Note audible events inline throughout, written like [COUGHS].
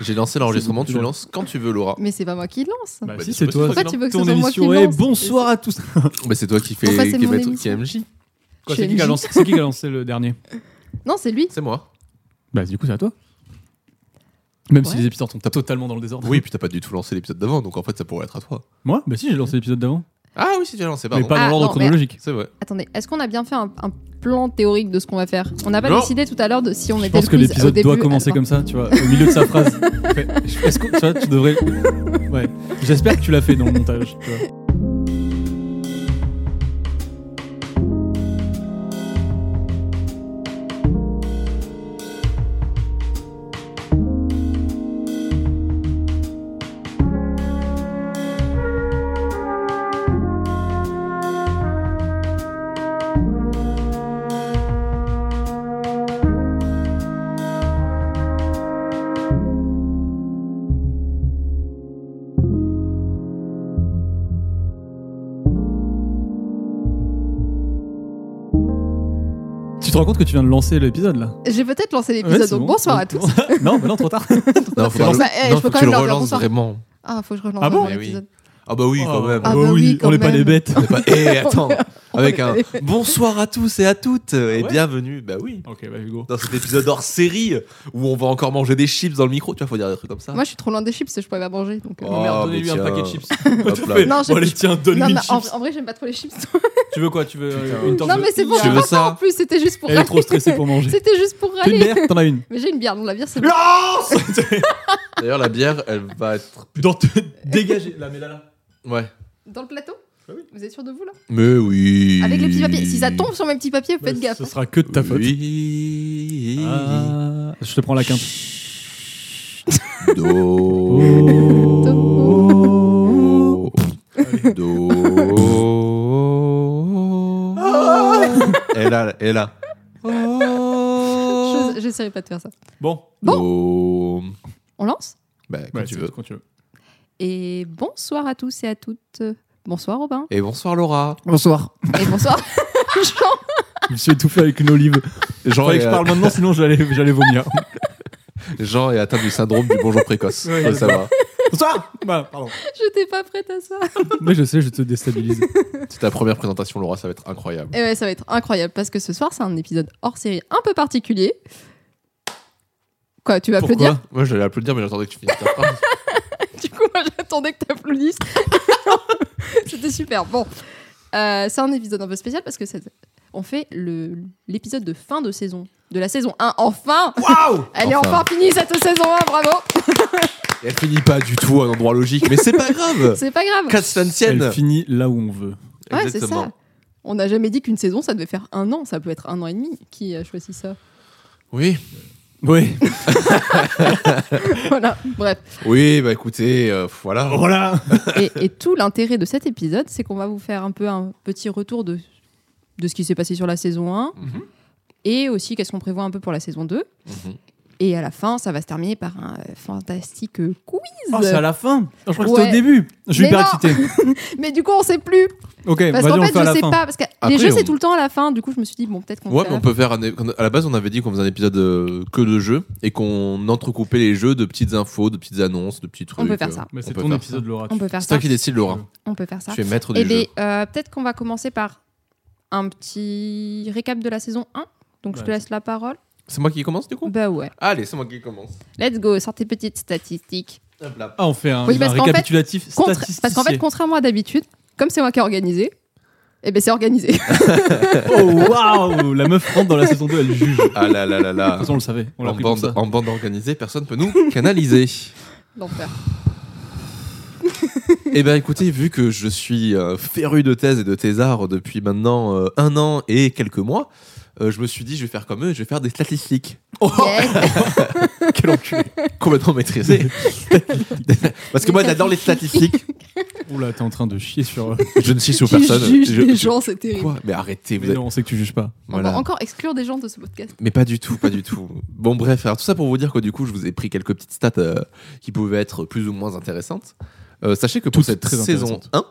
J'ai lancé l'enregistrement, C'est tu beaucoup lances quand tu veux, Laura. Mais c'est pas moi qui lance. Bah, Bah, si, c'est c'est pas toi. possible. Pourquoi tu veux que ce Ton soit moi qui émission est lance Eh, bonsoir à tous. Bah, c'est toi qui fais Pourquoi c'est qui, mon maître- émission qui est MJ. Quoi, C'est qui qui a MJ. lancé- c'est qui qui a lancé le dernier Non, c'est lui. C'est moi. [LAUGHS] Bah, du coup, c'est à toi. Même si Ouais. les épisodes sont totalement dans le désordre. [LAUGHS] Oui, puis t'as pas du tout lancé l'épisode d'avant, donc en fait ça pourrait être à toi. Moi Bah, si, j'ai lancé l'épisode d'avant. Ah oui, si tu as lancé, Mais pardon. pas Ah, dans l'ordre non, mais- chronologique. C'est vrai. Attendez, est-ce qu'on a bien fait un, un plan théorique de ce qu'on va faire On n'a pas Non. décidé tout à l'heure de si on Je était pense le que quiz au l'épisode début. doit à la commencer fin. comme ça, tu vois, au milieu de sa [LAUGHS] phrase. Fait, Est-ce que tu vois, tu devrais. [LAUGHS] Ouais. J'espère que tu l'as fait dans le montage. tu vois. Tu te rends compte que tu viens de lancer l'épisode là J'ai peut-être lancé Ouais, l'épisode, c'est donc bon. bonsoir à tous. [LAUGHS] non, bah non, trop tard. Non, Bah, le- eh, non, je peux faut quand que tu le même leur dire relances bonsoir. vraiment. Ah, faut que je relance Ah bon vraiment Mais oui. l'épisode. Ah bah oui, quand même. Ah, Ah bah bah oui, oui, on quand n'est pas même. des bêtes. On est [LAUGHS] pas- Eh, attends. Avec un On est- bonsoir à tous et à toutes et ouais bienvenue. Bah oui. ok, bah Hugo. Dans cet épisode hors série où on va encore manger des chips dans le micro, tu vois, faut dire des trucs comme ça. Moi, je suis trop loin des chips, je pourrais pas manger. Donc, euh, Oh, mais tiens. [LAUGHS] Hop là. Non, j'ai- Bon, allez, tiens, Non, donne-lui une mais en, chips. en vrai, j'aime pas trop les chips. Tu veux quoi Tu veux Putain. euh, une torte non, de- mais c'est pour Tu veux ça. ça En plus, c'était juste pour Elle est trop râler. stressée [LAUGHS] pour manger. C'était juste pour T'as une râler. bière T'en as [LAUGHS] une Mais j'ai une bière, donc la bière, c'est bon. Lance D'ailleurs, la bière, elle va être. Dans te dégager. Là, mais là, là. Ouais. Dans le plateau Ah oui. Vous êtes sûr de vous là Mais oui. Avec les petits papiers. Si ça tombe sur mes petits papiers, faites gaffe. Bah, hein. Ce sera que de ta faute. Oui. Ah, je te prends la quinte. [LAUGHS] Do. Do. Et là, et là. Je- J'essaierai pas de faire ça. Bon, Do. On lance Bah, quand tu veux. Quand tu veux. Et bonsoir à tous et à toutes. Bonsoir Robin. Et bonsoir Laura. Bonsoir. Et bonsoir Jean. Je me suis étouffé avec une olive. Jean Faudrait est, que je parle maintenant, sinon j'allais j'allais [LAUGHS] vomir. Jean est atteint du syndrome du bonjour précoce. Ouais, Faut le savoir. Bonsoir Voilà, pardon. J'étais pas prête à ça. Mais je sais, je te déstabilise. C'est ta première présentation, Laura, ça va être incroyable. Et ouais, ça va être incroyable parce que ce soir, c'est un épisode hors série un peu particulier. Quoi, tu vas applaudir Pourquoi Moi, j'allais applaudir, mais j'attendais que tu finisses ta phrase. [LAUGHS] Du coup, moi, j'attendais que tu applaudisses. [LAUGHS] C'était super. Bon, Euh, c'est un épisode un peu spécial parce que c'est- on fait le- l'épisode de fin de saison, de la saison 1. Enfin Waouh Elle est Enfin. enfin finie cette saison 1, bravo Et elle finit pas du tout à un endroit logique, mais c'est [LAUGHS] pas grave. C'est pas grave. Casse la sienne. Elle finit là où on veut. Ouais, c'est Exactement. ça. On n'a jamais dit qu'une saison, ça devait faire un an. Ça peut être un an et demi. Qui a choisi ça Oui. Oui. [LAUGHS] Voilà, bref. Oui, bah écoutez, euh, voilà. Voilà. Et, et tout l'intérêt de cet épisode, c'est qu'on va vous faire un peu un petit retour de, de ce qui s'est passé sur la saison 1 Mhm. et aussi qu'est-ce qu'on prévoit un peu pour la saison 2. Mhm. Et à la fin, ça va se terminer par un euh, fantastique euh, quiz. Oh, c'est à la fin. Je crois que Ouais. c'était au début. Je suis Mais hyper non. excité. [LAUGHS] Mais du coup, on sait plus. Ok, Eh ben, vas-y, Parce on qu'en le fait, fait à je la sais fin. pas. Parce que Après, les jeux, on- c'est tout le temps à la fin. Du coup, je me suis dit, bon, peut-être qu'on Ouais, fait mais à on la peut faire un é- qu'on- à la base on avait dit qu'on faisait un épisode euh, que de jeux et qu'on entrecoupait les jeux de petites infos, de petites annonces, de petits trucs. peut faire euh, ça. Mais c'est on peut ton faire épisode, Laura. fin. on peut ça. faire C'est ça. toi qui décides Laura. On peut faire ça. Tu es maître du Eh bien, jeu. peut-être qu'on va commencer par un petit récap de la saison 1. Donc, je te Ouais. laisse la parole. C'est moi qui commence du coup Bah ouais. Allez, c'est moi qui commence. Let's go, sortez petites statistiques. Hop là. Ah, on fait un, Oui, parce un qu'en fait, récapitulatif Contra- statistique. parce qu'en fait, contrairement à d'habitude, comme c'est moi qui ai organisé, eh ben c'est organisé. [LAUGHS] oh waouh, la meuf rentre dans la saison 2, elle juge. De toute Ah là là là là. façon, on le savait. [LAUGHS] On l'a en, pris comme bande, ça. en bande organisée, personne peut nous canaliser. L'enfer. Eh bien, écoutez, vu que je suis euh, féru de thèse et de thésard depuis maintenant euh, un an et quelques mois, euh, je me suis dit, je vais faire comme eux, je vais faire des statistiques. Oh, Yes. quel enculé Complètement [LAUGHS] maîtrisé. Parce que Les moi, j'adore les statistiques. Oula, t'es en train de chier sur. Je ne suis sous Tu personne. juges Je- les je- gens, c'est terrible. Quoi Mais arrêtez, vous Mais êtes- non, on sait que tu juges pas. On va Voilà. encore exclure des gens de ce podcast. Mais pas du tout, pas du [LAUGHS] tout. Bon, bref, alors tout ça pour vous dire que du coup, je vous ai pris quelques petites stats euh, qui pouvaient être plus ou moins intéressantes. Euh, sachez que pour Toutes cette très saison intéressantes. 1,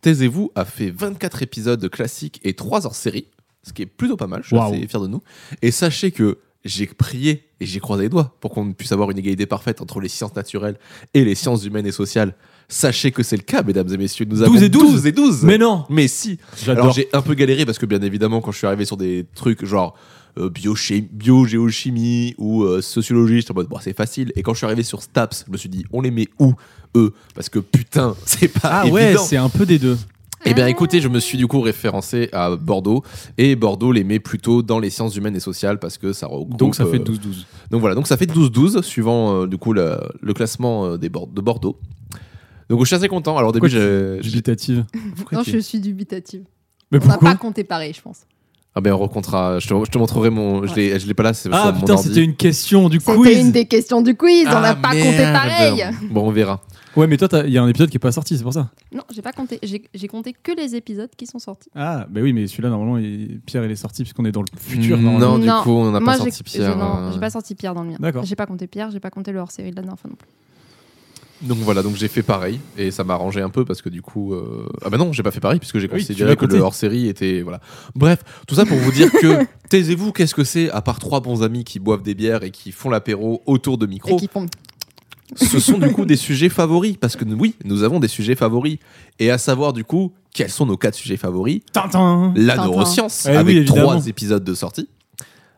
Taisez-vous a fait 24 épisodes classiques et 3 hors série, ce qui est plutôt pas mal, je suis Waouh. assez fier de nous. Et sachez que j'ai prié et j'ai croisé les doigts pour qu'on puisse avoir une égalité parfaite entre les sciences naturelles et les sciences humaines et sociales. Sachez que c'est le cas, mesdames et messieurs. Nous avons 12 et 12. 12 et 12. Mais non Mais si Alors J'adore. j'ai un peu galéré parce que bien évidemment quand je suis arrivé sur des trucs genre euh, bioché- bio-géochimie ou euh, sociologie, j'étais en mode bon c'est facile. Et quand je suis arrivé sur STAPS, je me suis dit on les met où eux Parce que putain [LAUGHS] c'est pas Ah évident. ouais, c'est un peu des deux. Eh bien, écoutez, je me suis du coup référencé à Bordeaux et Bordeaux les met plutôt dans les sciences humaines et sociales parce que ça regroupe. Donc ça fait euh, 12-12. donc voilà, donc ça fait 12-12 suivant euh, du coup la- le classement euh, des Bor- de Bordeaux. Donc je suis assez content. Alors au début, Pourquoi j'ai- j'ai- Dubitative. pourquoi Non, tu- je suis dubitative. Mais On n'a pourquoi pas compté pareil, je pense. Ah ben on recontera. Je te, je te montrerai mon. Je l'ai- je l'ai pas là. C'est Ah sur mon putain, ordi. c'était une question du C'était quiz. une des questions du quiz, on n'a Ah, pas compté merde. pareil. Bon, on verra. Ouais, mais toi, t'as- il y a un épisode qui est pas sorti, c'est pour ça. Non, j'ai pas compté. J'ai j'ai compté que les épisodes qui sont sortis. Ah, bah oui, mais celui-là, normalement, il- Pierre, il est sorti puisqu'on est dans le futur. normalement. Mm. non, du Non. coup, on n'a pas j'ai- sorti j'ai- Pierre. non, euh, j'ai pas sorti Pierre dans le mien. D'accord. J'ai pas compté Pierre, j'ai pas compté le hors-série de la dernière fois non plus. Donc voilà, donc j'ai fait pareil et ça m'a arrangé un peu parce que du coup, euh, ah bah non, j'ai pas fait pareil puisque j'ai Oui, tu considéré l'as que le coté. hors-série était voilà. Bref, tout ça pour vous dire [LAUGHS] que taisez-vous, qu'est-ce que c'est à part trois bons amis qui boivent des bières et qui font l'apéro autour de Et micro qui font. [LAUGHS] ce sont du coup des sujets favoris parce que nous- oui, nous avons des sujets favoris et à savoir du coup quels sont nos quatre sujets favoris Tintin la Mmh. Tintin. neuroscience Eh oui, avec évidemment. trois épisodes de sortie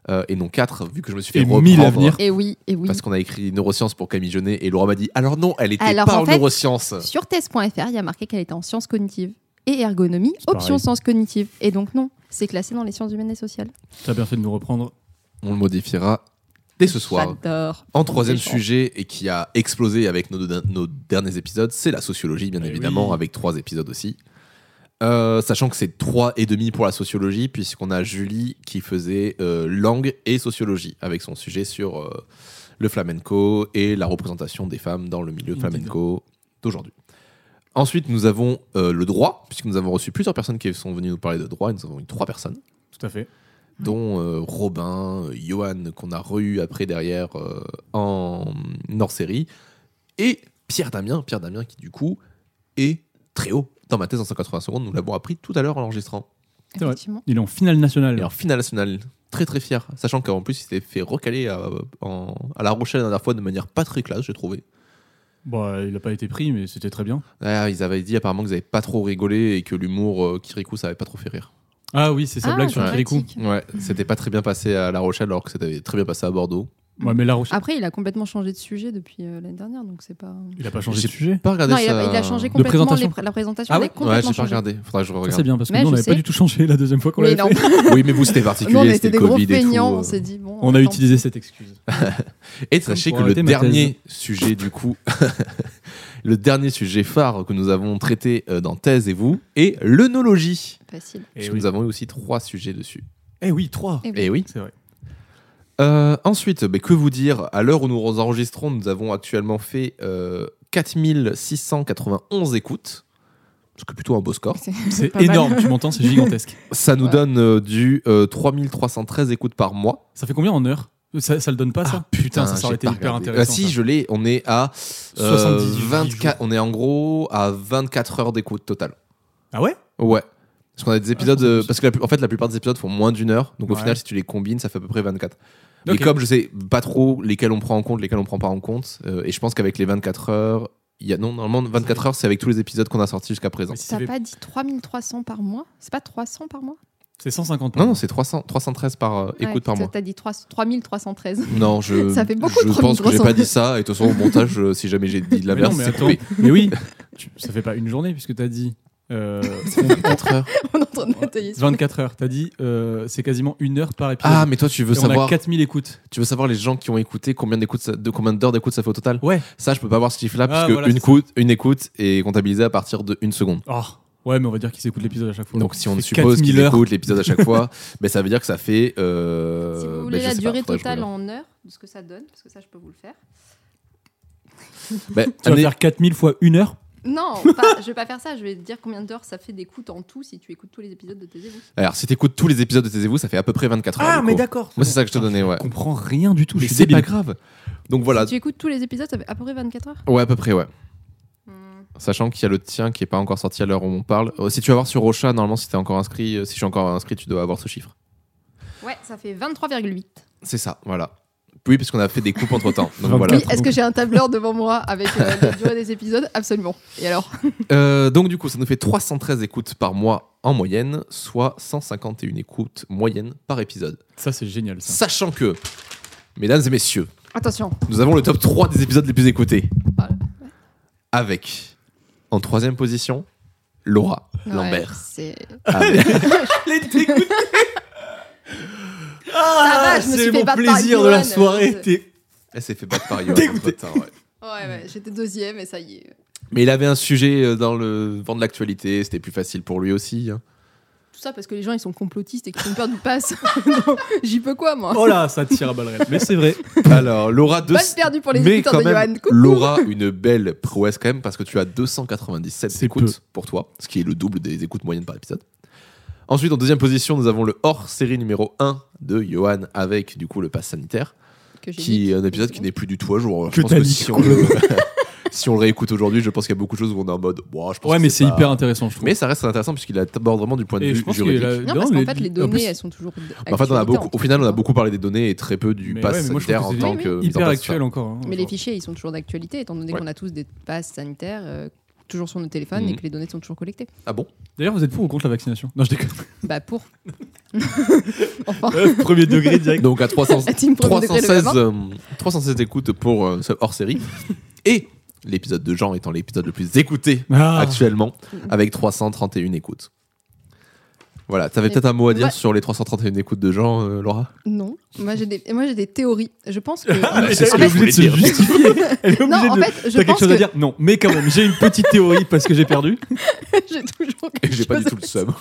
euh, et non quatre vu que je me suis fait Et reprendre mille à venir. Et oui, et oui. parce qu'on a écrit neurosciences pour Camille Jeunet et Laura m'a dit alors non elle était Alors, pas en en fait, neurosciences Sur test.fr, il y a marqué qu'elle était en sciences cognitives et ergonomie, C'est option pareil. sciences cognitives. Et donc, non, c'est classé dans les sciences humaines et sociales. T'as bien fait de nous reprendre. on le modifiera dès ce soir J'adore. en troisième Les gens. sujet et qui a explosé avec nos, deux- nos derniers épisodes c'est la sociologie bien Eh évidemment oui. avec trois épisodes aussi Euh, sachant que c'est trois et demi pour la sociologie puisqu'on a Julie qui faisait euh, langue et sociologie avec son sujet sur euh, le flamenco et la représentation des femmes dans le milieu Indeed. flamenco d'aujourd'hui. Ensuite, nous avons euh, le droit, puisque nous avons reçu plusieurs personnes qui sont venues nous parler de droit, et nous avons eu trois personnes, Tout à fait. dont euh, Robin, euh, Johan, qu'on a re-eu après derrière euh, en hors-série, et Pierre Damien, Pierre Damien qui du coup est très haut dans ma thèse en 180 secondes, nous l'avons appris tout à l'heure en l'enregistrant. C'est vrai. Effectivement. Il est en finale nationale. Et en finale nationale, très très fier, sachant qu'en plus il s'était fait recaler à, en- à La Rochelle la dernière fois de manière pas très classe, j'ai trouvé. Bah, il a pas été pris, mais c'était très bien. Ah, ils avaient dit apparemment qu'ils avaient pas trop rigolé et que l'humour euh, Kirikou ça avait pas trop fait rire. Ah oui, c'est sa Ah, blague sur c'est Kirikou. pratique. Ouais, c'était pas très bien passé à La Rochelle alors que ça avait très bien passé à Bordeaux. Ouais, mais La Rochelle, Après, il a complètement changé de sujet depuis euh, l'année dernière, donc c'est pas. il a pas changé J'ai de sujet. Pas regardé Non, il Ah, ça. a, il a changé complètement présentation. les pr- la présentation. Ah il a ouais Ouais, complètement j'ai pas changé. regardé. Faudra que je Ça, c'est regarde. bien parce que Mais nous, on je n'avait pas sais. du tout changé la deuxième fois qu'on Mais l'avait non, fait. [LAUGHS] oui, mais vous c'était particulier, nous on c'était était des gros Covid et tout, feignants, euh. on s'est dit bon. On a attends. utilisé [LAUGHS] cette excuse. Eh Et sachez Pour que le arrêter ma thèse. dernier sujet du coup, [LAUGHS] le dernier sujet phare que nous avons traité euh, dans Thèse et vous est l'œnologie. Facile. Puisque oui. Nous avons eu aussi trois sujets dessus. Eh oui, trois. Et oui. Et oui. C'est [LAUGHS] vrai. Euh, ensuite, mais que vous dire À l'heure où nous enregistrons, nous avons actuellement fait euh, 4691 écoutes, ce qui est plutôt un beau score. C'est Pas mal. énorme, tu m'entends, c'est [LAUGHS] gigantesque. Ça nous Ouais. donne euh, du euh, 3313 écoutes par mois. Ça fait combien en heures ça, ça le donne pas, ça Ah, Putain, ça, ça Ah, j'ai aurait été pas hyper regardé. intéressant. Ah, si, ça. je l'ai, on est à euh, 78 24, jours. on est en gros à 24 heures d'écoute totale. Ah ouais Ouais. Parce qu'on a des épisodes, je pense que euh, c'est- parce que la, plus- en fait la plupart des épisodes font moins d'une heure, donc au Ah, Ouais. final si tu les combines, ça fait à peu près 24. Ok. Mais comme je sais pas trop lesquels on prend en compte, lesquels on prend pas en compte, euh, et je pense qu'avec les 24 heures, il y a non normalement 24 heures c'est avec tous les épisodes qu'on a sortis jusqu'à présent. Mais si ça T'as fait- pas dit 3300 par mois C'est pas 300 par mois C'est 150 Non non c'est 300 313 par euh, écoute par Ouais, mois. T'as dit 3 3313. Non je Ça fait beaucoup je de pense que j'ai 3300. pas dit ça et de toute façon au montage euh, si jamais j'ai dit de [LAUGHS] Mais non, l'inverse mais c'est attends. coupé. Mais oui, tu- ça fait pas une journée puisque t'as dit. [LAUGHS] euh, heures. [LAUGHS] On est en train de batailler sur- 24 heures, t'as dit euh, c'est quasiment une heure par épisode. Ah mais toi tu veux Et on a savoir 4000 écoutes. tu veux savoir les gens qui ont écouté combien d'écoutes ça- de combien d'heures d'écoute ça fait au total Ouais. Ça je peux pas voir ce chiffre là Ah, parce que voilà, une c'est ça. écoute une écoute est comptabilisée à partir de une seconde. Oh, ouais, mais on va dire qu'ils écoutent l'épisode à chaque fois. Donc si on Fait suppose qu'ils 4000 heures. écoutent l'épisode à chaque [LAUGHS] fois, ben, ça veut dire que ça fait. euh, Si vous ben, voulez je la sais pas, durée faudrait que je totale regarde. en heures, de ce que ça donne, parce que ça, je peux vous le faire. hein. Ben, Tu vas amenez- faire 4000 fois une heure [LAUGHS] Non, pas- je vais pas faire ça. Je vais te dire combien d'heures ça fait d'écoute en tout si tu écoutes tous les épisodes de tes écoutes. Alors si t'écoutes tous les épisodes de Taisez-vous, ça fait à peu près Ah, 24 heures. du coup. Ah, d'accord. Moi c'est ça que je te donnais, ouais. Je comprends rien du tout. Mais je suis c'est pas débile. grave. Donc voilà. Si tu écoutes tous les épisodes, ça fait à peu près 24 heures. Ouais à peu près ouais. Hmm. Sachant qu'il y a le tien qui est pas encore sorti à l'heure où on parle. Euh, si tu vas voir sur Rocha, normalement si t'es encore inscrit, euh, si je suis encore inscrit, tu dois avoir ce chiffre. Ouais, ça fait 23,8. C'est ça, voilà. Oui, parce qu'on a fait des coupes entre temps. [LAUGHS] Donc voilà. Oui, est-ce que j'ai un tableur devant moi avec [LAUGHS] euh, la durée des épisodes Absolument. Et alors Euh, donc du coup, ça nous fait 313 écoutes par mois en moyenne, soit 151 écoutes moyennes par épisode. Ça, c'est génial, ça. Sachant que, mesdames et messieurs, Attention. nous avons le top 3 des épisodes les plus écoutés. Voilà. Avec, en troisième position, Laura Ouais, Ah Lambert. c'est- Avec- Les dégoûtés va, Ah, je me suis c'est fait mon battre par euh, plaisir de la Johan. soirée. [LAUGHS] t'es- [LAUGHS] Elle s'est fait battre par Johan. Dégoûté. Putain, ouais. [LAUGHS] Ouais, ouais, j'étais deuxième et ça y est. Mais il avait un sujet euh, dans le vent de l'actualité, c'était plus facile pour lui aussi. [LAUGHS] hein. Tout ça parce que les gens ils sont complotistes et qu'ils ont peur du pass. [LAUGHS] Donc, J'y peux quoi moi Oh là, ça tire à balles réelles. Mais c'est vrai. [LAUGHS] Alors, Laura, deux... Bonne perdue Oh, pour les Mais éditeurs quand de Johan. même, Coucou. Laura, une belle prouesse quand même, parce que tu as 297 C'est écoutes pour toi, ce qui est le double des écoutes moyennes par épisode. Ensuite, en deuxième position, nous avons le hors-série numéro 1 de Johan avec, du coup, le pass sanitaire, Que j'ai dit. qui est un épisode qui n'est plus du tout à jour. Je Que pense t'as que dit, si on, le, [LAUGHS] si on le réécoute aujourd'hui, je pense qu'il y a beaucoup de choses où on est en mode, Ouah, je pense Ouais, que mais c'est pas- hyper intéressant, je trouve. Mais ça reste intéressant puisqu'il aborde vraiment du point de Et vue je pense qu'il juridique. a- Non, non, parce qu'en mais- fait les en données plus- elles sont toujours. bah, En fait, on a d'actualité, beaucoup, entre au final, on a guillemets. beaucoup parlé des données et très peu du Mais pass ouais, mais moi, je trouve sanitaire que en c'est tant des- que. mise en Hyper place. actuel encore. hein, Mais les genre. fichiers ils sont toujours d'actualité étant donné Ouais. qu'on a tous des passes sanitaires. euh, Toujours sur nos téléphones Mhm. et que les données sont toujours collectées. Ah bon D'ailleurs, vous êtes pour ou contre la vaccination Non, je [LAUGHS] déconne. [LAUGHS] Bah pour. enfin, Euh, Euh, Premier degré direct. Donc à [LAUGHS] 300, la team premier degré, le 316, gamin. euh, 316 écoutes pour euh, ce hors série. [LAUGHS] Et l'épisode de Jean étant l'épisode le plus écouté Ah. actuellement, avec 331 écoutes. Voilà, t'avais Mais- peut-être un mot à dire Ouais. sur les 331 écoutes de Jean, euh, Laura Non, moi j'ai des, moi, j'ai des théories. Je [LAUGHS] pense que. bah, c'est Elle ce que est je voulais obligée de se dire. [LAUGHS] justifier. Elle est non, obligée en de. fait, je T'as quelque pense chose à que dire Non, mais quand même, j'ai une petite théorie parce que j'ai perdu. [LAUGHS] j'ai toujours. Et Eh, quelque J'ai pas chose du tout le à- seum.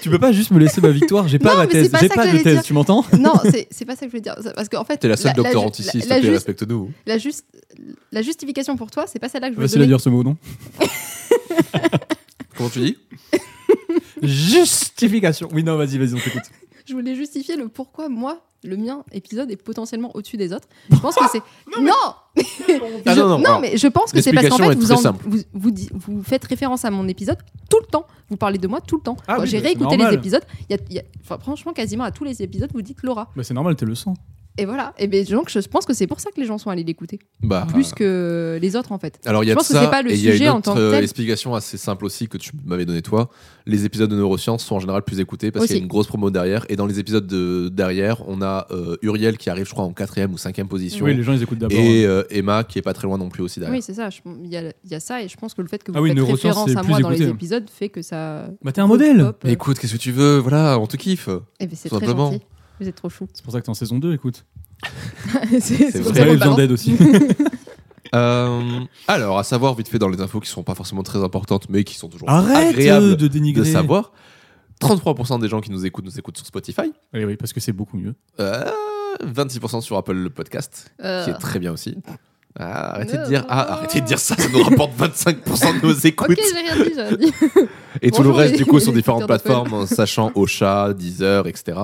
Tu peux pas juste me laisser ma victoire, j'ai pas Non, ma mais c'est thèse, pas j'ai ça pas que de j'allais thèse, dire. tu m'entends [LAUGHS] Non, c'est c'est pas ça que je voulais dire. Ça- Parce qu'en fait. T'es la seule ju- doctorante ici, s'il la te plaît, juste- respecte-nous. la juste- la justification pour toi, c'est pas celle-là que je voulais Facile à donner. dire ce mot, non Comment tu dis Justification. Oui, non, vas-y, vas-y, on t'écoute. Je voulais justifier le pourquoi moi, le mien épisode est potentiellement au-dessus des autres. Je pense que c'est. non Ah [LAUGHS] [LAUGHS] Je- non, non, alors, mais je pense que c'est parce qu'en l'explication fait, est vous, très en- simple. vous, vous, di- vous faites référence à mon épisode tout le temps. Vous parlez de moi tout le temps. Ah Quand oui, j'ai bah, c'est réécouté les normal. épisodes, il y a- il y a- enfin, franchement, quasiment à tous les épisodes, vous dites Laura. Bah, c'est normal, t'es le sang. Et voilà. Et bien, donc, je pense que c'est pour ça que les gens sont allés l'écouter. Ah. Bah, Plus que les autres, en fait. Alors il y a Je de pense que ça c'est pas le et il y a sujet une en autre tant que euh, tel. explication assez simple aussi que tu m'avais donné toi. Les épisodes de neurosciences sont en général plus écoutés parce qu'il y a Aussi. une grosse promo derrière et dans les épisodes de derrière on a euh, Uriel qui arrive je crois en quatrième ou cinquième position Oui, les gens, ils écoutent d'abord. hein. et euh, Emma qui est pas très loin non plus aussi derrière. Oui, c'est ça. je- Il y, a- il y a ça. Et je pense que le fait que vous Bah. Ah oui, faites neurosciences, référence c'est à plus moi dans les écouté. épisodes fait que ça. Bah, t'es un modèle Pop, euh. Mais écoute qu'est-ce que tu veux voilà on te kiffe. Eh ben, c'est Tout très simplement. gentil. Vous êtes trop chou. C'est pour ça que t'es en saison 2, écoute. c'est c'est vrai. C'est pour ça Ouais, qu'on vrai, le Jean balance. Dead [LAUGHS] aussi. Euh, alors à savoir vite fait dans les infos qui sont pas forcément très importantes mais qui sont toujours Arrête euh, agréables de dénigrer. de savoir. 33% des gens qui nous écoutent nous écoutent sur Spotify. Eh Oui, oui, parce que c'est beaucoup mieux. Euh, 26% sur Apple le podcast Euh, qui est très bien aussi. Ah, arrêtez de Non. dire ah, arrêtez de dire ça, ça nous rapporte 25% de nos écoutes. Ok, j'ai rien dit, j'ai rien dit. Et tout le Bonjour, reste les- du coup [LAUGHS] sur les différentes écouteurs plateformes, en sachant Ocha, Deezer, etc.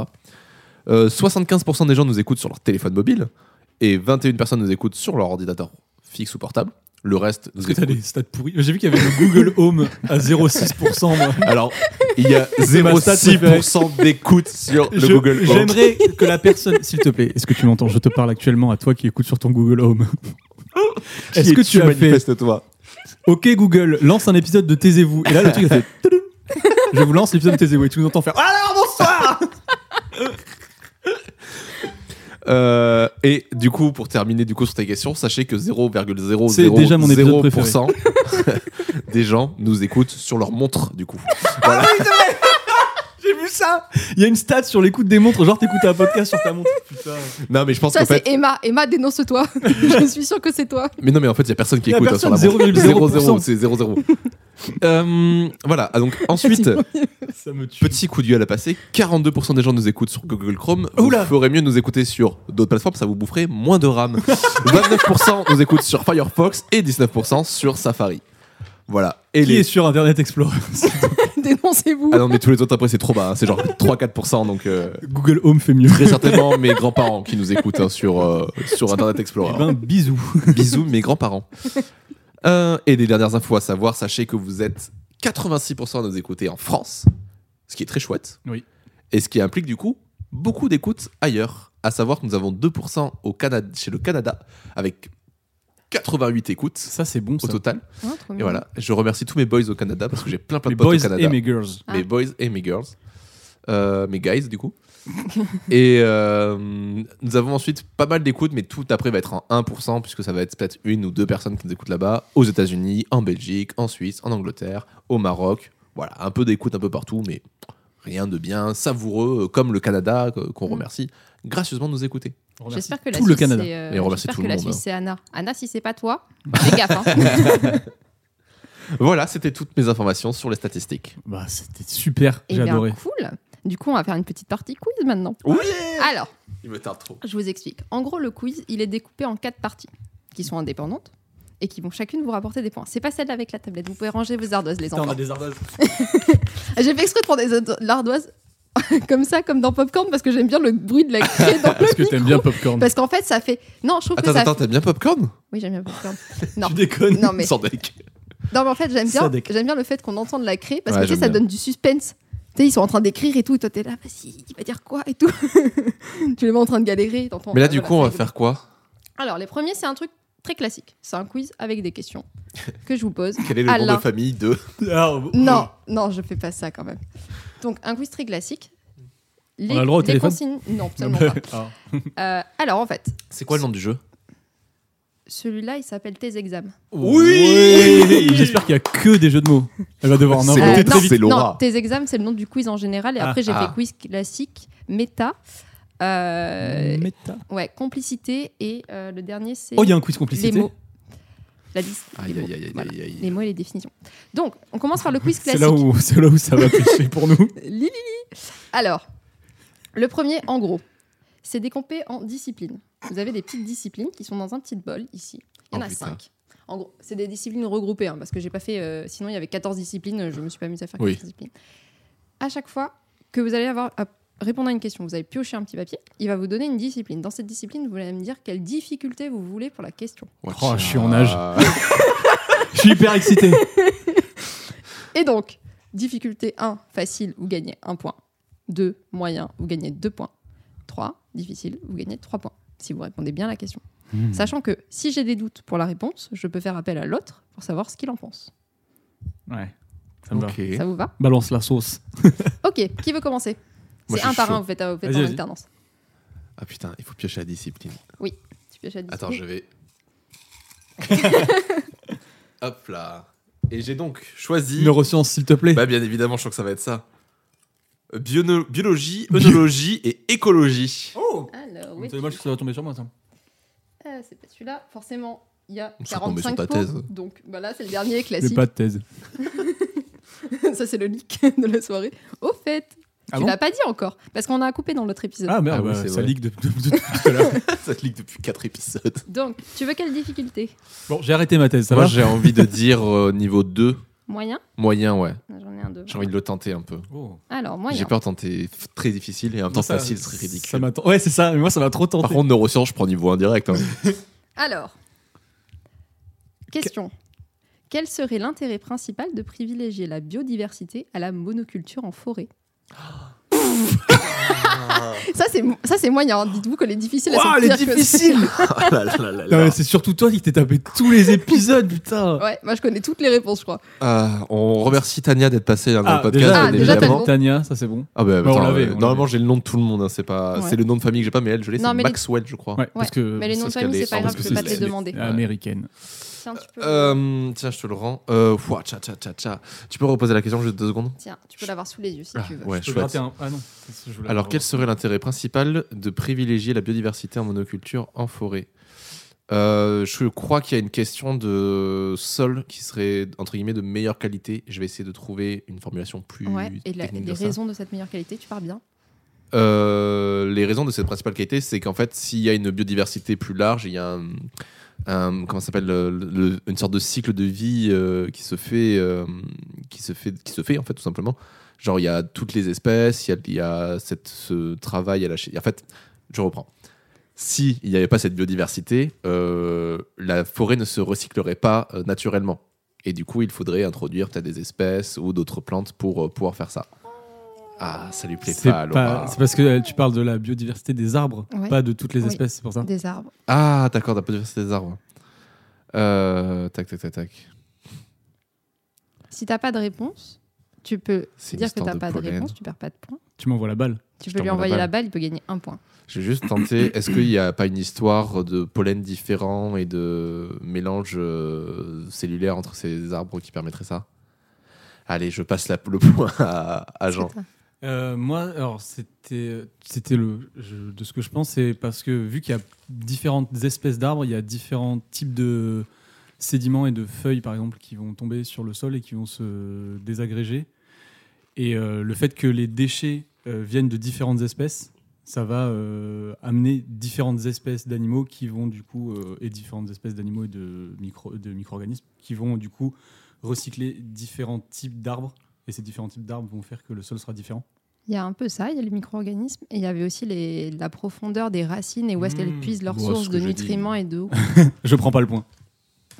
Euh, 75% des gens nous écoutent sur leur téléphone mobile et 21 personnes nous écoutent sur leur ordinateur fixe ou portable. Le reste nous Parce que t'as écoute. des stats pourris. J'ai vu qu'il y avait le Google Home à 0,6%. moi. Alors, il y [LAUGHS] a ma stat 0,6% d'écoute sur le Je- Google Home. J'aimerais que la personne, s'il te plaît, est-ce que tu m'entends Je te parle actuellement à toi qui écoutes sur ton Google Home. Qui Est-ce que es-tu, tu as fait manifeste-toi OK Google, lance un épisode de Taisez-vous Et là, le truc a fait. Toudoum Je vous lance l'épisode de Taisez-vous et tu nous entends faire. Ah Euh, et du coup, pour terminer du coup sur ta question, sachez que 0,00 C'est déjà mon épisode [LAUGHS] des gens nous écoutent sur leur montre du coup. Voilà. J'ai vu ça Il y a une stat sur l'écoute des montres, genre t'écoutes un podcast sur ta montre. Putain. Non, mais je pense Ça, qu'en c'est fait, Emma. Emma, dénonce-toi. [LAUGHS] je suis sûre que c'est toi. mais non, mais en fait, il y a personne qui Y a écoute hein, sur la personne, montre. 0,00. c'est [LAUGHS] 00. Euh, voilà. Ah, Donc ensuite, Ça me tue. petit coup de gueule à passer. 42% des gens nous écoutent sur Google Chrome. Vous Oula. ferez mieux de nous écouter sur d'autres plateformes, ça vous boufferait moins de RAM. 29% nous écoutent sur Firefox et 19% sur Safari. Voilà. Et Qui est sur Internet Explorer [LAUGHS] Dénoncez-vous. Ah non, mais tous les autres après, c'est trop bas. hein. C'est genre 3-4%. Donc, euh, Google Home fait mieux. Eh très certainement mes grands-parents qui nous écoutent hein, sur, euh, sur Internet Explorer. Ben, bisous. Bisous, mes grands-parents. Euh, et des dernières infos à savoir, sachez que vous êtes 86% à nous écouter en France, ce qui est très chouette. Oui. Et ce qui implique du coup beaucoup d'écoutes ailleurs, à savoir que nous avons 2% au Canada, chez le Canada, avec 88 écoutes Ça, c'est bon, au ça. total. Ah, Et trop mignon. voilà, je remercie tous mes boys au Canada parce que j'ai plein plein de Les potes au boys Canada. et mes girls. Ah. mes boys et mes girls. Euh, mes guys, [LAUGHS] du coup. et euh, nous avons ensuite pas mal d'écoutes, mais tout après va être en 1%, puisque ça va être peut-être une ou deux personnes qui nous écoutent là-bas, aux États-Unis, en Belgique, en Suisse, en Angleterre, au Maroc. Voilà, un peu d'écoute un peu partout, mais rien de bien savoureux, euh, comme le Canada, euh, qu'on Mm. remercie gracieusement de nous écouter. J'espère que la Tout Suisse, le Canada. c'est, euh, Et on remercie j'espère tout que le la monde, Suisse, hein. c'est Anna. Anna, si c'est pas toi, [LAUGHS] fais gaffe. hein. Voilà, c'était toutes mes informations sur les statistiques. Bah, c'était super, Eh j'ai bien, adoré. cool. Du coup, on va faire une petite partie quiz maintenant. Oui Alors, Il me tarde trop. Je vous explique. En gros, le quiz, il est découpé en quatre parties qui sont indépendantes et qui vont chacune vous rapporter des points. C'est pas celle avec la tablette. Vous pouvez ranger vos ardoises, les enfants. des ardoises. J'ai fait exprès de prendre des ardo- l'ardoise [LAUGHS] comme ça, comme dans Popcorn, parce que j'aime bien le bruit de la craie dans Parce que le t'aimes bien micro. Popcorn. Parce qu'en fait, ça fait. Non, je trouve Attends, que ça. attends, t'aimes bien Popcorn Oui, j'aime bien Popcorn. Non. Tu déconnes. Non [LAUGHS] mais, Sans deck. non, mais en fait, j'aime bien, Ça déc- j'aime bien le fait qu'on entende la craie parce Ouais, que tu sais, j'aime ça bien. donne du suspense. Tu sais, ils sont en train d'écrire et tout, et toi t'es là, vas-y, il va dire quoi et tout. [LAUGHS] tu les mets en train de galérer. t'entends- Mais là, Ah, du voilà, coup, on c'est va rigolo. faire quoi Alors, les premiers, c'est un truc très classique. C'est un quiz avec des questions que je vous pose. [LAUGHS] Quel est le nom Alain. de famille de Ah, oh. Non, non, je fais pas ça quand même. Donc, un quiz très classique. Les, On a le droit au les téléphone consignes- [LAUGHS] Non, absolument pas. Ah. Euh, alors, en fait, C'est quoi le nom du jeu celui-là, il s'appelle Tes examens. Oui J'espère qu'il y a que des jeux de mots. Elle va devoir en C'est inventer long. très vite. C'est Laura. Euh, non, Tes examens, c'est le nom du quiz en général. Et Ah, après, j'ai ah. fait quiz classique, méta, euh, Méta. Hmm. ouais, complicité. Et euh, le dernier, c'est Oh, il y a un quiz les complicité. mots. La liste. Aïe, des aïe, mots. aïe, aïe, Voilà. aïe, aïe. Les mots et les définitions. Donc, on commence par le [LAUGHS] quiz C'est classique. là, où, c'est là où ça va pêcher pour nous. Lili. li. Alors, le premier, en gros, c'est décompé en disciplines. Vous avez des petites disciplines qui sont dans un petit bol ici. Il y en Oh, a putain. cinq. En gros, c'est des disciplines regroupées, hein, parce que j'ai pas fait. euh, sinon, il y avait 14 disciplines, je me suis pas mise à faire 14 Oui. disciplines. À chaque fois que vous allez avoir à répondre à une question, vous allez piocher un petit papier, il va vous donner une discipline. Dans cette discipline, vous allez me dire quelle difficulté vous voulez pour la question. Oh, je suis en âge. [LAUGHS] Je suis hyper [LAUGHS] excité. Et donc, difficulté 1, facile, vous gagnez 1 point. 2, moyen, vous gagnez 2 points. 3, difficile, vous gagnez 3 points, si vous répondez bien à la question. Hmm. Hmm. Sachant que si j'ai des doutes pour la réponse, je peux faire appel à l'autre pour savoir ce qu'il en pense. Ouais. Ça me va. Ok. Ça vous va Balance la sauce. Ok, qui veut commencer Moi, C'est je suis un par chaud. un, vous faites, vous faites Vas-y, en vas-y. alternance. Ah putain, il faut piocher la discipline. Tu pioches à dix Attends, secondes. je vais. [LAUGHS] Hop là. Et j'ai donc choisi. Neurosciences, s'il te plaît. Bah, bien évidemment, je crois que ça va être ça. Euh, biono- Biologie, œnologie et écologie. Oh Alors, oui. Bah, C'est dommage que ça va tomber sur moi, ça. Ah, c'est pas celui-là. Forcément, il y a On s'est tombé sur 45 ta pots. thèse. Donc bah là, c'est le dernier J'ai classique. pas de thèse. [LAUGHS] Ça, c'est le leak [LAUGHS] de la soirée. Au fait, Ah tu bon l'as pas dit encore, parce qu'on a coupé dans l'autre épisode. Ah Ah merde, oui, bah, c'est ça vrai. ligue de- de- de- [LAUGHS] depuis tout à l'heure. [LAUGHS] ça te ligue depuis 4 épisodes. Donc, tu veux quelle difficulté Bon, j'ai arrêté ma thèse, ça Moi, va j'ai envie de dire euh, niveau 2. Moyen Moyen, ouais. Ah, J'en ai un deux. J'ai envie de le tenter un peu. Oh. Alors, moyen. J'ai peur de tenter f- très difficile et en même temps Ça- facile, c'est ça ridicule. m'attend- ouais, c'est ça, mais moi ça m'a trop tenté. Par contre, neurosciences, je prends niveau 1 direct. hein. Alors, question. Quel serait l'intérêt principal de privilégier la biodiversité à la monoculture [LAUGHS] en forêt Ça, c'est mo- ça, c'est moyen. hein. Dites-vous que les difficiles, elles Ouah, sont les pires que- difficiles Ah là là là là Non, là. mais c'est surtout toi qui t'es tapé tous les épisodes, putain [LAUGHS] Ouais, moi, je connais toutes les réponses, je crois. Ah, on remercie Tania d'être passée hein, dans le podcast, déjà, Ah, bien déjà, t'as évidemment. le nom. Tania, ça c'est bon. Ah bah, Bah, on attends, l'avait, euh, on normalement l'avait. j'ai le nom de tout le monde, hein, c'est pas Ouais. c'est le nom de famille que j'ai pas mais elle je l'ai, Non, c'est mais les- Maxwell je crois. Ouais, parce que Mais les noms de Euh, c'est ce famille, qu'elle c'est pas est- Ah, grave, parce je que peux pas c'est- te les c'est- demander. Ouais. américaine. Tiens, tu peux, Euh, tiens, je te le rends. Euh, ouah, tcha, tcha, tcha, tcha. Tu peux reposer la question juste deux secondes tiens, tu peux l'avoir sous les yeux si Ah, tu veux. Ouais, Je peux chouette. gratter un- Ah non. je voulais Alors avoir- quel serait l'intérêt principal de privilégier la biodiversité en monoculture en forêt Euh, je crois qu'il y a une question de sol qui serait entre guillemets de meilleure qualité. Je vais essayer de trouver une formulation plus Ouais, et la- technique les de ça. raisons de cette meilleure qualité, tu pars bien. Euh, les raisons de cette principale qualité, c'est qu'en fait, s'il y a une biodiversité plus large, il y a un, un- comment ça s'appelle le- le- une sorte de cycle de vie euh, qui se fait, euh, qui se fait, qui se fait en fait tout simplement. Genre il y a toutes les espèces, il y a, il y a cette, ce travail à la chaîne. En fait, je reprends. S'il n'y avait pas cette biodiversité, euh, la forêt ne se recyclerait pas euh, naturellement. Et du coup, il faudrait introduire peut-être des espèces ou d'autres plantes pour euh, pouvoir faire ça. Ah, ça lui plaît C'est pas, pas- Laura. c'est parce que euh, tu parles de la biodiversité des arbres, Ouais. pas de toutes les Oui. espèces, c'est pour ça. Des arbres. Ah, d'accord, la biodiversité des arbres. Euh, tac, tac, tac, tac. Si t'as pas de réponse, tu peux C'est une dire que histoire t'as de pas de pollen. réponse, tu perds pas de points. Tu m'envoies la balle. Tu Je peux lui t'envoie la envoyer la balle, il peut gagner un point. J'ai juste tenté. [COUGHS] Est-ce qu'il n'y a pas une histoire de pollen différent et de mélange euh, cellulaire entre ces arbres qui permettrait ça Allez, je passe la, le point à, à Jean. Euh, moi, alors c'était, c'était le, je- de ce que je pense, c'est parce que vu qu'il y a différentes espèces d'arbres, il y a différents types de sédiments et de feuilles, par exemple, qui vont tomber sur le sol et qui vont se désagréger. Et euh, le fait que les déchets euh, viennent de différentes espèces, ça va euh, amener différentes espèces d'animaux qui vont du coup euh, et différentes espèces d'animaux et de micro de micro-organismes qui vont du coup recycler différents types d'arbres. Et ces différents types d'arbres vont faire que le sol sera différent. Il y a un peu ça, il y a les micro-organismes, et il y avait aussi les- la profondeur des racines et où est-ce qu'elles Mmh. puisent leurs Bon, sources ce que de j'ai dit. nutriments [LAUGHS] et d'eau. Ah Je prends pas le point.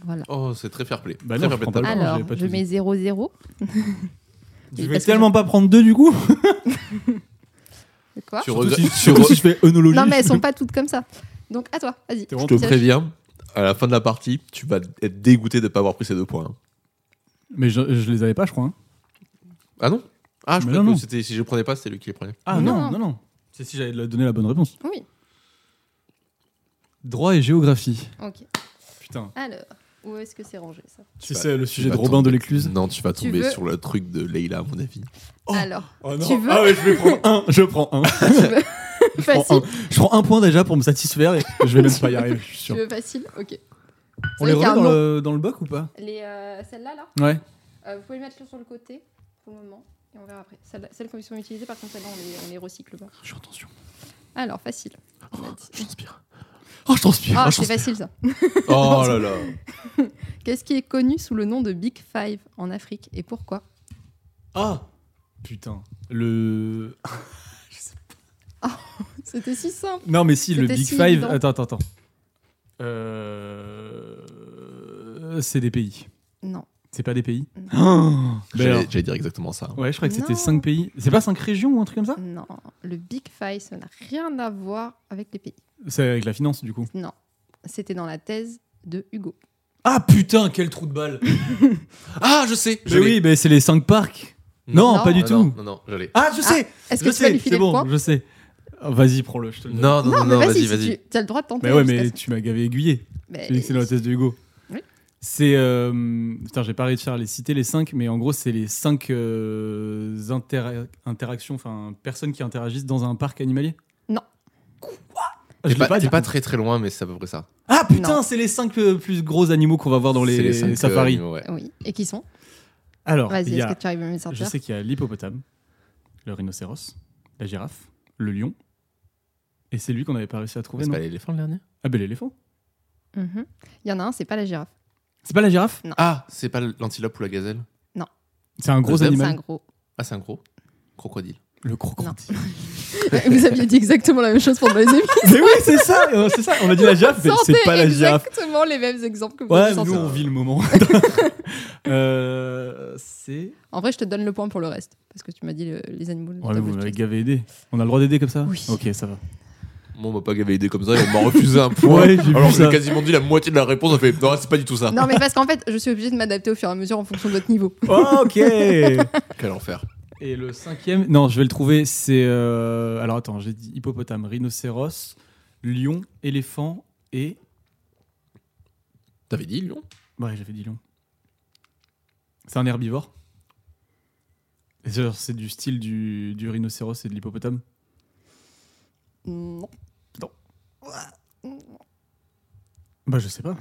Voilà. Oh, c'est très fair play. Bah très non, fair je play de prends ta pas. part. Alors, j'avais je tout mets 0-0. Je Oui, vais parce que tellement pas prendre deux du coup. De Quoi Tu [LAUGHS] Surtout regrettes- si, tu surtout re- si je fais œnologie. Non, mais elles sont pas toutes comme ça. Donc, à toi, vas-y. T'es vraiment- Je te Pioche. préviens, à la fin de la partie, tu vas être dégoûté de ne pas avoir pris ces deux points. hein. [LAUGHS] Mais je, je les avais pas, je crois. hein. Ah non Ah, je Mais croyais non, que non. c'était- si je prenais pas, c'était lui qui les prenait. Ah Non. non, non, non. C'est si j'avais donné la bonne réponse. Oui, Droit et géographie. ok. Putain. Alors, où est-ce que c'est rangé ça Si vas- c'est le tu sujet vas de Robin tomber- de l'Écluse. Non, tu vas Tu tomber veux- sur le truc de Leila, à mon avis. Oh. Alors, Oh Tu veux ouais, je vais prendre un. Je prends [LAUGHS] un. [LAUGHS] Je prends un. facile. Je prends un point déjà pour me satisfaire et je vais même pas y arriver, je suis Tu sûr. veux facile Ok. On C'est les vrai qu'il y a remet dans un nom. le, dans le boc ou pas Les, euh, Celle-là, là, Ouais. euh, vous pouvez le mettre sur le côté pour le moment et on verra après. Celles, celles qui sont utilisées, par contre, celles-là, on les, on les recycle pas. Je suis en tension. Alors, facile. Oh, je transpire. Oh, je transpire. Ah, Oh, je c'est transpire. facile ça. Oh là là Qu'est-ce qui est connu sous le nom de Big Five en Afrique et pourquoi Ah Putain. Le. C'était si simple. Non, mais si, le C'était Big si Five. évident. Attends, attends, attends. Euh... C'est des pays. Non. C'est pas des pays Non. [GASPS] Oh Ben alors. J'allais j'allais dire exactement ça. Ouais, je croyais que c'était Non. 5 pays. C'est pas 5 régions ou un truc comme ça Non, le Big Five, ça n'a rien à voir avec les pays. C'est avec la finance, du coup. Non, c'était dans la thèse de Hugo. Ah putain, quel trou de balle Ah, je sais Mais oui, ben c'est les 5 parcs Non, Non. pas du Ah, tout Non, non, non, je l'ai. Hmm. Ah, je sais Est-ce que Je tu vas sais, lui c'est filer le bon, point je sais. Ah, vas-y, prends-le, je te le donne. Non, non, non, non, vas-y, si vas-y. tu as le droit de tenter. Mais ouais, de toute mais façon. tu m'as gavé aiguillé. Mais- Tu dis que c'est dans la thèse de Hugo. Oui. C'est. euh, putain, j'ai pas réussi à les citer les 5, mais en gros, c'est les 5 interactions, enfin, personnes qui interagissent dans un parc animalier Non. Quoi Ah, T'es Je l'ai pas, pas, t'es du pas coup. très très loin, mais c'est à peu près ça. Ah putain, Non. c'est les 5 plus gros animaux qu'on va voir dans C'est les, cinq, euh, safaris. animaux, ouais. Oui, et qui sont Alors, il Vas-y, y est-ce a- que tu arrives à me les je sortir sais qu'il y a l'hippopotame, le rhinocéros, la girafe, le lion. Et c'est lui qu'on n'avait pas réussi à Mais trouver, C'est non pas l'éléphant le dernier Ah, ben l'éléphant. Mhm. Il y en a un, c'est pas la girafe. C'est pas la girafe Ah, c'est pas l'antilope ou la gazelle C'est un gros zèbre, C'est animal. un gros. [LAUGHS] Ah, c'est un gros crocodile. Le crocodile. Vous aviez dit exactement la même chose pendant les émissions. mais oui, c'est ça euh, C'est ça On a dit la girafe, mais [LAUGHS] c'est Sortez pas la girafe. exactement les mêmes exemples que vous Ouais, avez mais nous, sortis. on vit le [LAUGHS] moment. Euh, c'est. En vrai, je te donne le point pour le reste, parce que tu m'as dit le- les animaux. Ouais, t'as mais vous voulu m'avez te- gavé aidé. On a le droit d'aider comme ça Oui. Ok, ça va. Moi, on m'a pas gavé idée comme ça et on m'a refusé un point. Ouais, j'ai vu alors j'ai ça. quasiment dit la moitié de la réponse. On fait non, c'est pas du tout ça. Non, mais parce qu'en fait, je suis obligée de m'adapter au fur et à mesure en fonction de votre niveau. Oh, ok Quel enfer. [LAUGHS] Et le cinquième, non, je vais le trouver, c'est. euh, Alors attends, j'ai dit hippopotame, rhinocéros, lion, éléphant et. bah T'avais dit lion Ouais, j'avais dit lion. C'est un herbivore. Et c'est- C'est du style du, du rhinocéros et de l'hippopotame. Non, Bah, je sais pas.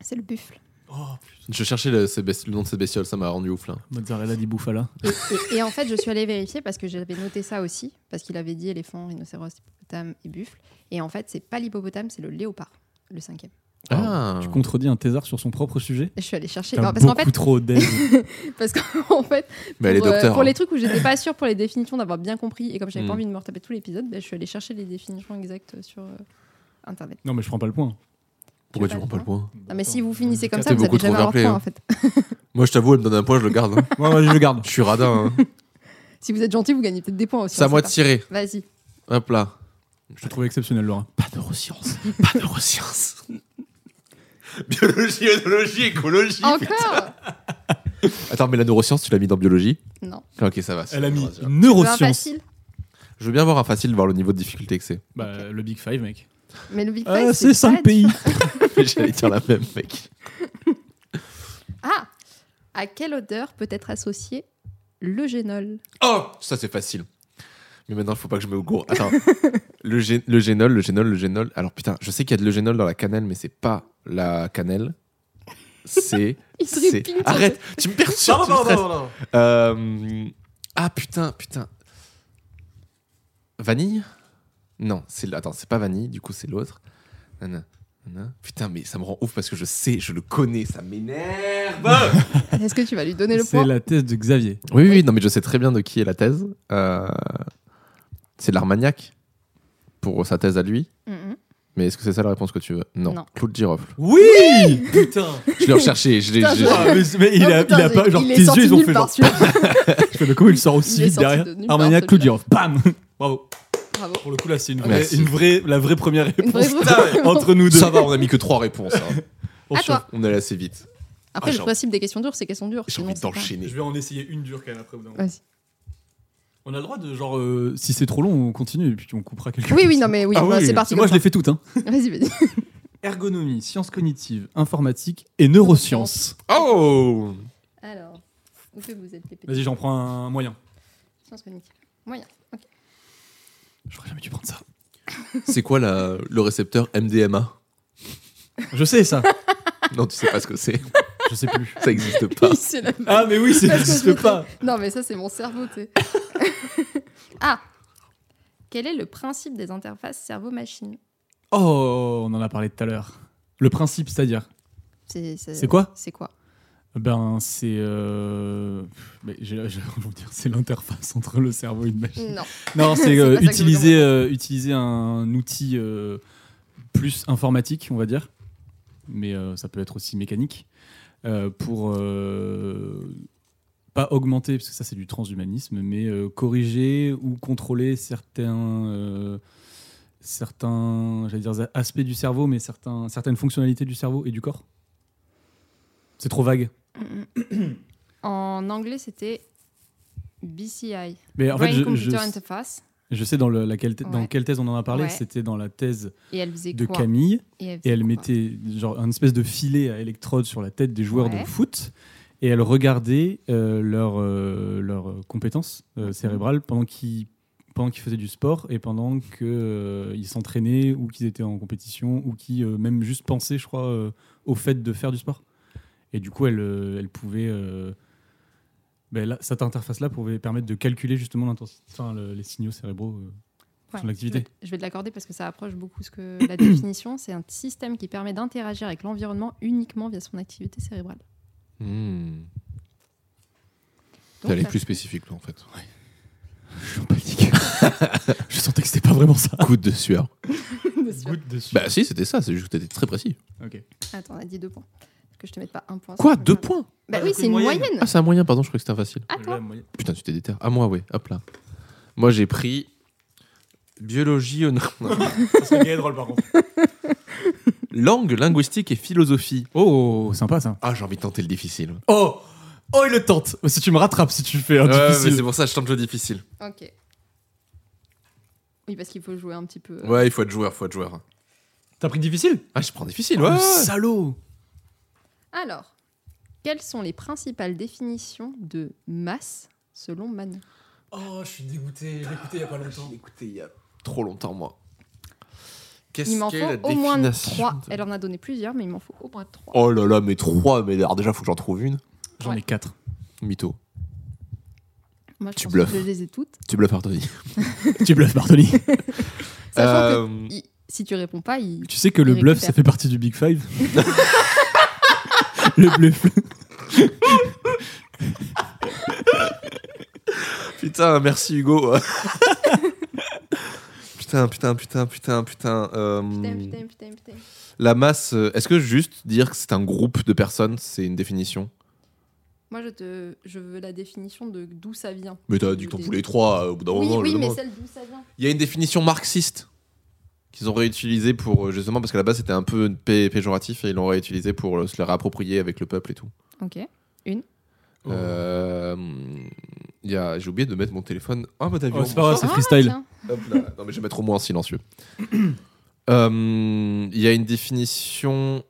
c'est le buffle. Oh putain. Je cherchais le, ces besti- le nom de cette bestiole, ça m'a rendu ouf là. Mozzarella di Bufala. Et, et- et en fait, je suis allée vérifier parce que j'avais noté ça aussi, parce qu'il avait dit éléphant, rhinocéros, hippopotame et buffle. Et en fait, c'est pas l'hippopotame, c'est le léopard, le cinquième. Ah, Tu contredis un thésard sur son propre sujet Et je suis allée chercher. T'as Non, parce beaucoup qu'en fait, trop [LAUGHS] d'aise. parce [LAUGHS] qu'en fait, mais elle est pour, euh, docteur. pour hein. les trucs où j'étais pas sûre pour les définitions d'avoir bien compris, et comme j'avais pas Hmm. envie de me retaper tout l'épisode, ben, je suis allée chercher les définitions exactes sur euh, internet. non, mais je prends pas le point. Pourquoi j'ai tu pas prends pas le le point Non, mais si vous finissez comme ça, T'es vous beaucoup allez trop jamais avoir fair-play, point hein. en fait. [LAUGHS] Moi, je t'avoue, elle me donne un point, je le garde. hein. Ouais, vas-y, je le garde. Je suis radin. hein. Si vous êtes gentil, vous gagnez peut-être des points aussi. Ça on sait moi pas. tiré. Vas-y. Hop là. Je te trouve exceptionnel, Laura. Pas neurosciences. Pas neurosciences. biologie, œnologie, écologie. Encore Attends, mais la neuroscience, tu l'as mis dans biologie Non. Ah, Ok, ça va. ça [LAUGHS] Elle a va, mis ça va. Un neurosciences. facile. Je veux bien voir un facile, voir le niveau de difficulté que c'est. Bah, Le Big Five, mec. Mais le Big Ah, Five, c'est pas cinq pays. [LAUGHS] J'allais dire la même, mec. Ah À quelle odeur peut être associé le génol Oh Ça, c'est facile. Mais maintenant, il faut pas que je me gourre. Attends. [LAUGHS] le, gé- le génol, le génol, le génol. Alors, putain, je sais qu'il y a de le génol dans la cannelle, mais c'est pas la cannelle. C'est. [LAUGHS] Il se c'est... répigne sur- Arrête Tu me perturbes tu me stresses. Euh, Ah, putain, putain. Vanille Non, c'est. Attends, c'est pas vanille, du coup, c'est l'autre. Nana, nana. Putain, mais ça me rend ouf parce que je sais, je le connais, ça m'énerve Est-ce que tu vas lui donner le C'est point la thèse de Xavier. Oui, oui, non, mais je sais très bien de qui est la thèse. Euh, c'est de l'Armagnac pour sa thèse à lui. Mhm. Mais est-ce que c'est ça la réponse que tu veux Non. Non. Claude Girofle. Oui, Putain [LAUGHS] Je l'ai recherché. Je l'ai, Putain, je- je- Ah, mais, mais il, Oh, a, putain, il a pas. j'ai- Genre, il est tes sorti yeux, ils ont nulle fait part, genre. celui-là. Je fais, mais comment il sort aussi Il est vite sorti derrière de nulle part, Armagnac, celui-là. Cloudierov. Bam Bravo. Bravo. Pour le coup, là, c'est une, vraie, Merci. une vraie, la vraie première Une vraie réponse vraie- entre nous deux. Ça va, on a mis que trois réponses. [LAUGHS] hein. On À toi. chauffe. On est allé assez vite. Après, Ah, le j'ai- principe des questions dures, c'est qu'elles sont dures. J'ai sinon, envie c'est pas- d'enchaîner. Je vais en essayer une dure quand même après. au bout d'un moment. Vas-y. On a le droit de genre. euh, si c'est trop long, on continue et puis on coupera quelque Oui, oui, non, mais oui, Ah bah, oui, c'est parti. Moi, je comme l'ai fait toutes. Hein. ça. Vas-y, vas-y. Ergonomie, sciences cognitives, informatique et neurosciences. Oh Alors, où que vous êtes les petits Vas-y, j'en prends un moyen. Sciences cognitives. Moyen. Ok. J'aurais jamais dû prendre ça. C'est quoi la- le récepteur MDMA Je sais ça. Non, tu sais pas ce que c'est. Je sais plus. Ça existe [LAUGHS] pas. C'est la- Ah, mais oui, c'est Parce que je n'existe l'ai pas. Non, mais ça, c'est mon cerveau, tu [LAUGHS] sais. ah Quel est le principe des interfaces cerveau-machine Oh, on en a parlé tout à l'heure. Le principe, c'est-à-dire. C'est C'est quoi C'est quoi Ben, c'est. euh, Mais j'ai j'ai envie de dire, c'est l'interface entre le cerveau et une machine. [COUGHS] Non. Non, c'est [LAUGHS] C'est euh, pas ça que je utiliser, demandais. euh, utiliser un outil euh, plus informatique, on va dire, mais euh, ça peut être aussi mécanique, euh, pour euh, pas augmenter, parce que ça c'est du transhumanisme, mais euh, corriger ou contrôler certains, euh, certains j'allais dire, aspects du cerveau, mais certains, certaines fonctionnalités du cerveau et du corps. C'est trop vague. En anglais, c'était BCI. Mais en fait, Brain je, Computer je- Interface. je sais dans, le- laquelle thè- dans Ouais. quelle thèse on en a parlé, Ouais. c'était dans la thèse Et elle faisait de quoi Camille. elle, Et faisait elle quoi mettait genre un espèce de filet à électrode sur la tête des joueurs Ouais. de foot. Et elle regardait euh, leurs euh, leurs, euh, compétences euh, cérébrales pendant qu'ils pendant qu'ils faisaient du sport et pendant qu'ils s'entraînaient ou qu'ils étaient en compétition ou qui euh, même juste pensaient, je crois, euh, au fait de faire du sport. Et du coup, elle, euh, elle pouvait... euh, ben là, cette interface-là pouvait permettre de calculer justement l'intensité, enfin, le- les signaux cérébraux. euh. [LAUGHS] Ouais, son activité. je vais- Je vais te l'accorder parce que ça approche beaucoup ce que [COUGHS] la définition. C'est un système qui permet d'interagir avec l'environnement uniquement via son activité cérébrale. Hmm. Donc, T'es allé ça- plus spécifique, là, en fait. Je suis en panique. je sentais que c'était pas vraiment ça. Coup de sueur. [LAUGHS] Monsieur. Goutte dessus. Bah, si, c'était ça. C'est juste que t'étais très précis. Ok. Attends, on a dit deux points. Que je te mette pas un point. Quoi ça me Deux fait mal. points Bah Ah, oui, donc c'est une une moyenne. moyenne. Ah, c'est un moyen, pardon, je crois que c'était un facile. À toi. Putain, tu t'es déterre. À moi, ouais. Hop là. Moi, j'ai pris biologie, euh, non, non. [LAUGHS] drôle par contre. langue, linguistique et philosophie. Oh, sympa ça. Ah, j'ai envie de tenter le difficile. Oh Oh, il le tente Si tu me rattrapes, si tu fais un Ouais, mais c'est difficile. pour ça que je tente le difficile. Ok. Oui, parce qu'il faut jouer un petit peu. euh. Ouais, il faut être joueur, faut être joueur. T'as pris difficile Ah, je prends difficile, Oh, ouais. le Salaud Alors, quelles sont les principales définitions de masse selon Manu Oh, je suis dégoûté. Je l'ai écouté il y a pas longtemps. écouté il y a trop longtemps, moi. Qu'est-ce Il m'en faut qu'est la au moins définition trois. de- Elle en a donné plusieurs, mais il m'en faut au moins trois. Oh là là, mais trois, mais alors déjà, faut que j'en trouve une. J'en ai quatre. Mytho. Moi, je Tu pense bluffes. que je les ai toutes. Tu bluffes, Anthony. tu bluffes, Bartoli. Euh, Sachant que il- si tu réponds pas, il... [LAUGHS] tu sais que le Il bluff, récupère. ça fait partie du Big Five [LAUGHS] Le bluff. Putain, merci Hugo. [LAUGHS] putain, putain, putain, putain, putain. euh, Putain, putain, putain, putain. La masse, euh, est-ce que juste dire que c'est un groupe de personnes, c'est une définition Moi, je, te... je veux la définition de d'où ça vient. Mais t'as dit Des- qu'on voulait trois euh, au bout d'un oui, moment. je oui, le mais demande. celle d'où ça vient. Il y a une définition marxiste qu'ils ont réutilisée pour euh, justement parce qu'à la base c'était un peu pé- péjoratif et ils l'ont réutilisé pour euh, se le réapproprier avec le peuple et tout. Ok. Oh. Euh, il y a- J'ai oublié de mettre mon téléphone Ah, bah, en mode avion. Oh, c'est pas grave, c'est freestyle. Ah, tiens. Hop là. Non, mais je vais mettre au moins en silencieux. [CLEARS THROAT] Euh, Il y a une définition.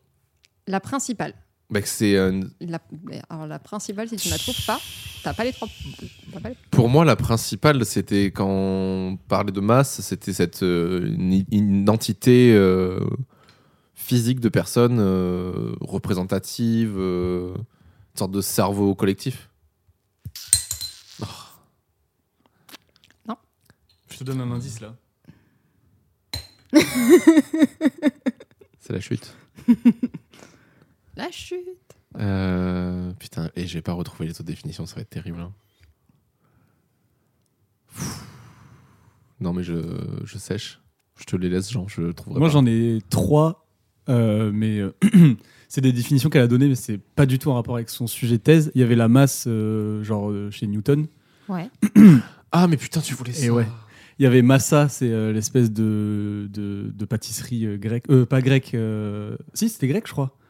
La principale. Bah, que c'est une- La... Alors, la principale, si tu ne la trouves pas, t'as pas les trois. t'as pas les- Pour moi, la principale, c'était quand on parlait de masse, c'était cette euh, une, une entité euh, physique de personnes euh, représentative, euh, une sorte de cerveau collectif. Oh, Je te donne un indice là. c'est la chute. La chute. Euh, putain, et j'ai pas retrouvé les autres définitions, ça va être terrible. hein. Pfff. Non, mais je, je sèche. Je te les laisse, Jean, je trouverai Moi pas. j'en ai trois, euh, mais euh, [CLEARS THROAT] c'est des définitions qu'elle a données, mais c'est pas du tout en rapport avec son sujet de thèse. Il y avait la masse, euh, genre euh, chez Newton. Ouais. Ah, mais putain, tu voulais ça. Et ouais. Il y avait massa, c'est euh, l'espèce de, de, de pâtisserie euh, grecque. Euh, pas grecque. euh, Si, c'était grec, je crois. Hmm,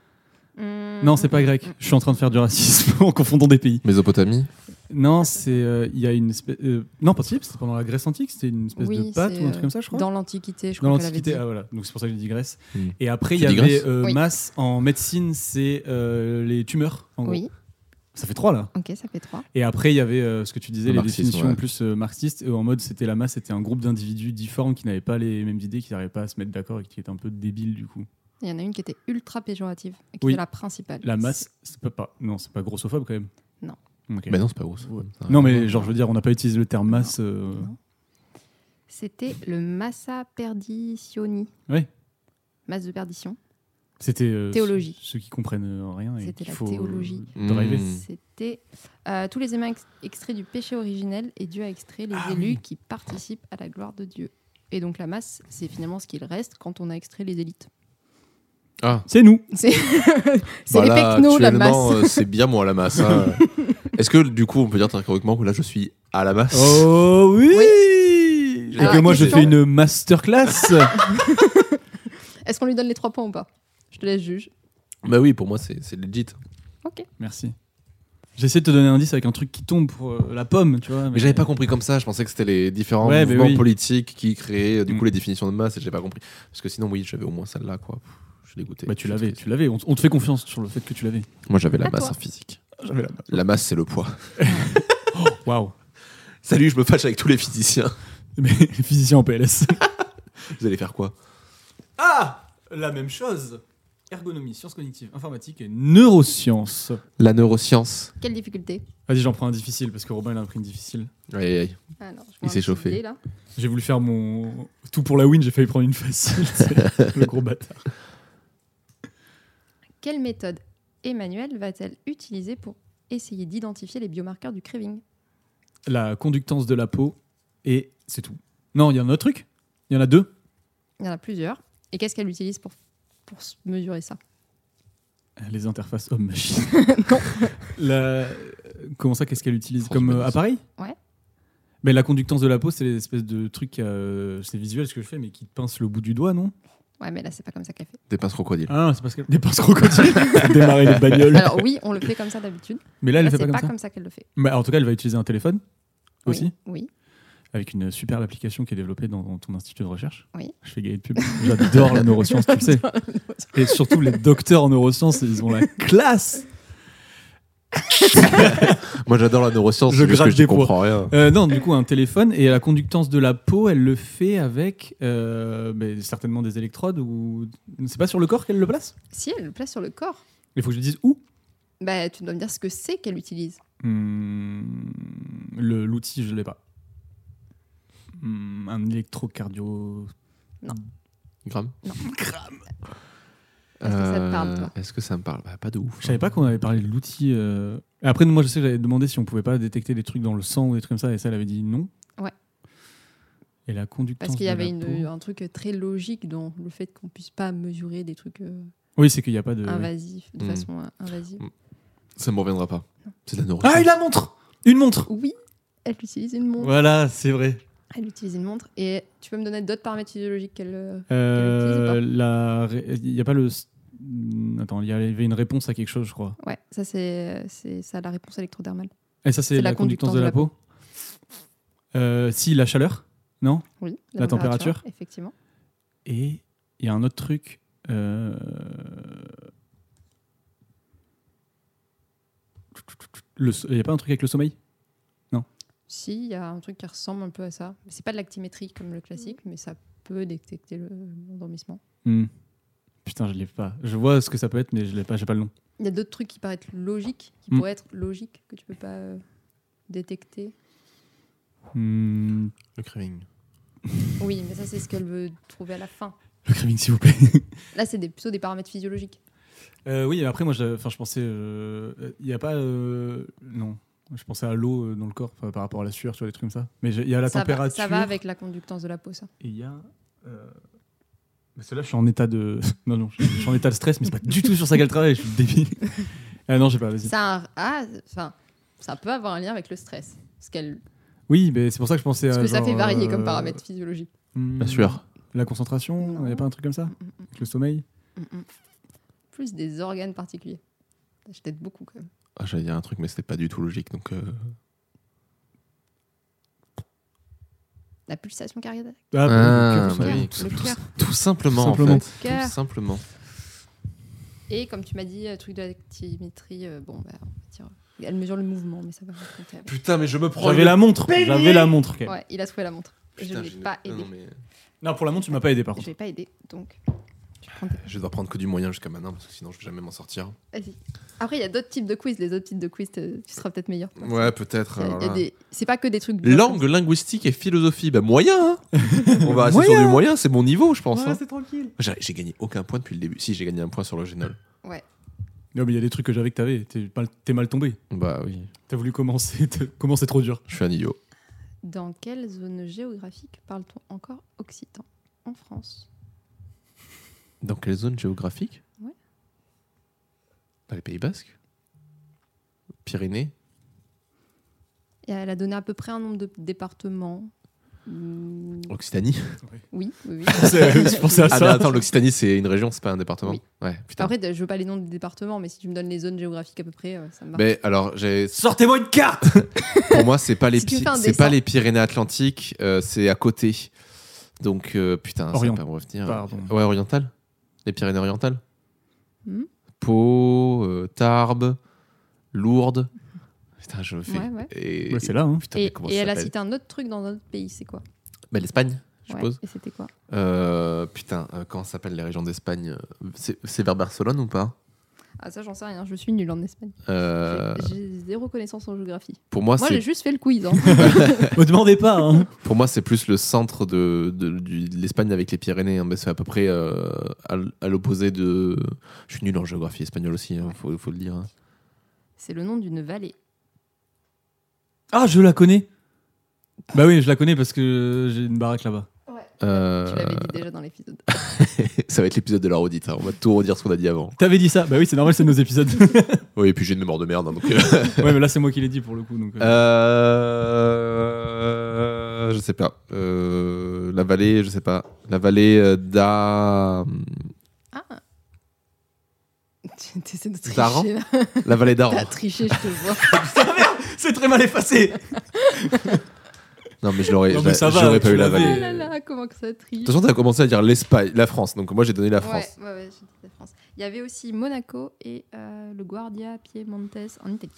Mm. Non, c'est pas grec. Je suis en train de faire du racisme [LAUGHS] en confondant des pays. Mésopotamie Non, c'est euh, il y a une espèce. euh, non, pas si, c'était pendant la Grèce antique, c'était une espèce Oui, de pâte c'est, ou un euh, truc comme ça, je crois. Dans l'Antiquité, je Dans crois qu'elle avait dit. l'Antiquité, ah voilà, donc c'est pour ça que j'ai dit Grèce. Hmm. Et après, il Tu y dis avait Grèce euh, Oui. masse en médecine, c'est euh, les tumeurs, en gros. Oui, Ça fait trois là. ok, ça fait trois. Et après, il y avait euh, ce que tu disais, Le les marxisme, définitions ouais. plus euh, marxistes, euh, en mode c'était la masse, c'était un groupe d'individus difformes qui n'avaient pas les mêmes idées, qui n'arrivaient pas à se mettre d'accord et qui étaient un peu débiles du coup. Il y en a une qui était ultra péjorative, qui Oui. était la principale. La masse, c'est pas, pas. Non, c'est pas grossophobe quand même. Non. Ok. Mais Bah non, c'est pas gros. ça. Ouais. Ça Non, va. mais genre, je veux dire, on n'a pas utilisé le terme masse. euh, Non. C'était le Massa Perditioni. Ouais. Masse de perdition. C'était. euh, Théologie. ceux- Ceux qui comprennent euh, rien. et C'était qu'il la faut, euh, théologie. driver. Mm. C'était euh, tous les aimants ex- extraits du péché originel et Dieu a extrait les Ah élus oui. qui participent à la gloire de Dieu. Et donc la masse, c'est finalement ce qu'il reste quand on a extrait les élites. Ah, C'est nous. [LAUGHS] C'est c'est bah les là, pecnos, la masse. actuellement, euh, c'est bien moi la masse. [LAUGHS] hein. Est-ce que du coup, on peut dire très théoriquement que là, je suis à la masse Oh oui, Oui. Et Alors, que moi, il je est fais temps. une masterclass. [LAUGHS] euh, Est-ce qu'on lui donne les trois points ou pas Je te laisse juge. Bah oui, pour moi, c'est c'est legit. Merci. J'essaie de te donner un indice avec un truc qui tombe pour euh, la pomme, tu vois. Mais j'avais pas compris comme ça. Je pensais que c'était les différents Ouais, mais mouvements oui. politiques qui créaient euh, du coup Mm. les définitions de masse et j'ai pas compris. Parce que sinon, oui, j'avais au moins celle-là, quoi. Pff, Je suis dégoûté. Bah, tu Je suis l'avais, triste. tu l'avais. On, t- on te fait confiance sur le fait que tu l'avais. Moi, j'avais la À masse toi. en physique. J'avais la masse. La masse, c'est le poids. [LAUGHS] Waouh. Salut, je me fâche avec tous les physiciens. [LAUGHS] Mais physicien en PLS. Vous allez faire quoi [LAUGHS] Ah La même chose. Ergonomie, sciences cognitives, informatique et neurosciences. La neuroscience. Quelle difficulté Vas-y, j'en prends un difficile parce que Robin, il a pris une difficile. Aïe, aïe, aïe. Ah non, je vois Il un s'est petit chauffé. dé, là. J'ai voulu faire mon. Tout pour la win, j'ai failli prendre une facile. [LAUGHS] c'est le gros bâtard. Quelle méthode Emmanuel va-t-elle utiliser pour essayer d'identifier les biomarqueurs du craving La conductance de la peau et c'est tout. Non, il y a un autre truc Il y en a deux Il y en a plusieurs. Et qu'est-ce qu'elle utilise pour, pour s- mesurer ça Les interfaces [LAUGHS] homme-machine. Non. La- Comment ça, qu'est-ce qu'elle utilise comme Transhumanisme. euh, appareil Ouais. Mais la conductance de la peau, c'est l'espèce de truc, euh, c'est visuel ce que je fais, mais qui te pince le bout du doigt, non Ouais, mais là, c'est pas comme ça qu'elle fait. Des pinces crocodiles. Ah, c'est parce qu'elle dépasse [LAUGHS] crocodile, démarrer les bagnoles. Alors oui, on le fait comme ça d'habitude. mais là, elle Là, le fait c'est pas comme pas ça. comme ça qu'elle le fait. Mais en tout cas, elle va utiliser un téléphone Oui, aussi, Oui. avec une superbe application qui est développée dans, dans ton institut de recherche. Oui. Je fais gagner de pub. J'adore la neuroscience, tu le [LAUGHS] sais. Et surtout, les docteurs en neurosciences, ils ont la classe Moi, j'adore la neuroscience. Ah. Je c'est juste gratte que j'y des poids. comprends rien. Euh, non, du coup, un téléphone et la conductance de la peau, elle le fait avec euh, ben, certainement des électrodes ou. C'est pas sur le corps qu'elle le place Si elle le place sur le corps, Il faut que je dise où bah, tu dois me dire ce que c'est qu'elle utilise. Hmm, le- L'outil, je l'ai pas. Hmm, un électrocardio. Gramme Non. Gramme Est-ce que ça te parle, toi Euh, Est-ce que ça me parle Bah, Pas de ouf. Je savais pas qu'on avait parlé de l'outil. euh. Après, moi, je sais que j'avais demandé si on pouvait pas détecter des trucs dans le sang ou des trucs comme ça, et ça, elle avait dit non. Ouais. Et la conductance. Parce qu'il y de avait la une, peau- un truc euh, très logique dans le fait qu'on puisse pas mesurer des trucs euh, Oui, c'est qu'il n'y a pas de. invasifs, de Mm. façon euh, invasive. Ça me reviendra pas. C'est de la nourriture. Ah, il la montre Une montre Oui, elle utilise une montre. Voilà, c'est vrai. Elle utilise une montre. Et tu peux me donner d'autres paramètres physiologiques qu'elle. euh, Euh, la ré- Il n'y a pas le. s- Hmm, Attends, il y avait une réponse à quelque chose, je crois. Ouais, ça c'est c'est ça la réponse électrodermale. Et ça, c'est la, conductance de la, peau. Euh, si, la chaleur. Non Oui. La température. Effectivement. Et il y a un autre truc. euh, le so- Il n'y a pas un truc avec le sommeil Si, il y a un truc qui ressemble un peu à ça. Mais C'est pas de l'actimétrie comme le classique, Mm. mais ça peut détecter le- l'endormissement. Hmm. Putain, je l'ai pas. Je vois ce que ça peut être, mais je l'ai pas. J'ai pas le nom. Il y a d'autres trucs qui paraissent logiques, qui Mm. pourraient être logiques, que tu peux pas euh, détecter. Hmm. Le craving. Oui, mais ça c'est ce qu'elle veut trouver à la fin. Le craving, s'il vous plaît. Là, c'est des, plutôt des paramètres physiologiques. Euh, oui, mais après, moi, je, enfin, je pensais. euh, euh, Il n'y a pas. euh, non. Je pensais à l'eau euh, dans le corps, enfin, par rapport à la sueur, tu vois, des trucs comme ça. Mais j'ai- il y a la ça, va, température. ça va avec la conductance de la peau, ça. Et il y a. euh, Mais celle-là, je suis en état de. [LAUGHS] Non, non, je je suis en état de stress, mais c'est pas du tout sur ça qu'elle travaille, je suis débile. [LAUGHS] Ah non, j'ai pas, vas-y. Ça, a un- ah, enfin, ça peut avoir un lien avec le stress. Ce, qu'elle- Oui, mais c'est pour ça que je pensais à. ce que ça genre, fait varier euh, comme paramètre physiologique. hmm, La sueur. La concentration, il n'y a pas un truc comme ça Mm, Avec le sommeil mm, mm, mm. Plus des organes particuliers. Je t'aide beaucoup quand même. Ah, j'allais dire un truc, mais c'était pas du tout logique. Donc, euh, La pulsation cardiaque. Ah, Ah, bah, bah le oui, cœur, tout, le tout- cœur. tout simplement. Tout en fait. simplement. Cœur. Tout simplement. Et comme tu m'as dit, euh, truc de l'actimétrie, euh, bon, bah, on va dire. euh, Elle mesure le mouvement, mais ça va vous compter avec. Putain, mais je me prends. J'avais la montre, j'avais la montre. ok. Ouais, il a trouvé la montre. je ne l'ai pas aidé. Non, pour la montre, tu m'as pas aidé par Je contre. l'ai pas aidé, donc. tu prends tes- Je vais devoir prendre que du moyen jusqu'à maintenant, parce que sinon je vais jamais m'en sortir. Vas-y. Après, il y a d'autres types de quiz. Les autres types de quiz, te- tu seras peut-être meilleur. Ouais, peut-être. Il y a- alors il y a Oh là. des- C'est pas que des trucs. durs. Langue, linguistique et philosophie, bah moyen. hein. On va rester sur Moyen. du moyen, c'est mon niveau, je pense. hein. tranquille. J'ai j'ai gagné aucun point depuis le début. Si, j'ai gagné un point sur le génol. Non, mais il y a des trucs que j'avais que t'avais. T'es mal, t'es mal tombé. Bah oui, T'as voulu commencer. [LAUGHS] t'as- Comment c'est trop dur je suis un idiot. Dans quelle zone géographique parle-t-on encore occitan En France. Dans quelle zone géographique Ouais. Dans les Pays Basques Pyrénées Et elle a donné à peu près un nombre de départements. Hmm, Occitanie Oui, [LAUGHS] oui, oui. C'est- Je pensais à Ah non, ça. attends, l'Occitanie c'est une région, c'est pas un département Oui. Ouais, putain. Après, je veux pas les noms des départements, mais si tu me donnes les zones géographiques à peu près, euh, ça me va. Mais alors, j'ai- Sortez-moi une carte pour moi, c'est pas les, Si tu Py- fais un c'est pas dessin. les Pyrénées-Atlantiques, euh, c'est à côté. Donc, euh, putain, ça Orient. va pas me revenir. Pardon. Ouais, oriental. Les Pyrénées-Orientales. Hmm Pau, euh, Tarbes, Lourdes. Putain, je fais. Ouais, ouais. Et, Ouais, C'est là, hein. Putain, mais Et, comment et ça elle a s'appelle cité un autre truc dans un autre pays, c'est quoi Bah, L'Espagne, je Ouais, suppose. Et c'était quoi Euh, putain, euh, comment ça s'appelle les régions d'Espagne euh, C'est c'est vers Barcelone ou pas Ah, ça, j'en sais rien, je suis nulle en Espagne. J'ai- Euh, J'ai zéro connaissance en géographie. Pour moi, Moi, c'est- j'ai juste fait le quiz. [LAUGHS] hein. [LAUGHS] Me demandez pas, hein. pour moi, c'est plus le centre de, de- du- de l'Espagne avec les Pyrénées. hein, mais c'est à peu près euh, à, l- à l'opposé de. Je suis nul en géographie espagnole aussi, il Ouais. faut, faut le dire. hein. c'est le nom d'une vallée. Ah, je la connais. Bah oui, je la connais parce que j'ai une baraque là-bas. Euh, Tu l'avais dit déjà dans l'épisode. [LAUGHS] ça va être l'épisode de la redite. hein, On va tout redire ce qu'on a dit avant. T'avais dit ça Bah oui, c'est normal, c'est nos épisodes. [LAUGHS] Oui, et puis j'ai une mémoire de merde. hein, donc, euh, ouais, mais là, c'est moi qui l'ai dit pour le coup. Donc, euh. [LAUGHS] Euh, je sais pas. Euh, la vallée, je sais pas. La vallée euh, d'A. Ah [LAUGHS] Tu essaies de Daran tricher. là. La vallée [LAUGHS] T'as d'Aran. triché, je te vois. C'est très mal effacé Non, mais je l'aurais. Non, mais ça j'a- va, J'aurais pas tu eu la l'avais. vallée. Oh là là, comment que ça triche. De toute façon, t'as commencé à dire l'Espagne, la France. Donc moi, j'ai donné la France. Ouais, ouais, ouais, j'ai dit la France. Il y avait aussi Monaco et euh, le Guardia Piemontes en Italie.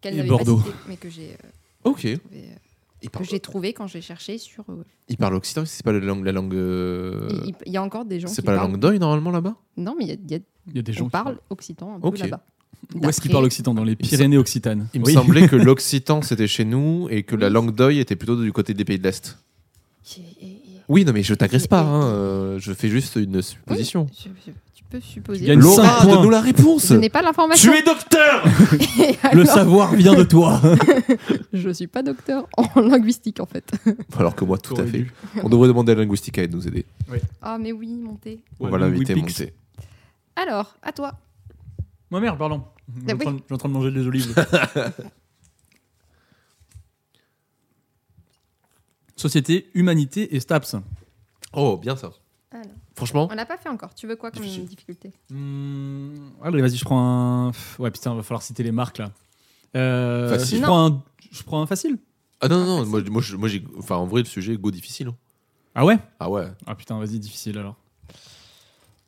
Qu'elle Et n'avait pas Bordeaux. cité, mais que j'ai euh, Ok. trouvé, euh, Il que parle, j'ai trouvé quand j'ai cherché sur. euh, il parle occitan, c'est pas la langue. La langue euh, il- il, il y a encore des gens qui C'est pas la parlent- langue d'Oï normalement là-bas Non, mais il y a, il y a- Il y a des gens. on qui parle occitan un Ok. peu là-bas. Où est-ce D'après- qu'ils parlent occitan Dans les Pyrénées occitanes. Il me Oui. semblait [LAUGHS] que l'occitan c'était chez nous et que la Oui. langue d'Oï était plutôt du côté des pays de l'Est. Et- et- et- Oui, non, mais je t'agresse pas. Et- et- hein, euh, je fais juste une supposition. je- je- tu peux supposer. gagnes Je- Laura, cinq points. donne-nous la réponse Je n'ai pas l'information. es docteur Et Le alors, savoir vient de [LAUGHS] toi. Je suis pas docteur en [LAUGHS] linguistique en fait. [LAUGHS] Alors que moi, tout à fait. On devrait demander à la linguistique à nous aider. Ah mais oui, montez. On Ouais, va le l'inviter, Wipix. monter. Alors, à toi. Ma mère, pardon. Je suis en Ah oui. train de- je suis en train de manger des olives. [LAUGHS] Société, humanité et STAPS. Oh, bien ça. Alors, Franchement, on l'a pas fait encore. Tu veux quoi comme Oh. Difficile. difficulté Hmm, allez, vas-y, je prends un. pff, Ouais, putain, va falloir citer les marques là. Euh, Facile. Je prends, un... je prends un facile. ah non, non, non, moi, moi, je- moi, j'ai. Enfin, en vrai, le sujet, go difficile. hein. Ah ouais Ah [LAUGHS] ouais. Ah putain, vas-y, difficile alors.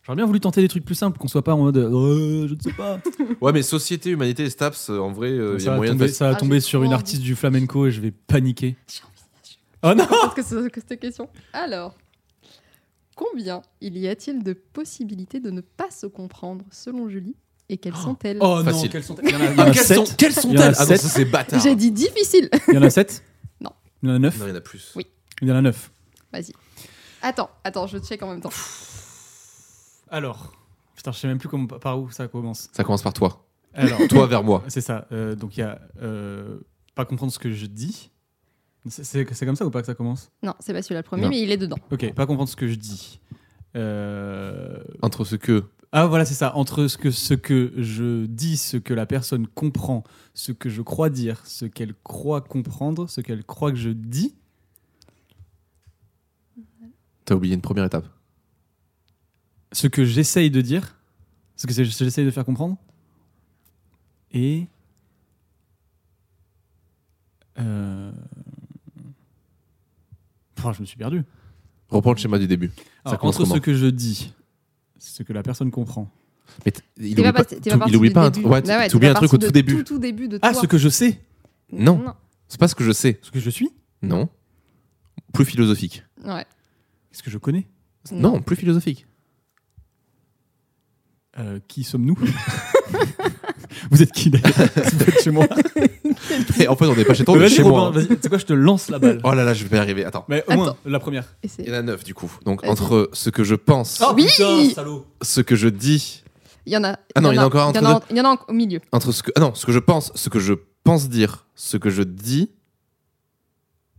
J'aurais bien voulu tenter des trucs plus simples, qu'on soit pas en mode. euh, je ne sais pas. Ouais, mais société, humanité et STAPS, euh, en vrai, [LAUGHS] euh, il y ça a va moyen tomber, de. faire- ça va Ah, tomber j'ai sur trop une envie. artiste du flamenco et je vais paniquer. J'ai envie de- Oh non Parce que c'est que cette question. Alors, combien il y a-t-il de possibilités de ne pas se comprendre selon Julie et quelles sont-elles Oh non, Facile. quelles sont Il y en a- il y en Ah, a quelles sept. sont, quelles sont Il y en a elles Ah non, sept. ça, c'est bâtard. J'ai dit difficile. Il y en a 7 Non. Il y en a 9 Non, il y en a plus. Oui. Il y en a 9. Vas-y. Attends, attends, je check en même temps. Alors. Putain, je sais même plus comment, par où ça [LAUGHS] commence. Ça commence par [LAUGHS] toi. Alors, Toi vers moi. c'est ça. euh, donc il y a euh, pas comprendre ce que je dis. C'est- C'est c'est comme ça ou pas que ça commence Non, c'est pas celui-là le premier, Non. mais il est dedans. Ok, pas comprendre ce que je dis. Euh, Entre ce que. Ah voilà, c'est ça. Entre ce que, ce que je dis, ce que la personne comprend, ce que je crois dire, ce qu'elle croit comprendre, ce qu'elle croit que je dis. T'as oublié une première étape. ce que j'essaye de dire, ce que c'est- ce que j'essaye de faire comprendre, et euh... Pouah, je me suis perdu. Reprends le schéma du début. Alors, commence entre ce comment que je dis, ce que la personne comprend, Mais t- il T'es oublie pas, parti- t'es tout- parti il oublie du pas un, début. tr- ouais, Ah ouais, t'oublies t'es pas un truc parti au de tout début. Tout, tout début de ah, toi. ce que je sais, Non. C'est pas ce que je sais. ce que je suis, Non. Plus philosophique. Non. Ouais. ce que je connais, Non, plus philosophique. [LAUGHS] Euh, qui sommes-nous [LAUGHS] Vous êtes qui d'ailleurs [LAUGHS] Vous êtes chez moi. Et en fait, on n'est pas chez toi, on est Vas-y, chez Robin, moi. vas-y, tu sais quoi, je te lance la balle. Oh là là, je vais pas y arriver. Attends. Mais au Attends. moins, la première. Il y Et c'est- en a neuf du coup. Donc Vas-y. entre ce que je pense, Oh, Oui putain, salaud. ce que je dis, Il y en a. Ah non, il y en a encore un Il y en a, il y en a en- au milieu. entre ce que ah non, ce que je pense, ce que je pense dire, ce que je dis.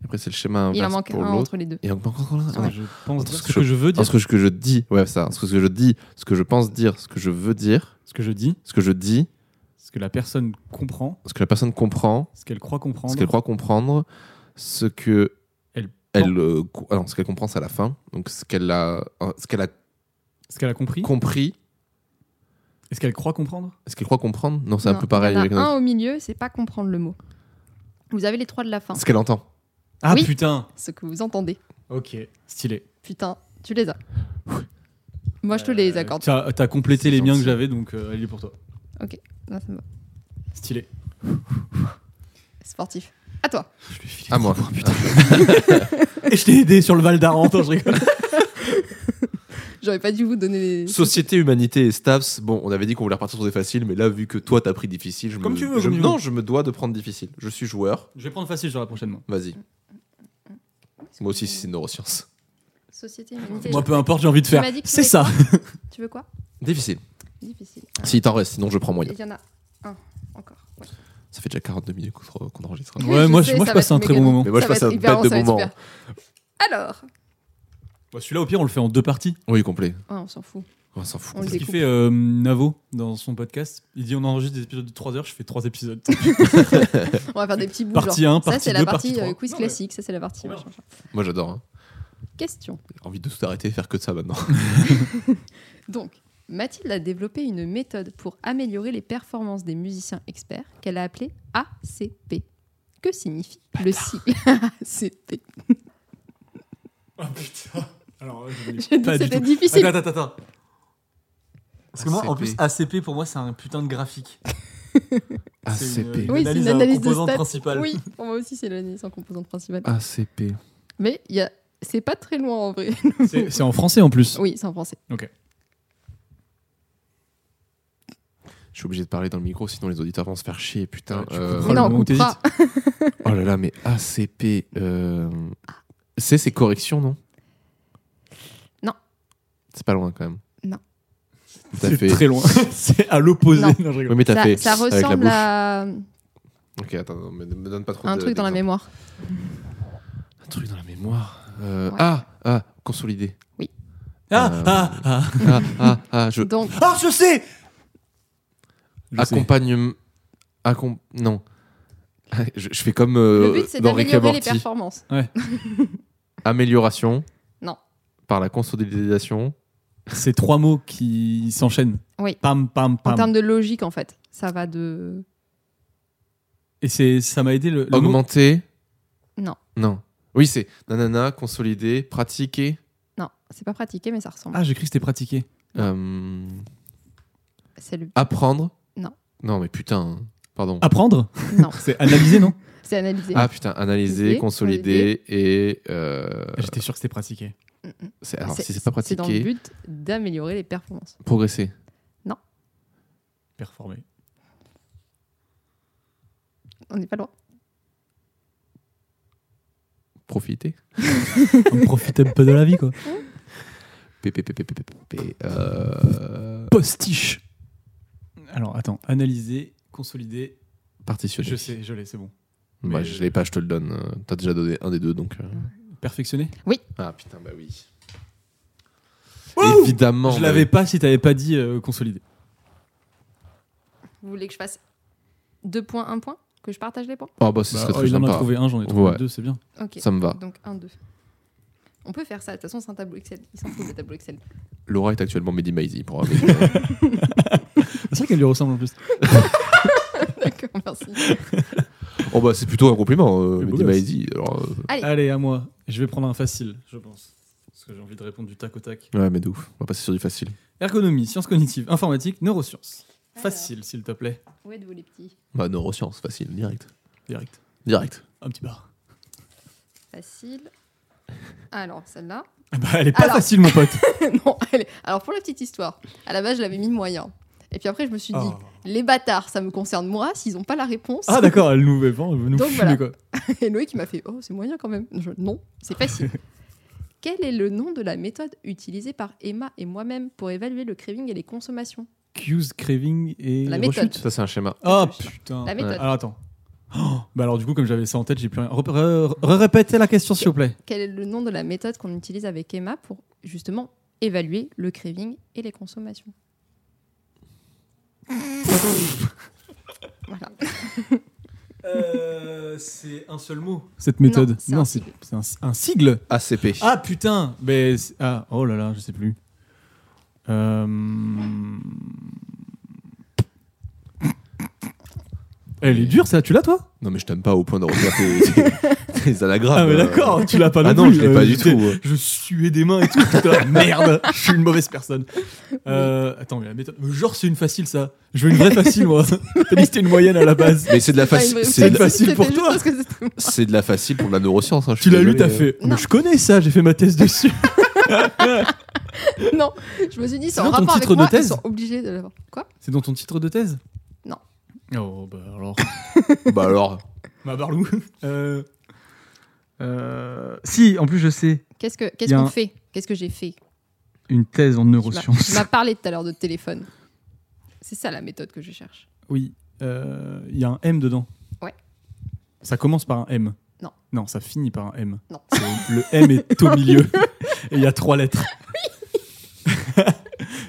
Après c'est le schéma Il en inverse manque pour un l'autre. entre les deux. Et encore encore l'autre. Oh, Attends, Je pense Entre dire ce ce que que je veux dire, Entre ce que je dis, ouais ça, entre ce que je dis, ce que je pense dire, ce que je veux dire, ce que je dis, ce que je dis, ce que la personne comprend, ce que la personne comprend, ce qu'elle croit comprendre. ce qu'elle croit comprendre, ce que Elle elle euh, co- ah non, ce qu'elle comprend c'est à la fin. Donc ce qu'elle a euh, ce qu'elle a Ce qu'elle a compris compris, Est-ce qu'elle croit comprendre ce qu'elle croit comprendre. Non, c'est un Non, peu pareil Il y en avec a notre- un au milieu, c'est pas comprendre le mot. Vous avez les trois de la fin. ce qu'elle entend. Ah Oui. putain Ce que vous entendez. Ok, stylé. Putain, tu les as. Moi, je te les Euh, accorde. T'as t'as complété C'est les miens que gentil. j'avais, donc euh, elle est pour toi. Non, ça me va. Stylé. Sportif. À toi. Je lui ai filé À moi. Ah, trois points, [LAUGHS] putain. Et je t'ai aidé sur le Val d'Aran, attends, je [LAUGHS] rigole. J'aurais pas dû vous donner les. Société, humanité et staffs. Bon, on avait dit qu'on voulait repartir sur des faciles, mais là, vu que toi, t'as pris difficile, je Comme me... tu veux, je- comme tu Non, veux. je me dois de prendre difficile. Je suis joueur. Je vais prendre facile sur la prochaine. Moi, Vas-y. Moi aussi, c'est neurosciences. Société, humanité. moi peu importe, j'ai envie de faire. m'as dit que tu C'est voulais ça Tu veux quoi Difficile. Difficile. S'il t'en reste, sinon je prends Et moyen. Il y en a un encore. Ouais. Ça fait déjà 42 minutes qu'on se- qu'on enregistre. Oui, Ouais, je moi sais, je, moi, ça je va passe être un très méga bon long. moment. Mais moi, je Ça va passe être un hyper bête de long, ça va moment. être super. Alors. Bah, Celui-là, au pire, on le fait en deux parties. Oui, complet. Ah, on s'en fout. On s'en fout. On le C'est ce qu'il découpe. fait euh, Navo dans son podcast. Il dit on enregistre des épisodes de 3 heures, je fais 3 épisodes. On va faire des petits bouts. Partie genre. un, ça, partie c'est hein, deux, la partie partie euh, trois. quiz Non, mais- classique. Ça, c'est la partie. Ouais. machin, machin. Moi, j'adore. hein. Question. J'ai envie de tout arrêter et faire que de ça [LAUGHS] maintenant. Donc, Mathilde a développé une méthode pour améliorer les performances des musiciens experts qu'elle a appelée ACP. Que signifie le sigle ACP [LAUGHS] Ah putain Alors, je l'ai Je dis pas du que c'était tout. difficile. Attends, attends, attends. Parce que moi, en ACP. plus, ACP pour moi, c'est un putain de graphique. C'est une- ACP. Oui, c'est une euh, en analyse de composante stats. principale. Oui, pour moi aussi, c'est l'analyse en composante principale. Ah. ACP. Mais il y a... c'est pas très loin en [LAUGHS] vrai. C'est c'est en français en plus. Oui, c'est en français. Je suis obligé de parler dans le micro, sinon les auditeurs vont se faire chier. Putain. Ouais, tu euh, comprends. Mais non, le on moment où coupera. Oh là là, mais ACP. euh, C, c'est correction, non Non. C'est pas loin quand même. Non. T'as fait. C'est très loin. [LAUGHS] c'est à l'opposé. Non. Non, je rigole. Oui, mais t'as Ça, fait. ça avec la ressemble bouche. à Ok, attends, non, mais ne me donne pas trop un de- truc dans la d'exemples. mémoire. Un truc dans la mémoire. Euh, Ouais. Ah, ah, [LAUGHS] consolidé. Ah, Euh, ah, ah. Ah, ah, ah, je. Donc, Ah, je sais Je sais. Accompagne. accom- Non. [LAUGHS] Je, je fais comme euh, le but, c'est dans Rick et d'améliorer les Morty. performances. Amélioration. Non. Par la consolidation. Ces trois mots qui s'enchaînent. Oui. Pam, pam, En pam. termes de logique, en fait. Ça va de. Et c'est, ça m'a aidé le, le mot. Augmenter. Non. Non. Oui, c'est nanana, consolider, pratiquer. Non, c'est pas pratiqué, mais ça ressemble. Ah, j'ai cru que c'était pratiqué. euh, C'est le. apprendre. Non. Non, mais putain. hein. Pardon. [LAUGHS] Apprendre Non. C'est analyser, non C'est analysé. Ah putain, analyser, Analyser, consolider et. euh, J'étais sûr que c'était pratiqué. Mm, mm. c'est- alors, si c'est pas C'est dans le pratiquer, but d'améliorer les performances. progresser. [LAUGHS] Performer. On n'est pas loin. Profiter. On profite un peu de la vie, quoi. P, P, P, P, P, P, P, euh, Postiche. Alors, attends. Analyser, consolider. Partitionner. Je sais, je l'ai, c'est bon. Moi, mais- Bah, je l'ai pas, je te le donne. Euh, T'as déjà donné un des deux, donc. euh. Perfectionner Ah putain, bah oui. Wouh Évidemment. Je bah l'avais oui. pas si t'avais pas dit euh, consolider. Vous voulez que je fasse deux points, un point Que je partage les points Oh bah, ce Bah, serait oh, très il en a sympa. trouvé un, j'en ai trouvé Ouais. deux, c'est bien. Ok. Ça me va. Donc 1, 2. On peut faire ça, de toute façon c'est un tableau Excel. Il s'en fout des tableaux Excel. Laura est actuellement Mehdi Maizy pour [LAUGHS] un- C'est vrai qu'elle lui ressemble en plus. [LAUGHS] D'accord, merci. Oh bah c'est plutôt un compliment, euh, Le Mehdi beau gosse. Maizy. Alors, euh, Allez, à moi. Je vais prendre un facile, je pense. Parce que j'ai envie de répondre du tac au tac. Ouais, mais de ouf. On va passer sur du facile. Ergonomie, sciences cognitives, informatique, neurosciences. Alors. Facile, s'il te plaît. Où êtes-vous les petits Bah, neurosciences, facile, direct. Direct. Direct. Un petit bar. Facile. Alors, [LAUGHS] celle-là. Bah, elle est pas Alors. facile, mon pote. non, elle est- Alors pour la petite histoire, à la base je l'avais mis moyen. Et puis après je me suis dit, Oh. les bâtards, ça me concerne moi, s'ils n'ont pas la réponse. Ah, d'accord, elle nous, elle veut nous Donc, fumer, voilà. quoi. [LAUGHS] Et Loïc qui m'a fait, oh c'est moyen quand même. Je- non, [LAUGHS] c'est facile. Quel est le nom de la méthode utilisée par Emma et moi-même pour évaluer le craving et les consommations Cues, craving et La méthode. rechute. Ça, c'est un schéma. Ah, La putain. La méthode. Alors, attends. [GASPS] Oh, bah, alors, du coup, comme j'avais ça en tête, j'ai plus rien. Rep- re- re- Répétez la question, s'il vous plaît. Quel est le nom de la méthode qu'on utilise avec Emma pour justement évaluer le craving et les consommations Voilà. Euh, c'est un seul mot. Cette méthode. Non, c'est c'est un c'est un, un sigle. ACP. Ah putain Mais c'est- ah oh là là, je sais plus. Euh... Elle est dure, ça. Tu l'as toi Non, mais je t'aime pas au point de refaire [LAUGHS] tes, tes- tes anagrammes. Ah mais euh. d'accord, tu l'as pas. Ah non, plus. je l'ai pas Euh, du j'étais- tout. Je suais des mains et tout. [LAUGHS] putain, merde, je suis une mauvaise personne. Euh, attends, mais la méthode. Genre, c'est une facile ça. Je veux une vraie facile moi. T'as listé une moyenne à la base. Mais c'est [LAUGHS] de la Pas une facile. vraie- [LAUGHS] C'est de, la- Ah, facile C'était pour juste toi. parce que c'était- c'est de la facile pour la neuroscience. hein, je suis Tu l'as lu, désolé, t'as euh. fait. Non. Mais je connais ça, j'ai fait ma thèse dessus. Non, je me suis dit, c'est en Sinon, ton rapport avec titre de moi, ils thèse sont obligés de l'avoir. Quoi C'est dans ton titre de thèse Non. Oh bah alors. Bah alors, Ma barlou. Euh, Si, en plus, je sais. Qu'est-ce que- Il y qu'est-ce a qu'on un- fait Qu'est-ce que j'ai fait Une thèse en Tu m'as- Tu neurosciences. m'as parlé tout à l'heure de téléphone. C'est ça la méthode que je cherche. Oui. euh, Il y a un M dedans. Ouais. Ça commence par un M. Non. Non, ça finit par un M. Non. C'est- Le M est au [LAUGHS] milieu. Et il y a trois lettres.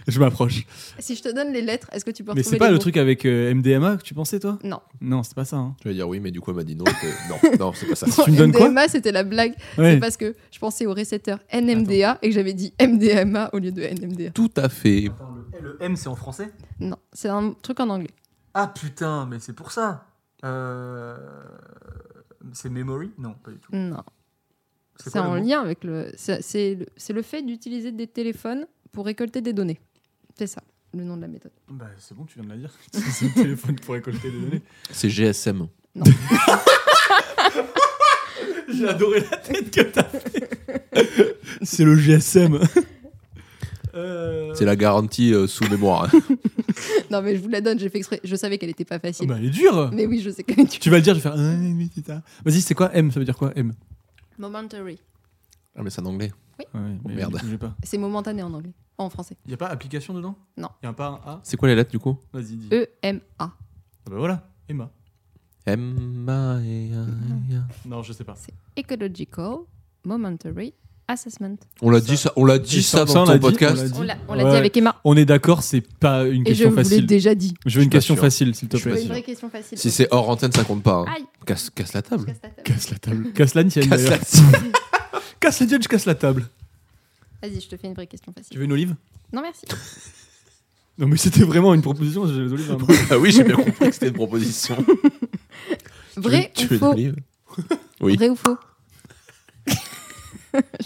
je m'approche. Si je te donne les lettres, est-ce que tu peux Mais retrouver c'est pas les le mots truc avec euh, MDMA que tu pensais, toi [LAUGHS] Non. Non, c'est pas ça. hein. je vais dire oui, mais du coup, elle m'a dit non. que- Non, [LAUGHS] non, c'est pas ça. Tu me donnes quoi MDMA, c'était la blague. Ouais. C'est parce que je pensais au récepteur NMDA et que j'avais dit MDMA au lieu de NMDA. Tout à fait. Le, M, c'est en français Non, c'est un truc en anglais. Ah putain, mais c'est pour ça. Euh, C'est Memory Non, pas du tout. Non. C'est en lien avec le. C'est c'est le, c'est le fait d'utiliser des téléphones pour récolter des données. C'est ça, le nom de la méthode. [LAUGHS] Bah, c'est bon, tu viens de la dire. [LAUGHS] C'est le téléphone pour récolter les données. C'est GSM. J'ai adoré la tête que t'as fait. [LAUGHS] C'est le GSM. Euh, C'est la garantie euh, sous mémoire. [LAUGHS] Non, mais je vous la donne, j'ai fait exprès. Je savais qu'elle n'était pas ah facile. bah, elle est dure. Mais oui, je sais que tu. Tu vas le dire, je vais faire. Ah, mais c'est ça. Vas-y, c'est quoi M Ça veut dire quoi M Momentary. Ah, mais c'est en anglais. Ouais, mais Oh, merde. du coup, j'ai pas. C'est momentané en anglais. En français. Y a pas application dedans Non. E. Y a pas un A C'est quoi les lettres du coup Vas-y, dis. E-M-A. Ah bah voilà, Emma. M, A, E, A, E, A. Non, je sais pas. Ecological, momentary, assessment. On l'a dit ça, on l'a dit ça, ça on dans l'a ton dit, on podcast. l'a dit. On l'a on Ouais. l'a dit avec Emma. On est d'accord, c'est pas une Et je question vous l'ai facile. déjà dit. Je veux Je suis une pas question sûr. facile, s'il te Je suis plaît. pas Une sûr. vraie question facile. Si c'est hors antenne, ça compte pas. hein. Aïe. Casse, casse la Je table. casse la table. Casse la table. Casse la tienne, Casse la d'ailleurs. table. [LAUGHS] Casse la tienne, je casse la table. Vas-y, je te fais une vraie question Tu facile. veux une olive Non, merci. Non, mais c'était vraiment une proposition. j'ai les olives hein. à moi. Ah oui, j'ai bien compris que c'était une proposition. [LAUGHS] Vrai Tu ou veux faux donner- Oui. [LAUGHS] Vrai ou faux [LAUGHS]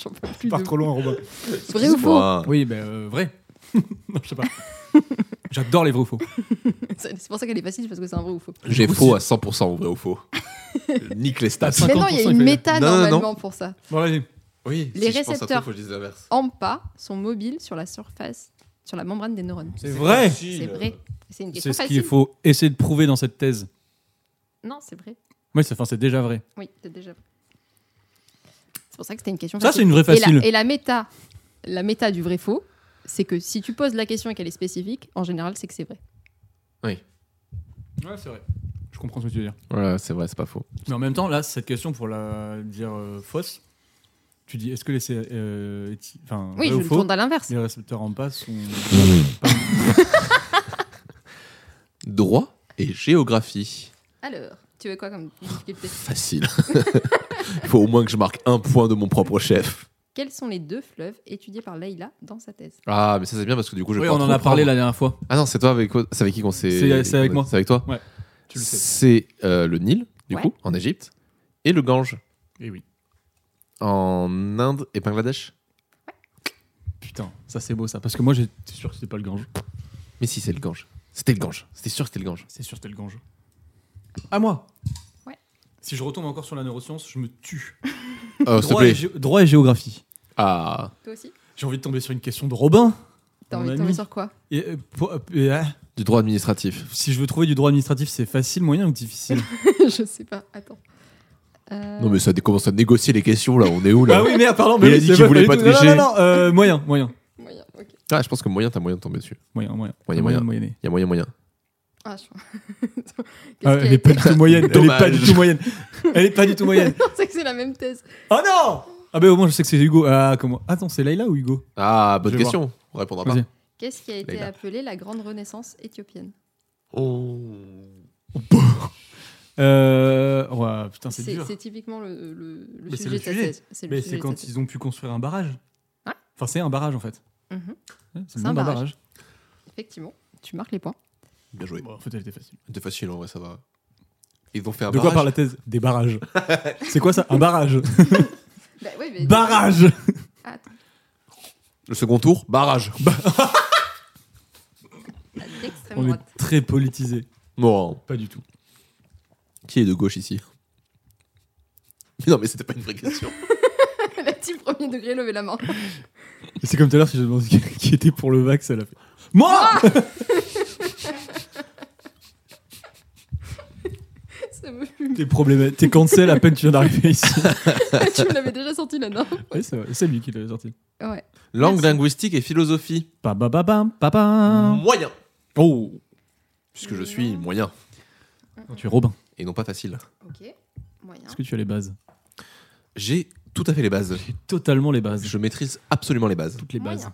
J'en peux plus. Pars de- trop loin, Robin. Vrai ou faux Ouah. Oui, ben euh, vrai. [LAUGHS] non, je sais pas. J'adore les vrais ou faux. C'est c'est pour ça qu'elle est facile, parce que c'est un vrai ou faux. J'ai Aussi. faux à 100% en vrai ou [LAUGHS] faux. Nique les stats. Ah, 50%, Mais non, il y a une il fait- Non, méta non, non. normalement pour ça. Bon, allez. Oui, si Les je pense à toi, récepteurs. faut que je dise l'inverse. AMPA sont mobiles sur la surface, sur la membrane des neurones. C'est vrai. C'est vrai. C'est une question C'est ce facile. qu'il faut essayer de prouver dans cette thèse. Non, c'est vrai. Oui, c'est enfin, c'est déjà vrai. Oui, c'est déjà vrai. C'est pour ça que c'était une question Ça, c'est facile. une vraie Et facile. la, et la méta, la méta du vrai faux, c'est que si tu poses la question et qu'elle est spécifique, en général, c'est que c'est vrai. Ouais, c'est vrai. Je comprends ce que tu veux dire. Voilà, c'est vrai, c'est pas faux. Mais en même temps, là, cette question, pour la dire euh, fausse, tu dis est-ce que les. sé- euh, éthi- Enfin, Oui, vrai je ou le faux, tourne à l'inverse. les récepteurs en passe sont. Droit et géographie. Alors, tu veux quoi comme difficulté Facile. [LAUGHS] faut au moins que je marque un point de mon propre chef. Quels sont les deux fleuves étudiés par Leïla dans sa thèse Ah, mais ça c'est bien parce que du coup, je vais Oui, on pouvoir en te a parlé reprendre. la dernière fois. Ah non, c'est toi avec c'est avec qui qu'on s'est C'est- c'est avec moi. C'est avec toi. Tu le sais. C'est euh, le Nil, du Ouais. coup, en Égypte, et le Gange Et Eh oui. en Inde et Bangladesh. Putain, ça c'est beau ça. Parce que moi, j'étais sûr que c'était pas le Gange. Mais si, c'est le Gange. C'était le Gange. C'était sûr que c'était le [LAUGHS] Gange. C'est sûr que c'était le Gange. À moi Ouais. Si je retombe encore sur la neuroscience, je me tue. Oh, s'il te droit, et plaît. gé- droit et géographie. Ah, Toi aussi J'ai envie de tomber sur une question de Robin. T'as Mon envie de ami. tomber [LAUGHS] sur quoi Et, euh, pour- euh, et, ah, du droit administratif. si je veux trouver du droit administratif, c'est facile, moyen [LAUGHS] ou difficile Je sais pas, attends. Euh, Non, mais ça dé- commence à négocier les questions là. On est où là Ah oui, merde, pardon. Il mais a oui, dit c'est qu'il voulait du pas tout. tricher. Non, non, non, euh, moyen, moyen. moyen, ok. Ah, je pense que moyen, t'as moyen de tomber dessus. Moyen, moyen. Moyen, de moyen. moyenner. Il y a moyen, moyen. Ah, je [LAUGHS] crois. Ah, elle est pas du tout moyenne. Elle est pas Dommage. du tout moyenne. Elle est pas du [LAUGHS] tout moyenne. [LAUGHS] C'est que c'est la même thèse. Oh non Ah ben au moins je sais que c'est Hugo. Ah comment Attends, c'est Layla ou Hugo Ah, bonne Je vais question. On répondra pas. Vas-y. Qu'est-ce qui a été Leïla. appelé la grande renaissance éthiopienne Oh. Euh... Ouais, putain, c'est C'est dur. c'est typiquement le, le- le Mais c'est sujet le de ta sujet. thèse. C'est le Mais sujet c'est de quand ta ils ont pu construire un barrage. Ouais. Enfin, c'est un barrage en fait. thèse. Mhm. Ouais, C'est le nom un d'un barrage. Effectivement, tu marques les points. Bien joué. Bon, en fait, elle était facile. C'était facile en vrai, ça va. Ils ont fait un De quoi barrage. parle la thèse [LAUGHS] Des barrages. c'est quoi ça Un barrage Bah, ouais, mais- Barrage Attends, Le second tour, barrage. à l'extrême On est droite. [LAUGHS] très politisé. Bon, Pas du tout. qui est de gauche ici [LAUGHS] Non, mais c'était pas une vraie question. Elle a dit premier degré, levez la main. [LAUGHS] Et C'est comme tout à l'heure, si je demandé qui- [LAUGHS] qui était pour le vax, elle a fait. Moi Ça me fume. T'es problématique. T'es cancel à peine tu viens d'arriver [LAUGHS] ici. tu me l'avais déjà sorti là, non Oui, c'est vrai. C'est lui qui l'avait sorti. Ouais. Langue, Merci. linguistique et philosophie. Pa pa pa pam, pa pam. Moyen. Oh Puisque je suis moyen Non, Tu es Robin. et non pas facile. Ok, moyen. Est-ce que tu as les bases J'ai tout à fait les bases. Totalement les bases. Je maîtrise absolument les bases. Toutes les bases.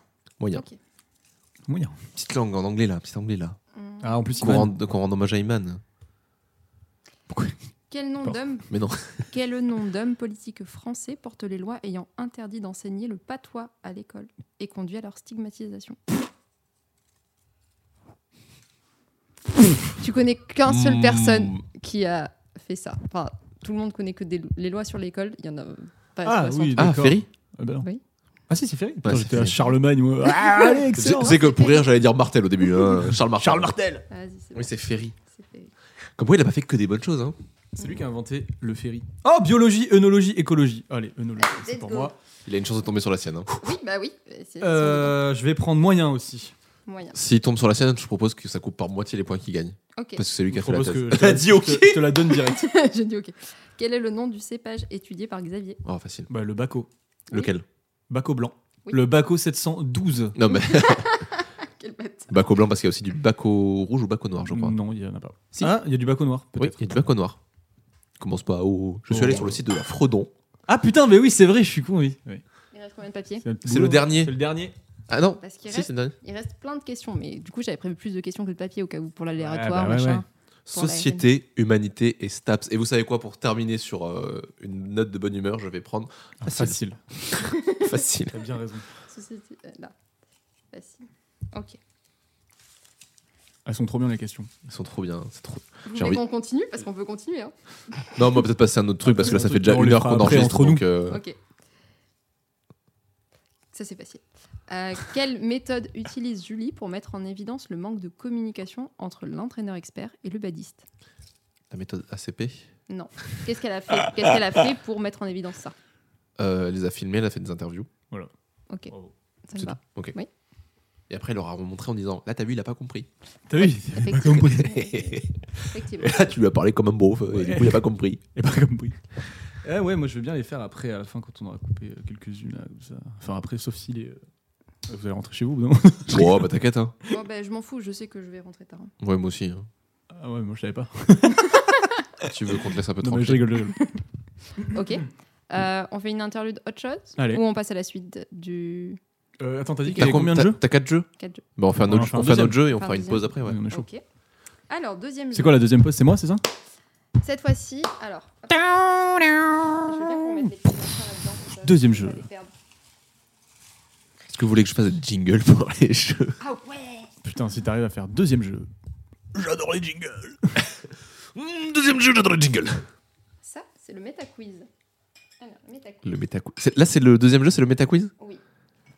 Moyen. Moyen. Ok. Moyen. Petite langue en anglais là, petit anglais là. Hum. Ah, en plus, Qu'on Iman. rende, qu'on rende hommage à Iman. Quel nom Pardon. [LAUGHS] d'homme Mais non. Quel nom d'homme politique français porte les lois ayant interdit d'enseigner le patois à l'école et conduit à leur stigmatisation Tu connais qu'un seule Mmh. Mm. personne qui a fait ça. Enfin, tout le monde connaît que des- les lois sur l'école, il y en a pas Ah, 60. oui. Ah, D'accord. Ferry Ah, bah non. Oui. Ah si, c'est Ferry. Putain, Ouais, c'est J'étais à Ferry. Charlemagne. moi. [LAUGHS] Ah, allez, C'est excellent. c'est que pour rire, j'allais dire Martel au début. hein. Charles Martel. Charles Martel Vas-y, Oui, c'est bon. c'est Ferry. C'est fait. Comme quoi, il a pas fait que des bonnes choses. Hein. C'est lui qui a inventé le ferry. Oh, biologie, œnologie, écologie. Allez, œnologie, Allez, c'est Ah, let's pour go. moi. Il a une chance de tomber sur la sienne. hein. Oui, bah oui. c'est- c'est Euh, je vais prendre moyen aussi. son moyen. S'il tombe sur la sienne, je propose que ça coupe par moitié les points qu'il gagne. Ok, Parce que c'est lui qui Je a fait la propose que [LAUGHS] thèse. je te, la, je te- je te la donne direct. [LAUGHS] j'ai dit ok. Quel est le nom du cépage étudié par Xavier Oh, facile. Bah, le Baco. Lequel Baco blanc. Oui. Le Baco 712. Non, mais [LAUGHS] [LAUGHS] Quel bête bac au blanc, parce qu'il y a aussi du bac au rouge ou bac au noir, je crois. Non, il y en a pas. Si. Ah, il y a du Baco noir, Mm. Oui, peut-être. il y a du bac au noir. Commence pas au. Je suis Oh. allé sur le site de la Fredon. Ah putain, mais oui, c'est vrai, je suis con, oui. Oui. Il reste combien de papier C'est le dernier. C'est le dernier. Ah non Parce Si, qu'il c'est reste, le dernier. il reste plein de questions, mais du coup j'avais prévu plus de questions que de papier au cas où pour Ouais, l'aléatoire, bah ouais, machin. ouais. Pour la Société, humanité et STAPS. Et vous savez quoi Pour terminer sur euh, une note de bonne humeur, je vais [LAUGHS] prendre Ah, facile. facile. T'as bien raison. Société- euh, là. Facile. Ok. Elles sont trop bien les questions. Ils sont trop bien. C'est trop. Vous J'ai envie- voulez qu'on continue Parce qu'on peut continuer. Hein. Non, moi peut-être passer à un autre truc parce que là, ça fait déjà On les une heure fera qu'on après, enregistre. entre nous. donc, euh, Ok. Ça, c'est facile. Euh, quelle méthode utilise Julie pour mettre en évidence le manque de communication entre l'entraîneur expert et le badiste La méthode ACP. Qu'est-ce qu'elle a fait Qu'est-ce qu'elle a fait pour mettre en évidence ça Euh, elle les a filmés, elle a fait des interviews. Ok, Bravo. ça me C'est va. Ok. Oui. Et après, elle leur a remontré en disant Là, t'as vu, il a pas compris. T'as vu Effectivement. [LAUGHS] Et Effectivement. là, tu lui as parlé comme un beauf. Et du Ouais. coup, il a pas compris. Et pas compris. Eh ouais, moi je veux bien les faire après, à la fin, quand on aura coupé euh, quelques-unes. là, comme ça. Enfin, après, sauf si les. euh, Vous allez rentrer chez vous, non [LAUGHS] Oh, bah t'inquiète, hein. Bon, ben, je m'en fous, je sais que je vais rentrer tard. hein. Ouais, moi aussi. hein. Ah ouais, moi je savais pas. Tu veux qu'on te laisse un peu Non, mais je tranquille rigole, je rigole. Ok. Euh, on fait une interlude autre chose Allez. Ou on passe à la suite du Euh, attends, t'as dit qu'il y T'as avait combien de t'as- jeux T'as 4 jeux 4 jeux Bah, on fait un On autre, en fait un on fait un deuxième. autre jeu et on Enfin, fera une deuxième. pause après, ouais. Ouais, on est chaud. Ok. Alors, deuxième C'est jeu. quoi la deuxième pause C'est moi, c'est ça Cette fois-ci, alors. hop, Je veux bien qu'on mette les petits machins là-dedans, comme ça, Deuxième je vais jeu. pas les perdre. Est-ce que vous voulez que je fasse des jingle pour les jeux Ah ouais Putain, si t'arrives à faire deuxième jeu. J'adore les [LAUGHS] jingles Mm, Deuxième jeu, j'adore les jingles Ça, c'est le MetaQuiz. Alors, MetaQuiz. Le méta quiz. Là, c'est le deuxième jeu, c'est le méta quiz Oui.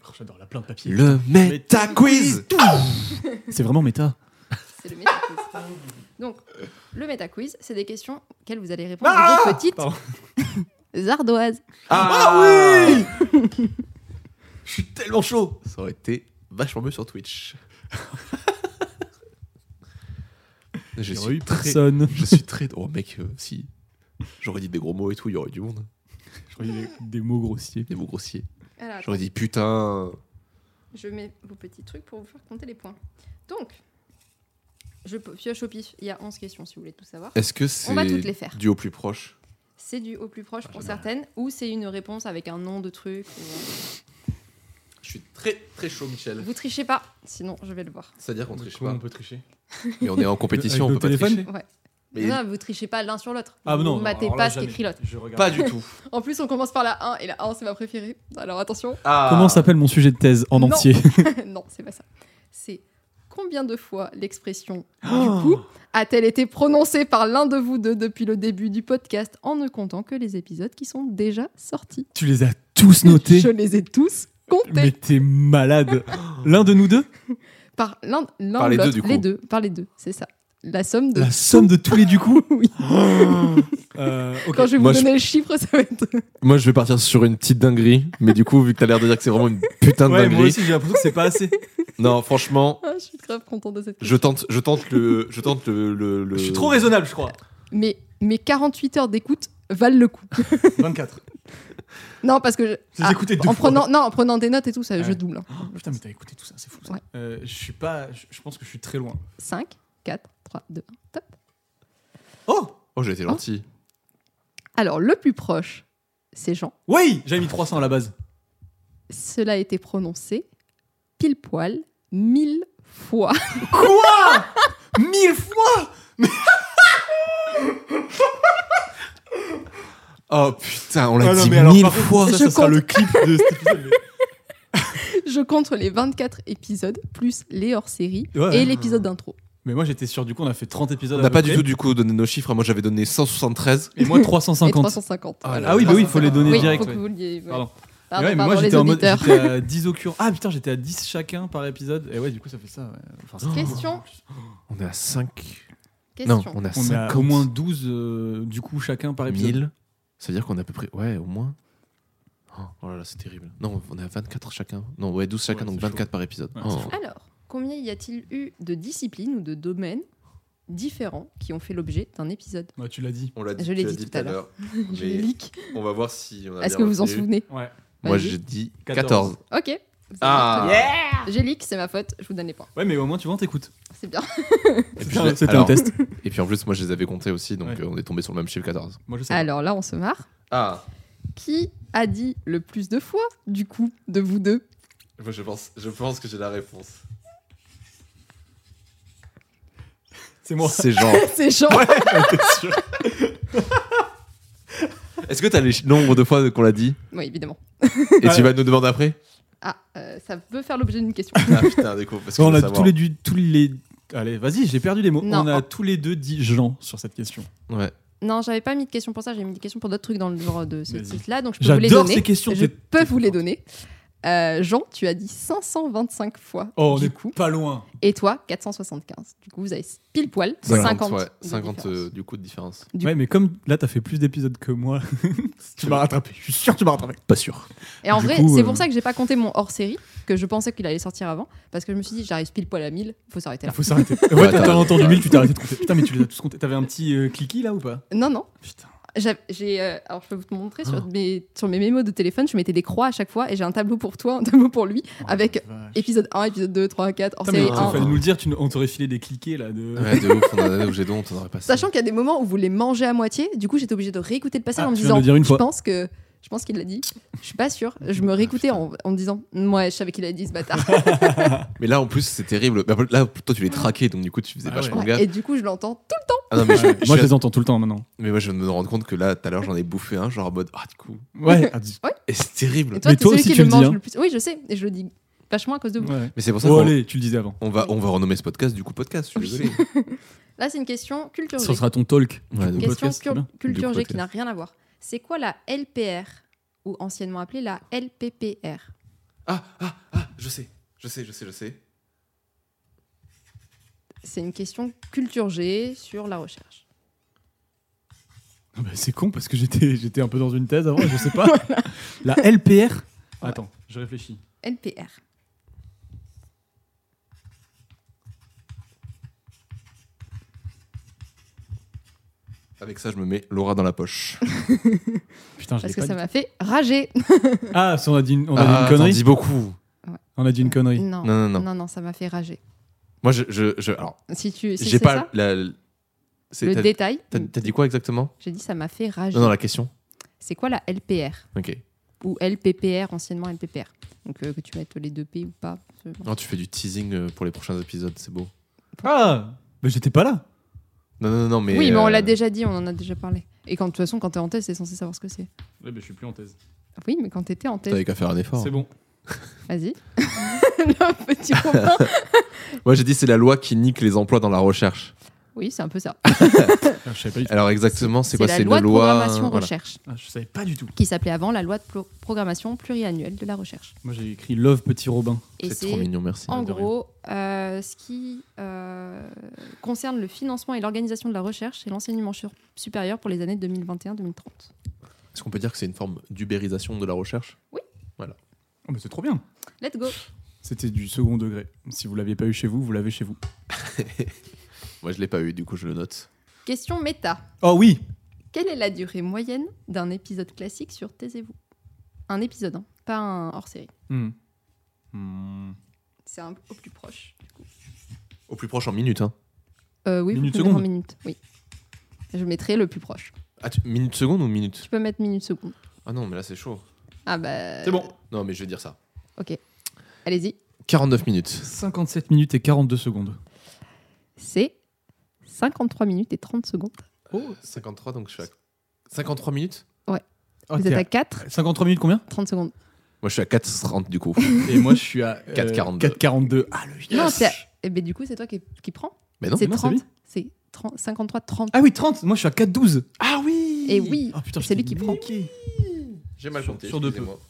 Oh, J'adore la plein de papier. Le méta quiz C'est vraiment méta. C'est le MetaQuiz. Donc, le MetaQuiz, c'est des questions auxquelles vous allez répondre avec vos Ah Pardon. petites [LAUGHS] ardoises. Ah, oui Je suis tellement chaud Ça aurait été vachement mieux sur [LAUGHS] Twitch. je, J'aurais suis eu très, [LAUGHS] personne. je suis très... Oh mec, euh, si... J'aurais dit des gros mots et tout, il y aurait du monde. J'aurais eu des- des mots grossiers. Des mots grossiers. Alors, attends, J'aurais dit putain... je mets vos petits trucs pour vous faire compter les points. Donc, je peux- pioche au pif. Il y a 11 questions si vous voulez tout savoir. Est-ce que c'est On va toutes les faire. du au plus proche C'est du au plus proche pour certaines, ou c'est une réponse avec un nom de truc. ou- Je suis très très chaud, Michel. Vous trichez pas, sinon je vais le voir. C'est-à-dire qu'on triche Comment pas. on peut tricher Mais on est en compétition, on Avec peut nos pas téléphones tricher. Mais- Non, vous trichez pas l'un sur l'autre. Ah vous non, non, matez alors là, pas ce jamais. qu'écrit l'autre. Je regarde. Pas du tout. En plus, on commence par la 1 et la 1, c'est ma préférée. Alors attention. [LAUGHS] Ah. Comment s'appelle mon sujet de thèse en Non. entier [LAUGHS] non, c'est pas ça. C'est combien de fois l'expression Oh. coup, a-t-elle été prononcée par l'un de vous deux depuis le début du podcast en ne comptant que les épisodes qui sont déjà sortis Tu les as tous notés Je les ai tous comptés Mais t'es [LAUGHS] malade. L'un de nous deux par l'un l'un Par ou les deux, l'autre. du coup. Les deux, par les deux, c'est ça. La somme de. La somme de tous les du coup [LAUGHS] Oui. Euh, ok. Quand je vais vous Moi, je- donner le chiffre, ça va être. [LAUGHS] Moi, je vais partir sur une petite dinguerie, mais du coup, vu que t'as l'air de dire que c'est vraiment une putain de Ouais, moi dinguerie, aussi j'ai l'impression que c'est pas assez. Euh, non, franchement, Ah, je suis grave contente de cette. je tente, je tente le, je tente le, le- le- Je suis trop raisonnable, je crois. Mais mes 48 heures d'écoute valent le coup. [LAUGHS] 24. Non, parce que. je- J'ai Ah, écouté deux en fois. prenant, non, en prenant des notes et tout, ça, je Ouais. double. hein. Oh, putain, mais t'as écouté tout ça, c'est fou. ça. Ouais. Euh, je suis pas. Je je pense que je suis très loin. 5, 4, 3, 2, 1, top. Oh Oh, j'ai été gentil. Alors, le plus proche, c'est Jean. Oui J'avais mis 300 à la base. Cela a été prononcé pile poil, mille fois. [LAUGHS] Quoi Mille fois Oh putain, on l'a Ah non, dit mais alors, mille par contre, fois. Ça, Je ça sera compte. le clip de cet épisode. mais- Je compte les 24 épisodes, plus les hors-séries Ouais. et l'épisode d'intro. Mais moi j'étais sûr, du coup on a fait 30 épisodes. On à n'a peu pas du près. tout du coup donné nos chiffres. Moi, j'avais donné 173. Et [LAUGHS] moi Et 350. 350. Ah, Ah oui, bah oui, il faut les donner oui, direct. faut que ouais. vous liez. ouais. Pardon. Pardon, Ouais, mais pardon, moi les j'étais en mode [LAUGHS] auditeurs. j'étais [LAUGHS] à 10 au cure. Ah putain, j'étais à 10 chacun par épisode. Et ouais, du coup ça fait ça. ouais. Enfin, c'est- Question. Ah, On est à 5. Question. Non, on est à On a 50. au moins 12 euh, du coup chacun par épisode. 1000. Ça veut dire qu'on est à peu près. Ouais, au moins. Oh, oh là là, c'est terrible. Non, on est à 24 chacun. Non, ouais, 12 chacun, Ouais, donc c'est 24 par épisode. Ouais, Oh. c'est chaud. Alors, combien y a-t-il eu de disciplines ou de domaines différents qui ont fait l'objet d'un [LAUGHS] épisode Ouais, tu l'as dit. On l'a Je l'ai tu l'as dit tout à l'heure. [LAUGHS] Je mais- leak. On va voir si on a Est-ce que bien vous en retenu. souvenez Ouais. Moi, Vas-y. j'ai dit 14. 14. Ok. Ah. J'ai leak, c'est ma faute, je vous donne les points. Ouais, mais au moins tu vois, on t'écoute. C'est bien. Et puis, C'était un alors- test. Et puis en plus, moi, je les avais comptés aussi, donc Ouais. euh, on est tombé sur le même chiffre 14. Moi je sais. pas. Alors là, on se marre. Ah Qui a dit le plus de fois, du coup, de vous deux Moi, je pense, je pense que j'ai la réponse. C'est moi. C'est genre. C'est Jean. Est-ce que t'as le nombre de fois qu'on l'a dit Oui, évidemment. Et tu vas nous demander après Ah, euh, ça peut faire l'objet d'une question. Ah putain, des coups, parce que on je a veux tous savoir. les, du- tous les. Allez, vas-y, j'ai perdu les mots. Non. On a tous les deux dit Jean sur cette question. Ouais. Non, j'avais pas mis de questions pour ça, j'ai mis des questions pour d'autres trucs dans le genre de ce Vas-y. titre-là, donc je peux vous les J'adore donner. ces questions. je t'es- peux vous les donner. Euh, Jean, tu as dit 525 fois. Oh, on du est coup. pas loin. Et toi, 475. Du coup, vous avez pile poil 50. 50, ouais, de 50 différence. euh, du coup de différence. Du Ouais, mais comme là, t'as fait plus d'épisodes que moi, [LAUGHS] tu m'as rattrapé. Je suis sûr que tu m'as rattrapé. Pas sûr. Et en du vrai, coup, c'est euh, pour ça que j'ai pas compté mon hors série, que je pensais qu'il allait sortir avant, parce que je me suis dit, j'arrive pile poil à 1000, faut s'arrêter là. Faut s'arrêter. Ouais, Ouais, t'as t'as- entendu 1000, tu t'es arrêté de compter. Putain, mais tu les as tous comptés. T'avais un petit euh, cliquis là ou pas Non, non. Putain. J'av- J'ai, euh, alors, je peux vous te montrer Ah. sur, mes, sur mes mémos de téléphone, je mettais des croix à chaque fois et j'ai un tableau pour toi, un tableau pour lui, avec épisode 1, épisode 2, 3, 4, hors Oh Putain, mais série il un- fallait 1. nous le dire, tu, nous- on t'aurait filé des cliquets là. De... Ouais, de ouf, on en a où j'ai donc, on en aurait pas Sachant qu'il y a des moments où vous les mangez à moitié, du coup j'étais obligée de réécouter le passage Ah, en me tu viens de disant le dire une je fois. pense que je pense qu'il l'a dit, je suis pas sûre, je me réécoutais en, en me disant ouais je savais qu'il a dit [LAUGHS] ce bâtard Mais là, en plus, c'est terrible. Bah, Là, toi, tu les traquais, donc du coup, tu faisais Ah vachement ouais. gaffe. et du coup je l'entends tout le Ah non, mais, je, je- [LAUGHS] moi, je les entends tout le temps maintenant. mais moi, je viens de me rendre compte que là, tout à l'heure, j'en ai bouffé un, genre en mode, ah, du coup. [LAUGHS] Ouais. Et c'est et terrible. toi Mais t'es toi celui aussi, qui tu le le dis, mange hein. le plus oui je sais et je le dis vachement à cause de vous ouais. Mais c'est pour ça Oh, qu'on allez, tu le disais avant. on va, on va renommer ce podcast, du coup, podcast. Je suis désolé. là c'est une question culture G Ça sera ton talk. Ouais, donc, Qu'est-ce- question podcast, cul- très bien. culture Du G podcast. qui n'a rien à voir c'est quoi la LPR ou anciennement appelée la LPPR Ah, ah, ah, je sais, je sais, je sais, je sais. c'est une question culture G sur la recherche Ah bah, c'est con parce que j'étais j'étais un peu dans une thèse avant, je [LAUGHS] sais pas. La LPR. Attends, je réfléchis. LPR Avec ça, je me mets Laura dans la poche. Putain, je l'ai parce que pas dit. ça m'a fait rager Ah, ça, on a dit une, on a dit Ah, une t'en connerie. dis beaucoup. On a dit une connerie. [LAUGHS] non Non, non, non. non non ça m'a fait rager Moi, je. je, je- alors, si tu si j'ai c'est ça pas la. la- c'est- le t'as- détail. t'as- T'as dit quoi exactement J'ai dit ça m'a fait rager. Non, non, la question. C'est quoi la LPR Ok. ou LPPR anciennement LPPR Donc euh, que tu mettes les deux P ou pas. c'est bon. Oh, tu fais du teasing euh, pour les prochains épisodes, c'est beau. Ah, mais j'étais pas là. Non, non, non, mais. oui, mais on euh, l'a déjà dit, on en a déjà parlé. Et quand de toute façon, quand t'es en thèse, t'es censé savoir ce que c'est. Ouais, mais je suis plus en thèse. Oui, mais quand t'étais en thèse, T'avais qu'à faire un effort. C'est bon. vas-y. [LAUGHS] Le petit Robin. Moi, j'ai dit, c'est la loi qui nique les emplois dans la recherche. Oui, c'est un peu ça. Ah, je savais pas du tout. Alors, exactement, c'est quoi la C'est loi une de loi. programmation voilà. recherche, Ah, je savais pas du tout. qui s'appelait avant la loi de pro- programmation pluriannuelle de la recherche. Moi, j'ai écrit Love Petit Robin. Et C'est trop mignon, merci. En de rien. gros, euh, ce qui euh, concerne le financement et l'organisation de la recherche et l'enseignement sur- supérieur pour les années 2021-2030. Est-ce qu'on peut dire que c'est une forme d'ubérisation de la recherche Oh, mais c'est trop bien. Let's go C'était du second degré. Si vous l'aviez pas eu chez vous, vous l'avez chez vous. Moi, je l'ai pas eu, du coup, je le note. Question méta. Oh oui. Quelle est la durée moyenne d'un épisode classique sur Taisez-vous Un épisode, hein, pas un hors-série. Hmm. Hmm. C'est un peu au plus proche. du coup. Au plus proche en minutes, hein. Euh, oui, vous Minute pouvez mettre en seconde. minute. Oui. Je mettrai le plus proche. Ah, tu- minutes secondes ou minutes Tu peux mettre minute seconde. Ah non, mais là, c'est chaud. Euh, Ah bah. C'est bon. Non, mais je vais dire ça. Allez-y. 49 minutes. 57 minutes et 42 secondes. C'est 53 minutes et 30 secondes. Oh, 53, donc je suis à. 53 minutes Ah, Vous t'es êtes à à 4, 53 minutes combien 30 secondes. Moi, je suis à 4,30 du coup. Et moi, je suis à 4,42. 4,42. Euh, Ah, le yes. Non, c'est- Eh ben, du coup, c'est toi qui, qui prends. mais Bah non, c'est mais non, c'est 30. lui. C'est 30 53 30. Ah oui, 30. Moi, je suis à 4,12. Ah oui. Eh oui. Ah, putain, je C'est lui t'ai qui prend. niqué. [LAUGHS] j'ai mal Sur- compté. sur deux peu. excusez-moi.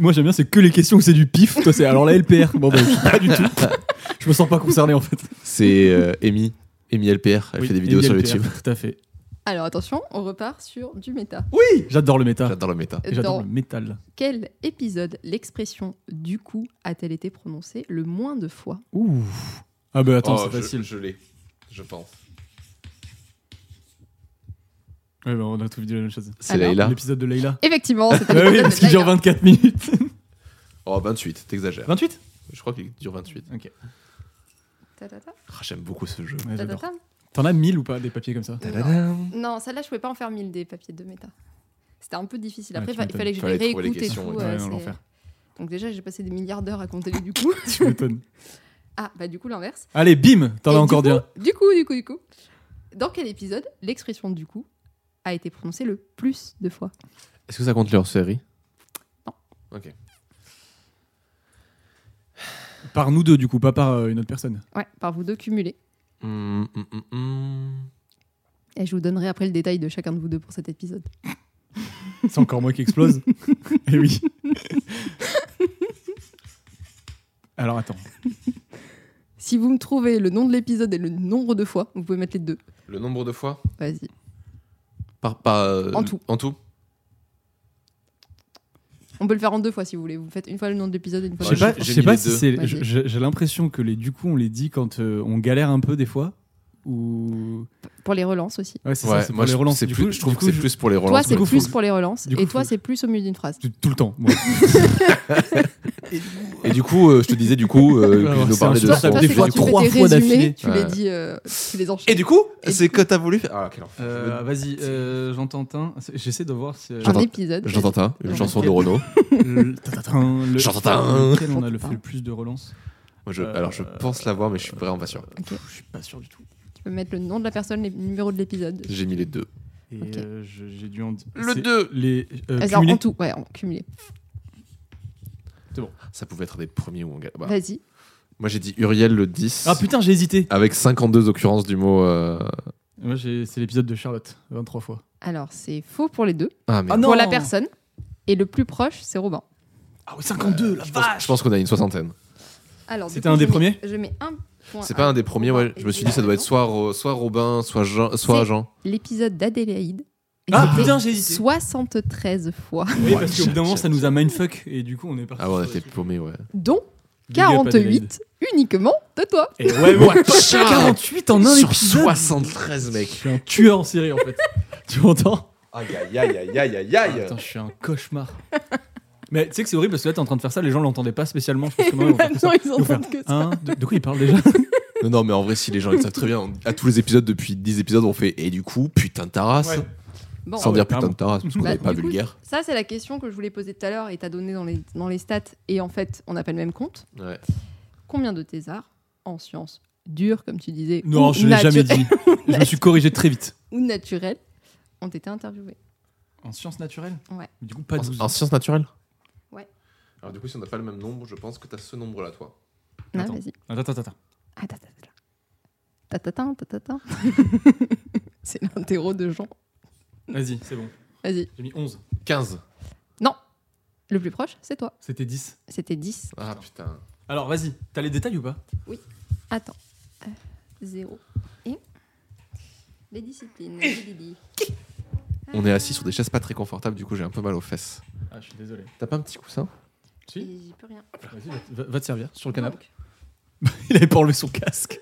Moi j'aime bien, c'est que les questions où c'est du pif. Toi c'est alors la LPR. Bon, bah, je suis pas du tout. [LAUGHS] Je me sens pas concerné en fait. C'est euh, Amy. Amy LPR, elle Oui, fait des vidéos et sur LPR, YouTube. Tout à fait. Alors attention, on repart sur du méta. Oui, j'adore le métal. J'adore le méta. Euh, J'adore Dans le métal. quel épisode l'expression du coup a-t-elle été prononcée le moins de fois Ouh. Ah bah attends, Oh, c'est je- facile. Je l'ai, je pense. Ouais, bah, on a tout vidéo la même chose. C'est Alors Leïla. L'épisode de Leila. Effectivement, c'était Ah [LAUGHS] oui, l'épisode parce de qu'il dure Leila. 24 [LAUGHS] minutes. Oh, 28, t'exagères. 28 Je crois qu'il dure 28. Ok. Ta ta ta, Ah, J'aime beaucoup ce jeu. Ouais, ta ta j'adore. ta. [LAUGHS] T'en as 1000 ou pas des papiers comme ça Non, celle-là, je pouvais pas en faire mille des papiers de méta. C'était un peu difficile. Ouais, Après, Ah, tu fa- il m'étonnes. fallait que je Fallait les trouver les réécoute et questions, tout. ouais. euh, Ouais, c'est- non, l'enfer. Donc déjà, j'ai passé des milliards d'heures à compter les [LAUGHS] du coup. Tu m'étonnes. ah, bah du coup, l'inverse. Allez, bim T'en Et as encore du bien. coup, Du coup, du coup, du coup. Dans quel épisode l'expression du coup a été prononcée le plus de fois Est-ce que ça compte leur série Non. Ok. Par nous deux, du coup, pas par euh, une autre personne. Ouais, par vous deux cumulés. Hum, hum, hum, hum. Et je vous donnerai après le détail de chacun de vous deux pour cet épisode. C'est encore moi qui [LAUGHS] explose. Eh oui. Alors attends. Si vous me trouvez le nom de l'épisode et le nombre de fois, vous pouvez mettre les deux. Le nombre de fois Vas-y. par, par, euh, En tout. En tout On peut le faire en deux fois si vous voulez. Vous faites une fois le nom de l'épisode et une Je fois sais Ouais, le pas, j'ai- je j'ai sais mis pas les si deux. c'est. Vas-y. je- je- J'ai l'impression que les du coup, on les dit quand euh, on galère un peu des fois. Ou. Pour les relances aussi. Ouais, c'est Ouais, ça, c'est moi pour les je- relances. c'est Du plus- coup, je trouve du que coup, c'est plus pour les relances. Toi, c'est du coup, plus faut- pour les relances du coup, et toi, faut- c'est plus au milieu d'une phrase. Tout, tout le temps. moi. Et du coup, euh, je te disais du [LAUGHS] coup euh, que je Alors, nous c'est parlais de insupportable. son- Toi, des c'est fois quand tu trois fais tes fois d'affilée. résumés, tu les Ouais. dis, euh, tu les enchaînes. Et du coup, Et- c'est que t'as voulu faire. Ah, quel enfer. Euh, Vas-y, euh, Jean Tintin. J'essaie de voir si. euh, un J'entends- épisode. Jean Tintin, une Ouais. chanson [LAUGHS] de Renaud. le- Tintin, le- Jean Tintin. lequel on a le, fait le plus de relances Moi, je- Euh, alors, je pense l'avoir, mais je suis vraiment pas sûr. Ok. Je suis pas sûr du tout. Tu peux mettre le nom de la personne, le numéro de l'épisode. J'ai mis les deux. Et Ok. euh, je- j'ai dû en dire. Le c'est 2 Les. euh, Ah, c'est cumulés. en tout, ouais, en cumulé. Ça pouvait être des premiers où on gagne. Bah, Vas-y. Moi, j'ai dit Uriel le 10. Ah putain, j'ai hésité. Avec 52 occurrences du mot. euh, Moi, j'ai- c'est l'épisode de Charlotte, 23 fois. Alors, c'est faux pour les deux. Ah, mais. Ah, non. Pour la personne. Et le plus proche, c'est Robin. Ah oui, 52, la je pense, je pense qu'on a une soixantaine. Alors, du C'était coup, un des je mets- premiers Je mets un point. C'est pas à un des premiers, Robin ouais. et Je me suis Jean dit, ça doit être Tintin. soit, Ro- soit Robin, soit Jean. Soit C'est- Jean. L'épisode d'Adélaïde. Et Ah c'était putain, j'ai hésité. 73 fois, Oui, parce qu'au bout d'un moment, Shit. ça nous a mindfuck et du coup, on est parti. Ah ouais, on sur était des- paumés, ouais. dont Big up, Adélaïde. 48 uniquement de toi. Et ouais, ouais, Putain. 48 en un Sur épisode. 73, Je mec. suis un tueur en série en fait. [LAUGHS] tu m'entends Aïe, aïe, aïe, aïe, aïe, Ah, Putain, je suis un cauchemar. [LAUGHS] Mais tu sais que c'est horrible parce que là, t'es en train de faire ça, les gens l'entendaient pas spécialement. Je pense que maintenant, ils [LAUGHS] vont faire que ça. Ils vont faire, [LAUGHS] Maintenant, ils entendent que ça. Hein de, de quoi ils parlent déjà Non, non, mais en vrai, si les gens ils savent très bien, on- à tous les épisodes depuis 10 épisodes, on fait et du coup, putain de ta race. Ouais. Bon, Sans ouais, dire carrément. putain de ta race, parce qu'on Bah, n'est pas du coup, vulgaire. Ça, c'est la question que je voulais poser tout à l'heure et t'as donné dans les, dans les stats. Et en fait, on n'a pas le même compte. Ouais. Combien de tes arts en sciences dures, comme tu disais, Non, ou je l'ai jamais naturelles- dit. Je [LAUGHS] me suis corrigé très vite. ou naturelles, ont été interviewées En sciences naturelles Ouais. Mais Du coup, pas 12. En, en sciences naturelles Ouais. Alors, du coup, si on n'a pas le même nombre, je pense que t'as ce nombre-là, toi. Non, Attends. vas-y. Attends, attends, attends. Ah, ta, ta, ta, ta. Ta, ta, ta, ta, ta, ta. [LAUGHS] C'est l'interro de Jean. Vas-y, c'est bon. Vas-y. J'ai mis 11. 15. Le plus proche, c'est toi. C'était 10. C'était 10. Ah putain. Alors, vas-y, t'as les détails ou pas Attends. 0. Et les disciplines. Didi. On est assis sur des chaises pas très confortables, du coup, j'ai un peu mal aux fesses. Ah, je suis désolé. T'as pas un petit coussin Si Et J'y peux rien. Vas-y, va- va, va te servir sur le canapé. Donc, Il avait pas enlevé son casque.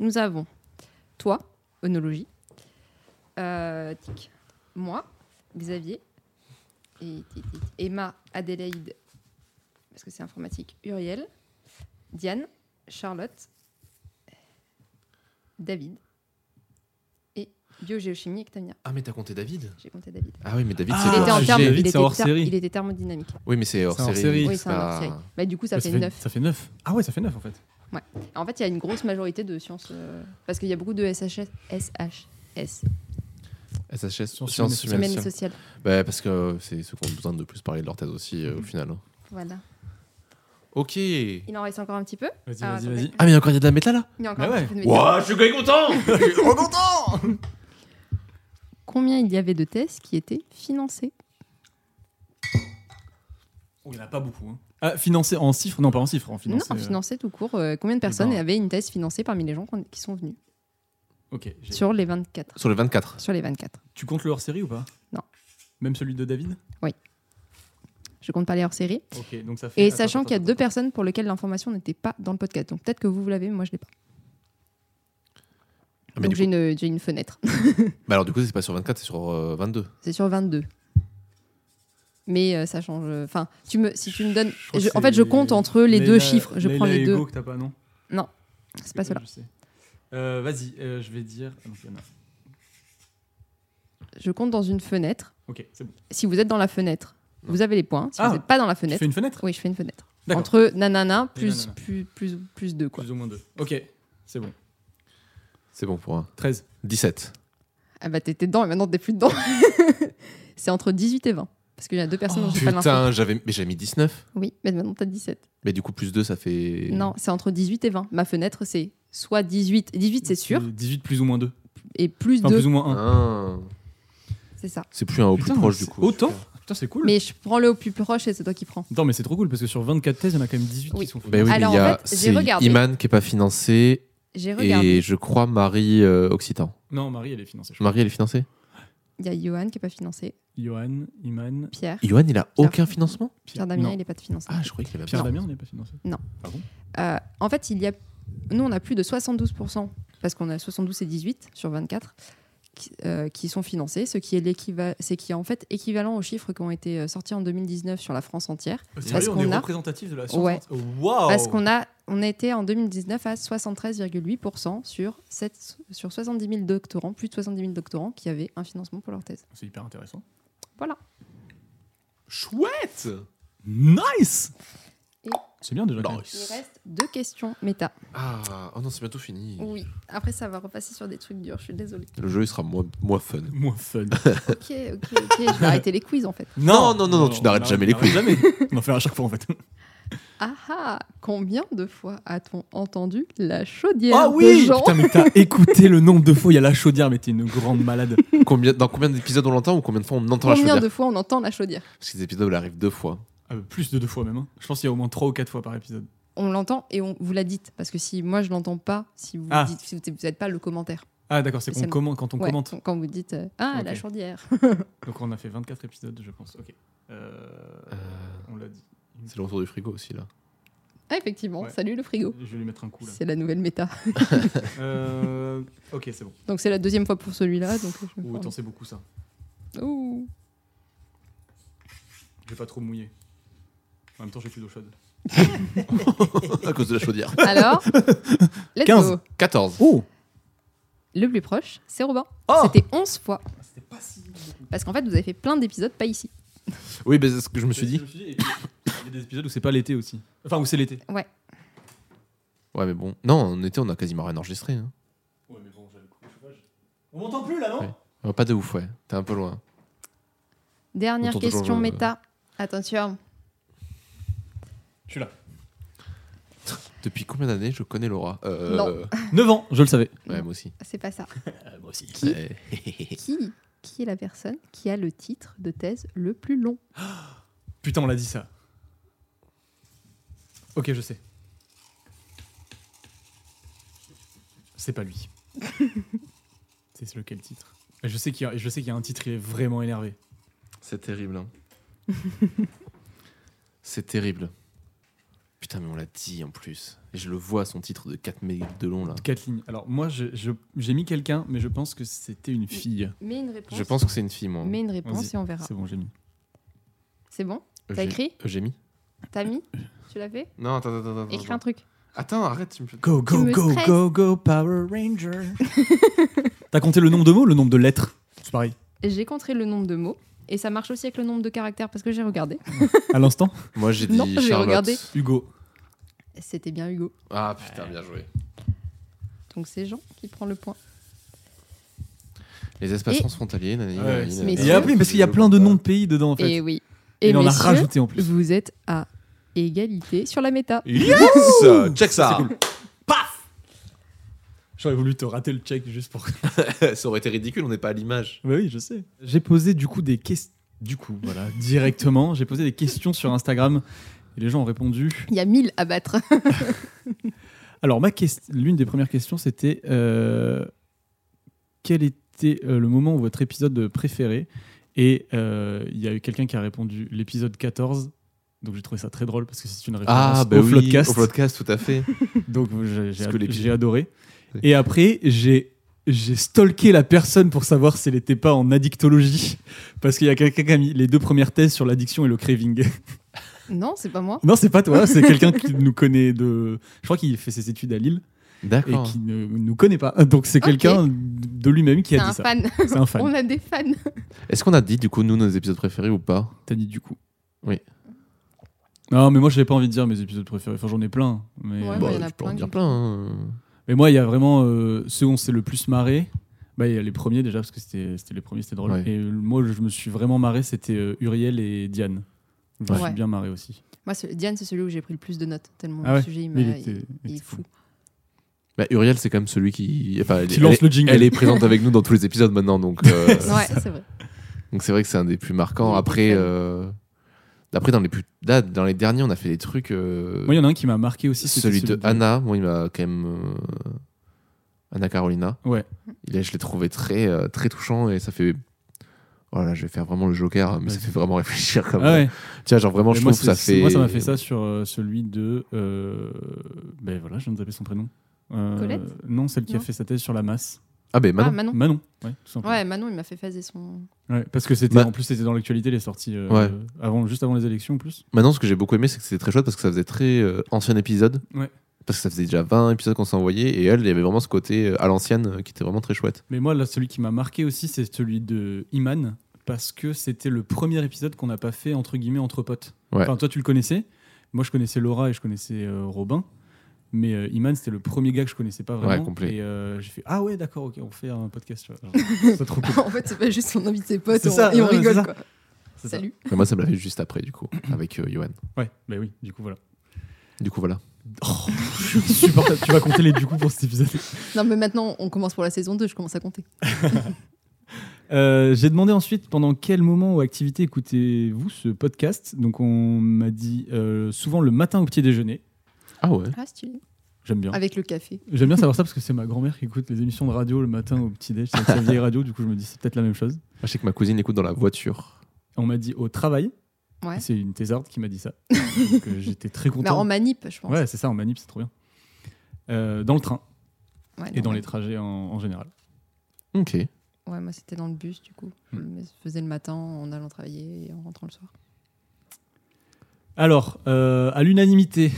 nous avons toi, onologie. Euh, tic. Moi, Xavier. Et, tic, tic. Emma, Adélaïde, parce que c'est informatique. Uriel. Diane, Charlotte. David. Et biogéochimie avec Tamia. Ah, mais t'as compté David J'ai compté David. Ah oui, mais David, Ah, c'est il, hors était en sujet. terme- David, il, c'est était hors ter- série. il était thermodynamique. Oui, mais c'est hors C'est hors série. série. c'est Oui, c'est un pas- hors série. Bah, du coup, ça, Bah, fait 9. Ça fait 9. Ah ouais, ça fait 9 en fait. En fait, il y a une grosse majorité de sciences. euh, parce qu'il y a beaucoup de SHS, SHS, SHS, Sciences sciences humaines humaines. semaine sociales. sociale. Bah, parce que euh, c'est ceux qui ont besoin de plus parler de leur thèse aussi, euh, au final. hein. Voilà. Ok. Il en reste encore un petit peu. Vas-y, Ah, vas-y, attendez. vas-y. Ah, mais encore, il y a de la méta là Il y a encore Bah un ouais. petit peu de métier. Ouah, je suis gay [LAUGHS] content Je suis trop content Combien il y avait de tests qui étaient financés Oh, il y en a pas beaucoup. hein. Ah, financé en chiffres Non, pas en chiffres, en financé. Non, euh, financés tout court. euh, combien de personnes ben, ouais. avaient une thèse financée parmi les gens qu'on- qui sont venus Ok. j'ai- Sur les 24. Sur les 24. Sur les 24. Tu comptes le hors série ou pas Non. Même celui de David Je compte pas les hors série. Ok, donc ça fait. Et attends, sachant attends, qu'il y a attends, deux personnes pour lesquelles l'information n'était pas dans le podcast. Donc peut-être que vous, vous l'avez, mais moi je l'ai pas. Ah, mais Donc du j'ai une, j'ai une fenêtre. [LAUGHS] Bah alors du coup, c'est pas sur 24, c'est sur euh, 22. C'est sur 22. Mais euh, ça change. Enfin, tu me, si tu me donnes. Je crois je- que en fait, je c'est compte entre les Leila- deux chiffres. Je Leila prends les et deux. Hugo que t'as pas, non C'est pas cela. Je sais. Euh, Vas-y, euh, je vais dire. Ah non, il y en a. je compte dans une fenêtre. Ok, c'est bon. Si vous êtes dans la fenêtre, Non. vous avez les points. Si Ah. vous n'êtes pas dans la Tu fenêtre, fais une fenêtre oui, je fais une fenêtre. D'accord. Entre nanana Et plus nanana. plus plus plus deux quoi. Plus ou moins deux. Ok, c'est bon. C'est bon pour un. 13. 17. Ah bah t'étais dedans et maintenant t'es plus dedans. [LAUGHS] c'est entre 18 et 20 parce qu'il y a deux personnes Oh, dont j'ai pas l'info. Putain, j'avais mais j'avais mis 19. Oui, mais maintenant t'as 17. Mais du coup, plus 2, ça fait. Non, c'est entre 18 et 20. Ma fenêtre c'est soit 18, 18 c'est sûr, 18 plus ou moins 2. et plus Enfin, 2, plus ou moins 1. Ah. c'est ça. C'est plus un au plus proche, du coup. Autant Putain, c'est cool. Mais je prends le au plus proche et c'est toi qui prends. Non, mais c'est trop cool parce que sur 24 thèses, il y en a quand même 18 Oui. qui sont faites. Ben oui, Alors, mais il y en a fait, j'ai c'est regardé. Iman qui est pas financé J'ai regardé. et je crois Marie euh, Occitan. Non, Marie, elle est financée. je crois. Marie, elle est financée Il y a Johan qui est pas financé, Johan, Iman, Pierre, Johan, il a Pierre. aucun financement Pierre Pierre, Damien, non. il est pas financé. Ah, je croyais qu'il avait Pierre pas. Damien, on n'est pas financé. Euh, en fait, il y a nous on a plus de 72% parce qu'on a 72 et 18 sur 24 qui, euh, qui sont financés, ce qui est l'équivalent c'est qui est en fait équivalent aux chiffres qui ont été euh, sortis en 2019 sur la France entière. Parce Sérieux, on qu'on est a- représentatif de la Ouais. science. Oh. Waouh Parce qu'on a, on était en 2019 à 73,8% sur, sept- sur 70 000 doctorants, plus de 70 000 doctorants qui avaient un financement pour leur thèse. C'est hyper intéressant. Chouette Nice Et- C'est bien déjà. quand même. Il Nice. reste deux questions méta. Ah, oh non, c'est bientôt fini. Oui, après ça va repasser sur des trucs durs, je suis désolée. [LAUGHS] Le jeu, il sera moins, moins fun. Moins [LAUGHS] fun. Ok, ok, ok, je vais arrêter les quiz en fait. Non, non, non, non, tu n'arrêtes on jamais les n'arrête couilles. Jamais. On en fait à chaque fois en fait. Ah ah, combien de fois a-t-on entendu la chaudière Ah de Jean Putain, mais t'as écouté le nombre de fois, il y a la chaudière, mais t'es une grande malade. Combien, dans combien d'épisodes on l'entend ou combien de fois on entend la Combien chaudière de fois on entend la chaudière Parce que les épisodes, elle arrive deux fois. Ah, bah, plus de deux fois même. hein. Je pense qu'il y a au moins trois ou quatre fois par épisode. On l'entend et on vous la dites. Parce que si moi je l'entends pas, si vous Ah. dites, si vous n'êtes pas le commentaire. Ah, d'accord, c'est qu'on C'est- commente- quand on Ouais, commente. Quand vous dites euh, Ah, la Ok. chaudière. Donc on a fait 24 épisodes, je pense. Ok. Euh, On l'a dit. C'est le retour du frigo aussi, là. [LAUGHS] Ah, effectivement, Ouais. salut le frigo. Je vais lui mettre un coup là. C'est la nouvelle méta. Euh, ok, c'est bon. Donc c'est la deuxième fois pour celui-là. Donc euh, je vais Ou attends, prendre- c'est beaucoup ça. Ouh. Je vais pas trop mouiller. En même temps, j'ai plus d'eau chaude. à cause de la chaudière. [LAUGHS] Alors, let's 15. go. 14. Oh Le plus proche, c'est Robin. Oh C'était 11 fois. C'était pas si. Parce qu'en fait, vous avez fait plein d'épisodes pas ici. Oui, mais c'est ce que je me suis dit. et puis, Il y a des épisodes où c'est pas l'été aussi. Enfin, où c'est l'été. Ouais, mais bon. Non, en été, on a quasiment rien enregistré. hein. Ouais, mais bon, j'avais le coup de chauffage. On m'entend plus là, non Ouais. Ouais, Euh, Pas de ouf, ouais. T'es un peu loin. Dernière Autant question toujours le- méta. Attention. Je suis là. Depuis combien d'années je connais Laura Euh, Non. 9 ans, je le savais. Ouais, moi aussi. [LAUGHS] C'est pas ça. Ah, moi aussi. Qui Ouais. Qui qui est la personne qui a le titre de thèse le plus long Putain, on l'a dit ça. Ok, je sais. C'est pas [LAUGHS] lui. c'est lequel titre Je sais qu'il y, a- je sais qu'il y a un titre, il est vraiment énervé. C'est terrible. hein. [LAUGHS] c'est terrible. Putain, mais on l'a dit en plus. Et je le vois, son titre de 4 mégawatts de long là. Quatre lignes. Alors, moi, je- je- j'ai mis quelqu'un, mais je pense que c'était une fille. Mets une réponse. Je pense que c'est une fille, moi. Mets une réponse Vas-y. et on verra. C'est bon, j'ai mis. C'est bon Eugé- écrit Eugénie T'as mis Tu l'as fait Non, attends, attends, attends. Écris un Attends, truc. Attends, arrête, tu me fais. Go, go, me go, stresses. go, go, Power Ranger. [LAUGHS] T'as compté le nombre de mots, le nombre de lettres C'est pareil. J'ai compté le nombre de mots. Et ça marche aussi avec le nombre de caractères parce que j'ai regardé. À l'instant Moi j'ai dit Non, j'ai Charlotte. regardé. Hugo. C'était bien Hugo. Ah putain, bien joué. Donc c'est Jean qui prend le point. Les espaces Et- transfrontaliers, nanani, nanani, c'est- nanani, Mais Et après, parce qu'il y a plein de noms de pays dedans, en fait. Et Eh oui. Et Il en a messieurs, rajouté en plus. vous êtes à égalité sur la méta. Yes Check ça J'aurais voulu te rater le check juste pour. [LAUGHS] Ça aurait été ridicule, on n'est pas à l'image. [LAUGHS] bah oui, je sais. J'ai posé du coup des questions. Du coup, voilà, directement, j'ai posé des questions sur Instagram et les gens ont répondu. Il y a 1000 à battre. [LAUGHS] Alors, ma quest- l'une des premières questions, c'était euh, quel était euh, le moment où votre épisode préféré Et euh, il y a eu quelqu'un qui a répondu l'épisode 14. Donc j'ai trouvé ça très drôle parce que c'est une réponse Ah, bah au oui, Floodcast. au podcast, tout à fait. Donc j'ai- j'ai Parce que ad- l'épisode- j'ai adoré. Oui. Et après, j'ai j'ai stalké la personne pour savoir si elle n'était pas en addictologie. Parce qu'il y a quelqu'un qui a mis les deux premières thèses sur l'addiction et le craving. [LAUGHS] Non, c'est pas moi. non, c'est pas toi, c'est quelqu'un qui nous connaît de. Je crois qu'il fait ses études à Lille. [LAUGHS] et D'accord. qui ne nous connaît pas. [LAUGHS] Donc c'est Ok. quelqu'un de lui-même qui C'est a un dit ça. fan. Oh. C'est un fan. [LAUGHS] On a des fans. Est-ce qu'on a dit du coup nous nos épisodes préférés ou pas T'as dit du coup. Oui. Non, mais moi j'avais pas envie de dire mes épisodes préférés. Enfin, j'en ai plein. Mais, Ouais, euh, ouais, bah, il y en a je Bah, peux en plein dire qui- plein. hein. mais moi, il y a vraiment euh, ceux où on s'est le plus marré. Bah, il y a les premiers déjà, parce que c'était c'était les premiers, c'était drôle. Ouais. Et euh, moi, je me suis vraiment marré, c'était euh, Uriel et Diane. Je me Ouais. suis bien marré aussi. Moi, ce- Diane, c'est celui où j'ai pris le plus de notes, tellement Ah ouais. le sujet, il, m'a- Mais il était- il il- Bah, il est était fou. Bah, Uriel, c'est quand même celui qui. enfin, elle, Qui elle lance est, le jingle. elle est présente avec nous dans tous les épisodes maintenant, donc euh, [LAUGHS] [LAUGHS] Ouais, c'est vrai. Ah, donc c'est vrai que c'est un des plus marquants. Il est Après, fun. euh, après dans les plus là, dans les derniers, on a fait des trucs. euh, Moi, il y en a un qui m'a marqué aussi. c'était celui, de Anna, moi il m'a quand même euh, Anna Carolina. Ouais. Il est- je l'ai trouvé très euh, très touchant et ça fait voilà, je vais faire vraiment le Joker, mais ça Vas-y. fait vraiment réfléchir quand Ah même. ouais. Tu vois, genre vraiment, Mais je moi, trouve que ça c'est- fait. Moi, ça m'a fait ça sur euh, celui de. euh, ben voilà, je viens de taper son prénom. Euh, Colette Non, celle qui a Non. fait sa thèse sur la masse. Ah ben Ah, Manon. Manon. Manon. Ouais, tout simplement. Ouais, Manon, il m'a fait phaser son. [LAUGHS] Ouais, parce que c'était. Ma- En plus, c'était dans l'actualité, les sorties. euh, Ouais. avant, juste avant les élections, en plus. Manon, ce que j'ai beaucoup aimé, c'est que c'était très chouette parce que ça faisait très euh, ancien épisode. Ouais. Parce que ça faisait déjà 20 épisodes qu'on s'est envoyé et elle, il y avait vraiment ce côté euh, à l'ancienne euh, qui était vraiment très chouette. Mais moi, là, celui qui m'a marqué aussi, c'est celui de Iman. Parce que c'était le premier épisode qu'on n'a pas fait, entre guillemets, entre potes. Ouais. Enfin, toi, tu le connaissais. Moi, je connaissais Laura et je connaissais euh, Robin. Mais euh, Iman, c'était le premier gars que je connaissais pas vraiment. Ouais, complet. Et euh, j'ai fait Ah ouais, d'accord, ok, on fait un podcast. tu vois. [LAUGHS] Genre, c'est trop cool. en fait, c'est pas juste qu'on invite ses potes C'est et on- ça, et on non, mais c'est rigole, ça. quoi. C'est ça. Salut. Et moi, ça me l'a fait juste après, du [COUGHS] coup, avec euh, Johan. Ouais, bah oui, du [LAUGHS] coup voilà. Du coup, voilà. Oh, Supportable. tu vas compter les du coup pour cet épisode. Non, mais maintenant, on commence pour la saison 2, je commence à compter. Euh, J'ai demandé ensuite pendant quel moment ou activité écoutez-vous ce podcast. Donc on m'a dit euh, souvent le matin au petit déjeuner. Ah ouais. Ah, stylé. J'aime bien. Avec le café. J'aime bien savoir ça parce que c'est ma grand-mère qui écoute les émissions de radio le matin au petit déj. C'est sa vieille radio, du coup je me dis c'est peut-être la même chose. Moi, je sais que ma cousine l'écoute dans la voiture. On m'a dit au travail. Ouais. C'est une thésarde qui m'a [LAUGHS] dit ça. Donc, euh, J'étais très Bah, en content. manip, je pense. ouais, c'est ça en manip, c'est trop bien. Euh, dans le train Ouais, et non, dans ouais. les trajets en- en général. Ok. Ouais, moi, c'était dans le bus, du coup. Hmm. Je le faisais le matin en allant travailler et en rentrant le soir. Alors, euh, à l'unanimité,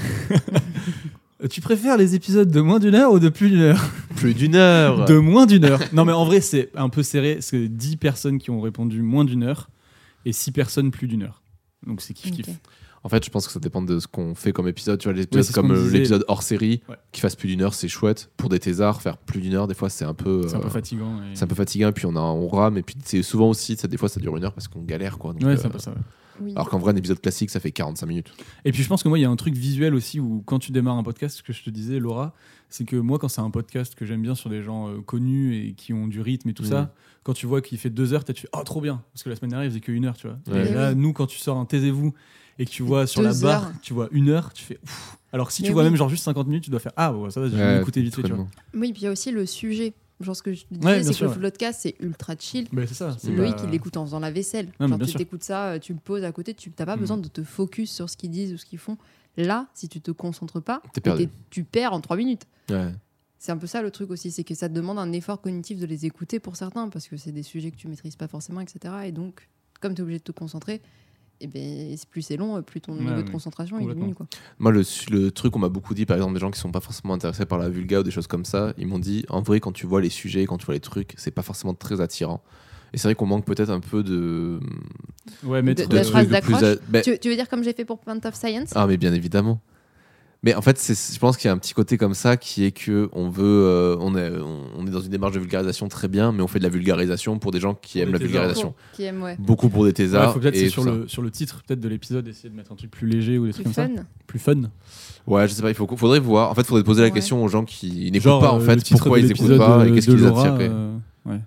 [LAUGHS] tu préfères les épisodes de moins d'une heure ou de plus d'une heure Plus d'une heure. De moins d'une heure. Non, mais en vrai, c'est un peu serré. parce que 10 personnes qui ont répondu moins d'une heure et 6 personnes plus d'une heure. Donc c'est kiff-kiff. Ok. En fait, je pense que ça dépend de ce qu'on fait comme épisode. Tu vois, les Ouais, épisodes c'est ce comme qu'on euh, disait. l'épisode hors série, Ouais. qui fasse plus d'une heure, c'est chouette. Pour des thésards, faire plus d'une heure, des fois, c'est un peu. C'est un peu euh, fatigant. et- C'est un peu fatigant, puis on, a, on rame, et puis c'est souvent aussi, ça, des fois ça dure une heure parce qu'on galère. quoi. Donc, Ouais, euh, c'est un peu ça. ouais. Oui. alors qu'en vrai, un épisode classique, ça fait 45 minutes. Et puis je pense que moi, il y a un truc visuel aussi où quand tu démarres un podcast, ce que je te disais, Laura, c'est que moi, quand c'est un podcast que j'aime bien sur des gens euh, connus et qui ont du rythme et tout Mhm. ça, quand tu vois qu'il fait deux heures, t'as- tu fais oh trop bien parce que la semaine dernière il faisait qu'une heure, tu vois. Ouais. Et Eh là, oui. nous, quand tu sors un taisez-vous et que tu vois sur la Deux barre, heures. tu vois une heure, tu fais ouf. Alors si tu Mais vois oui. même genre juste 50 minutes, tu dois faire ah ouais, ça va, j'ai Ouais, écouté vite fait, tu vois. totalement. Oui, puis il y a aussi le sujet. Genre, ce que je disais, Ouais, bien c'est que sûr, le ouais. podcast, c'est ultra chill. Bah, c'est ça. C'est Mm. Loïc, pas- il l'écoute en faisant la vaisselle. mais Genre, bien tu sûr. t'écoutes ça, euh, tu le poses à côté, tu n'as pas Mm. besoin de te focus sur ce qu'ils disent ou ce qu'ils font. Là, si tu te concentres pas, T'es perdu. t'es- tu perds en trois minutes. Ouais. C'est un peu ça le truc aussi, c'est que ça te demande un effort cognitif de les écouter pour certains, parce que c'est des sujets que tu maîtrises pas forcément, etc. Et donc, comme tu es obligé de te concentrer, et ben, c'est- plus c'est long, plus ton Ouais, niveau de ouais, concentration il complètement. diminue. Quoi. Moi, le, su- le truc qu'on m'a beaucoup dit, par exemple, des gens qui sont pas forcément intéressés par la vulga ou des choses comme ça, ils m'ont dit en vrai, quand tu vois les sujets, quand tu vois les trucs, c'est pas forcément très attirant. Et c'est vrai qu'on manque peut-être un peu de. Ouais, mais De- de la trucs phrase de plus d'accroche, à- Eh. ben, Tu, tu veux dire comme j'ai fait pour Point of Science Ah, mais bien évidemment. Mais en fait, c'est- je pense qu'il y a un petit côté comme ça qui est que on veut, euh, on, est, on on est dans une démarche de vulgarisation très bien, mais on fait de la vulgarisation pour des gens qui Pour aiment des la thésards. vulgarisation. Qui aime, ouais. Beaucoup pour des thésards. faut peut-être et c'est tout sur ça. le, sur le titre peut-être de l'épisode essayer de mettre un truc plus léger ou des Plus trucs comme ça, fun. plus fun. Ouais, je sais pas, il faut, faudrait voir. En fait, faudrait poser la Ouais. question aux gens qui n'écoutent Genre, pas, en euh, fait, le titre pourquoi de ils écoutent l'épisode pas et de- qu'est-ce de qui les Laura, attire. quoi. euh, ouais.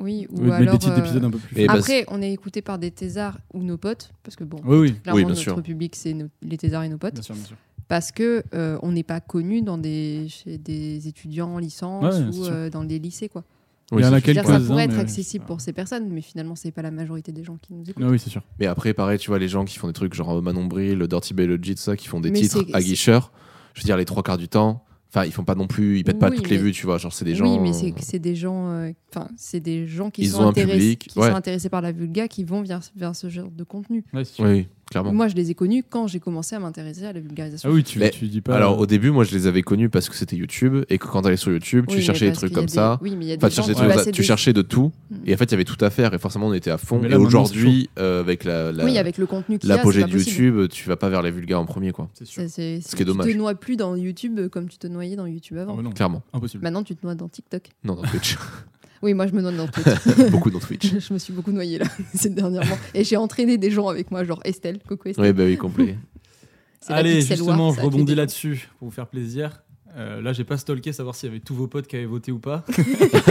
Oui, ou Ou des alors. petits euh, épisodes un peu plus. Et bah, Après, on est écouté par des thésards ou nos potes, parce que bon, Oui, oui, clairement, bien notre sûr. public, c'est nos- les thésards et nos potes. bien sûr, bien sûr. parce que euh, on n'est pas connu dans des chez des étudiants en licence Ouais, c'est ou sûr. euh, dans des lycées quoi. Oui, Il y en c'est- a Je veux dire, ça Quelques-uns, pourrait mais être ouais, accessible c'est pour ces personnes, mais finalement c'est pas la majorité des gens qui nous écoutent. Ah oui, c'est sûr. Mais après, pareil, tu vois, les gens qui font des trucs genre euh, Manon Bril, le Dirty Biology, tout ça, qui font des Mais titres c'est- à guicheur, je veux dire, les trois quarts du temps, enfin, ils font pas non plus, ils pètent pas Oui, toutes les mais- vues, tu vois. Genre, c'est des oui, gens. mais c'est c'est des gens, euh, enfin c'est des gens qui Ils sont ont un intéressés, public, qui ouais. sont intéressés par la vulga, qui vont vers, vers ce genre de contenu. Ouais, c'est sûr. euh, Oui, clairement. Moi, je les ai connus quand j'ai commencé à m'intéresser à la vulgarisation. Ah oui, tu, Mais- tu dis pas. Alors au début, moi je les avais connus parce que c'était YouTube et que quand t'allais sur YouTube, Oui, tu mais cherchais des parce trucs qu'il y a comme ça. Oui, mais il y a Enfin, des tu gens cherchais, qui des trucs comme ça. passaient tu des- cherchais de tout Mm. et en fait il y avait tout à faire et forcément on était à fond. Mais là, Et maintenant, c'est aujourd'hui, euh, avec la- la- Oui, avec le contenu qu'il y a, c'est l'apogée pas de possible. YouTube, tu vas pas vers les vulgaires en premier quoi. C'est sûr. Ça, c'est- c'est- qui est dommage. Tu te noies plus dans YouTube euh, comme tu te noyais dans YouTube Ah avant. ouais, non, Clairement. impossible. Maintenant, tu te noies dans TikTok. Non, dans [LAUGHS] Twitch. Oui, moi, je me noie [LAUGHS] dans Twitch. Beaucoup dans Twitch. je me suis beaucoup noyée là, [LAUGHS] ces dernièrement. Et j'ai entraîné des gens avec moi, genre Estelle. Coucou Estelle. Oui, bah oui, complet. C'est la Allez, Pixel justement, War, je ça a fait rebondis des- là-dessus pour vous faire plaisir. Euh, là, j'ai pas stalké savoir s'il y avait tous vos potes qui avaient voté ou pas.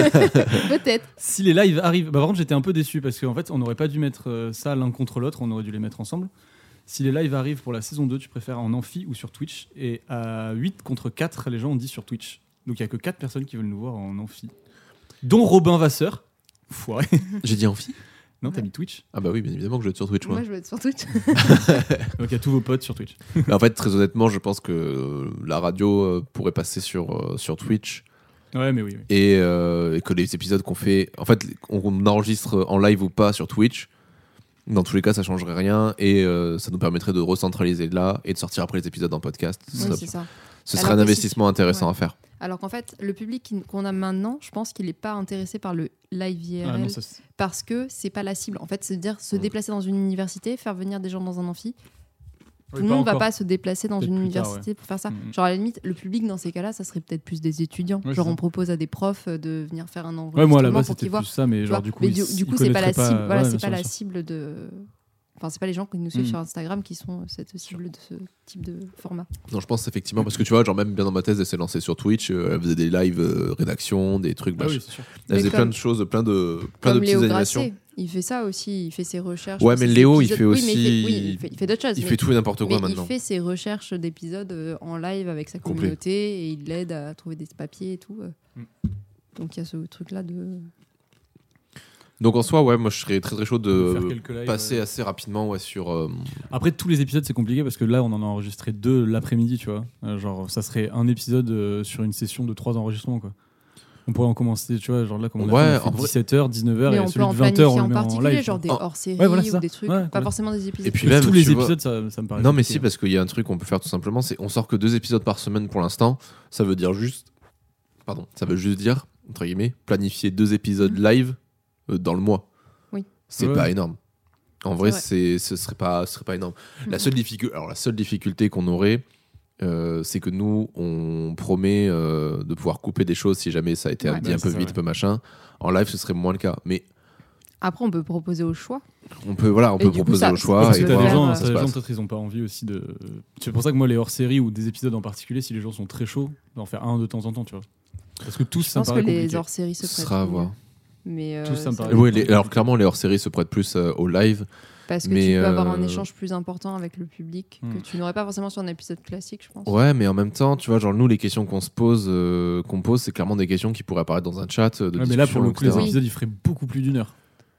Peut-être. si les lives arrivent, bah, par contre, j'étais un peu déçu parce qu'en fait, on n'aurait pas dû mettre euh, ça l'un contre l'autre, on aurait dû les mettre ensemble. Si les lives arrivent pour la saison 2, tu préfères en amphi ou sur Twitch Et à 8 contre 4, les gens ont dit sur Twitch. Donc il y a que 4 personnes qui veulent nous voir en amphi. Dont Robin Vasseur. Foiré. [LAUGHS] J'ai dit amphi Non, t'as mis Twitch. Ah bah oui, bien évidemment que je vais être sur Twitch moi. Moi, je veux être sur Twitch. Donc il y a tous vos potes sur Twitch. Mais en fait, très honnêtement, je pense que euh, la radio euh, pourrait passer sur, euh, sur Twitch Ouais, mais oui. oui. et, euh, et que les épisodes qu'on fait, en fait, on, on enregistre en live ou pas sur Twitch. Dans tous les cas, ça changerait rien et euh, ça nous permettrait de recentraliser là et de sortir après les épisodes en podcast. Ce Oui, serait- c'est ça. ce Alors serait un que si- investissement intéressant à faire. Alors qu'en fait, le public qui- qu'on a maintenant, je pense qu'il n'est pas intéressé par le live IRL Ah, non, ça, c'est- parce que c'est pas la cible. En fait, c'est dire se Mm. déplacer dans une université, faire venir des gens dans un amphi. Oui, Tout le pas monde va encore. pas se déplacer dans Peut-être une plus tard, université pour faire ça. Mm. Genre à la limite, le public dans ces cas-là, ça serait peut-être plus des étudiants. Ouais, Genre c'est on ça. propose à des profs euh, de venir faire un enregistrement Ouais, moi là-bas, pour c'était qu'ils plus voient. ça, mais tu genre vois. du coup, Mais ils- du ils euh, coup, c'est pas la connaîtraient cible. Voilà, ouais, bien c'est pas sûr, la bien sûr. cible de. Enfin, c'est pas les gens qui nous suivent Mm. sur Instagram qui sont euh, cette cible de ce type de format. Non, je pense effectivement parce que tu vois, genre même bien dans ma thèse, elle s'est lancée sur Twitch, euh, elle faisait des lives euh, rédaction, des trucs, Ah machin. oui, c'est sûr. elle faisait Mais plein comme- de choses, plein de plein de Comme petites Léo animations. Grasset, il fait ça aussi, il fait ses recherches. Ouais, sur mais ses Léo, il épisodes. fait Oui, mais aussi- il fait, oui, il fait, il fait d'autres choses. Il mais- fait tout et n'importe quoi mais maintenant. Il fait ses recherches d'épisodes euh, en live avec sa Complet. communauté et il l'aide à trouver des papiers et tout. euh. Mm. Donc il y a ce truc-là de. Donc en soi, ouais, moi je serais très très chaud de Faire quelques lives, passer ouais. assez rapidement ouais, sur. euh, Après, tous les épisodes, c'est compliqué parce que là, on en a enregistré deux l'après-midi, tu vois. Euh, genre, ça serait un épisode euh, sur une session de trois enregistrements, quoi. On pourrait en commencer, tu vois, genre là, comme on Ouais, a fait, en vrai- 17h, 19h, mais et on peut celui en de 20h, planifier on en le met en particulier, live. hein. genre des Oh. hors-séries Ouais, voilà, c'est ou ça. des Ouais, trucs. pas complètement. forcément des épisodes. Et puis Mais même, tous tu les vois- épisodes, ça, ça me paraît. Non, mais compliqué. si, parce qu'il y a un truc qu'on peut faire tout simplement, c'est on sort que deux épisodes par semaine pour l'instant. Ça veut dire juste. Pardon, ça veut juste dire, entre guillemets, planifier deux épisodes live euh, dans le mois. Mm. Oui. C'est Ouais. pas énorme. En vrai, vrai. c'est ce serait pas, ce serait pas énorme. La Mhm. seule difficulté, alors la seule difficulté qu'on aurait, euh, c'est que nous, on promet euh, de pouvoir couper des choses si jamais ça a été Ouais. dit Ouais, un c'est peu ça, vite, ouais. un peu machin. En live, ce serait moins le cas. Mais Après, on peut proposer au choix. on peut, voilà, on Et peut du coup, proposer ça- au Ouais, choix parce que et tu t'as peux voir des faire, gens, comment euh, ça t'as se des gens, passe. peut-être ils ont pas envie aussi de. C'est pour ça que moi les hors-séries ou des épisodes en particulier, si les gens sont très chauds, d'en faire un de temps en temps, tu vois. Parce que tous, Je ça me pense que paraît les compliqué. hors-séries se Ce prêtent. sera à mieux. voir. Mais euh, Tout ça me paraît- Oui, les- alors clairement, les hors-séries se prêtent plus euh, au live. Parce que mais, tu peux avoir un euh, échange plus important avec le public que Hmm. tu n'aurais pas forcément sur un épisode classique, je pense. Ouais, mais en même temps, tu vois, genre nous, les questions qu'on se pose, euh, qu'on pose, c'est clairement des questions qui pourraient apparaître dans un chat euh, de Ouais, mais là, discussion, pour le coup, etc. les Oui. épisodes, ils feraient beaucoup plus d'une heure.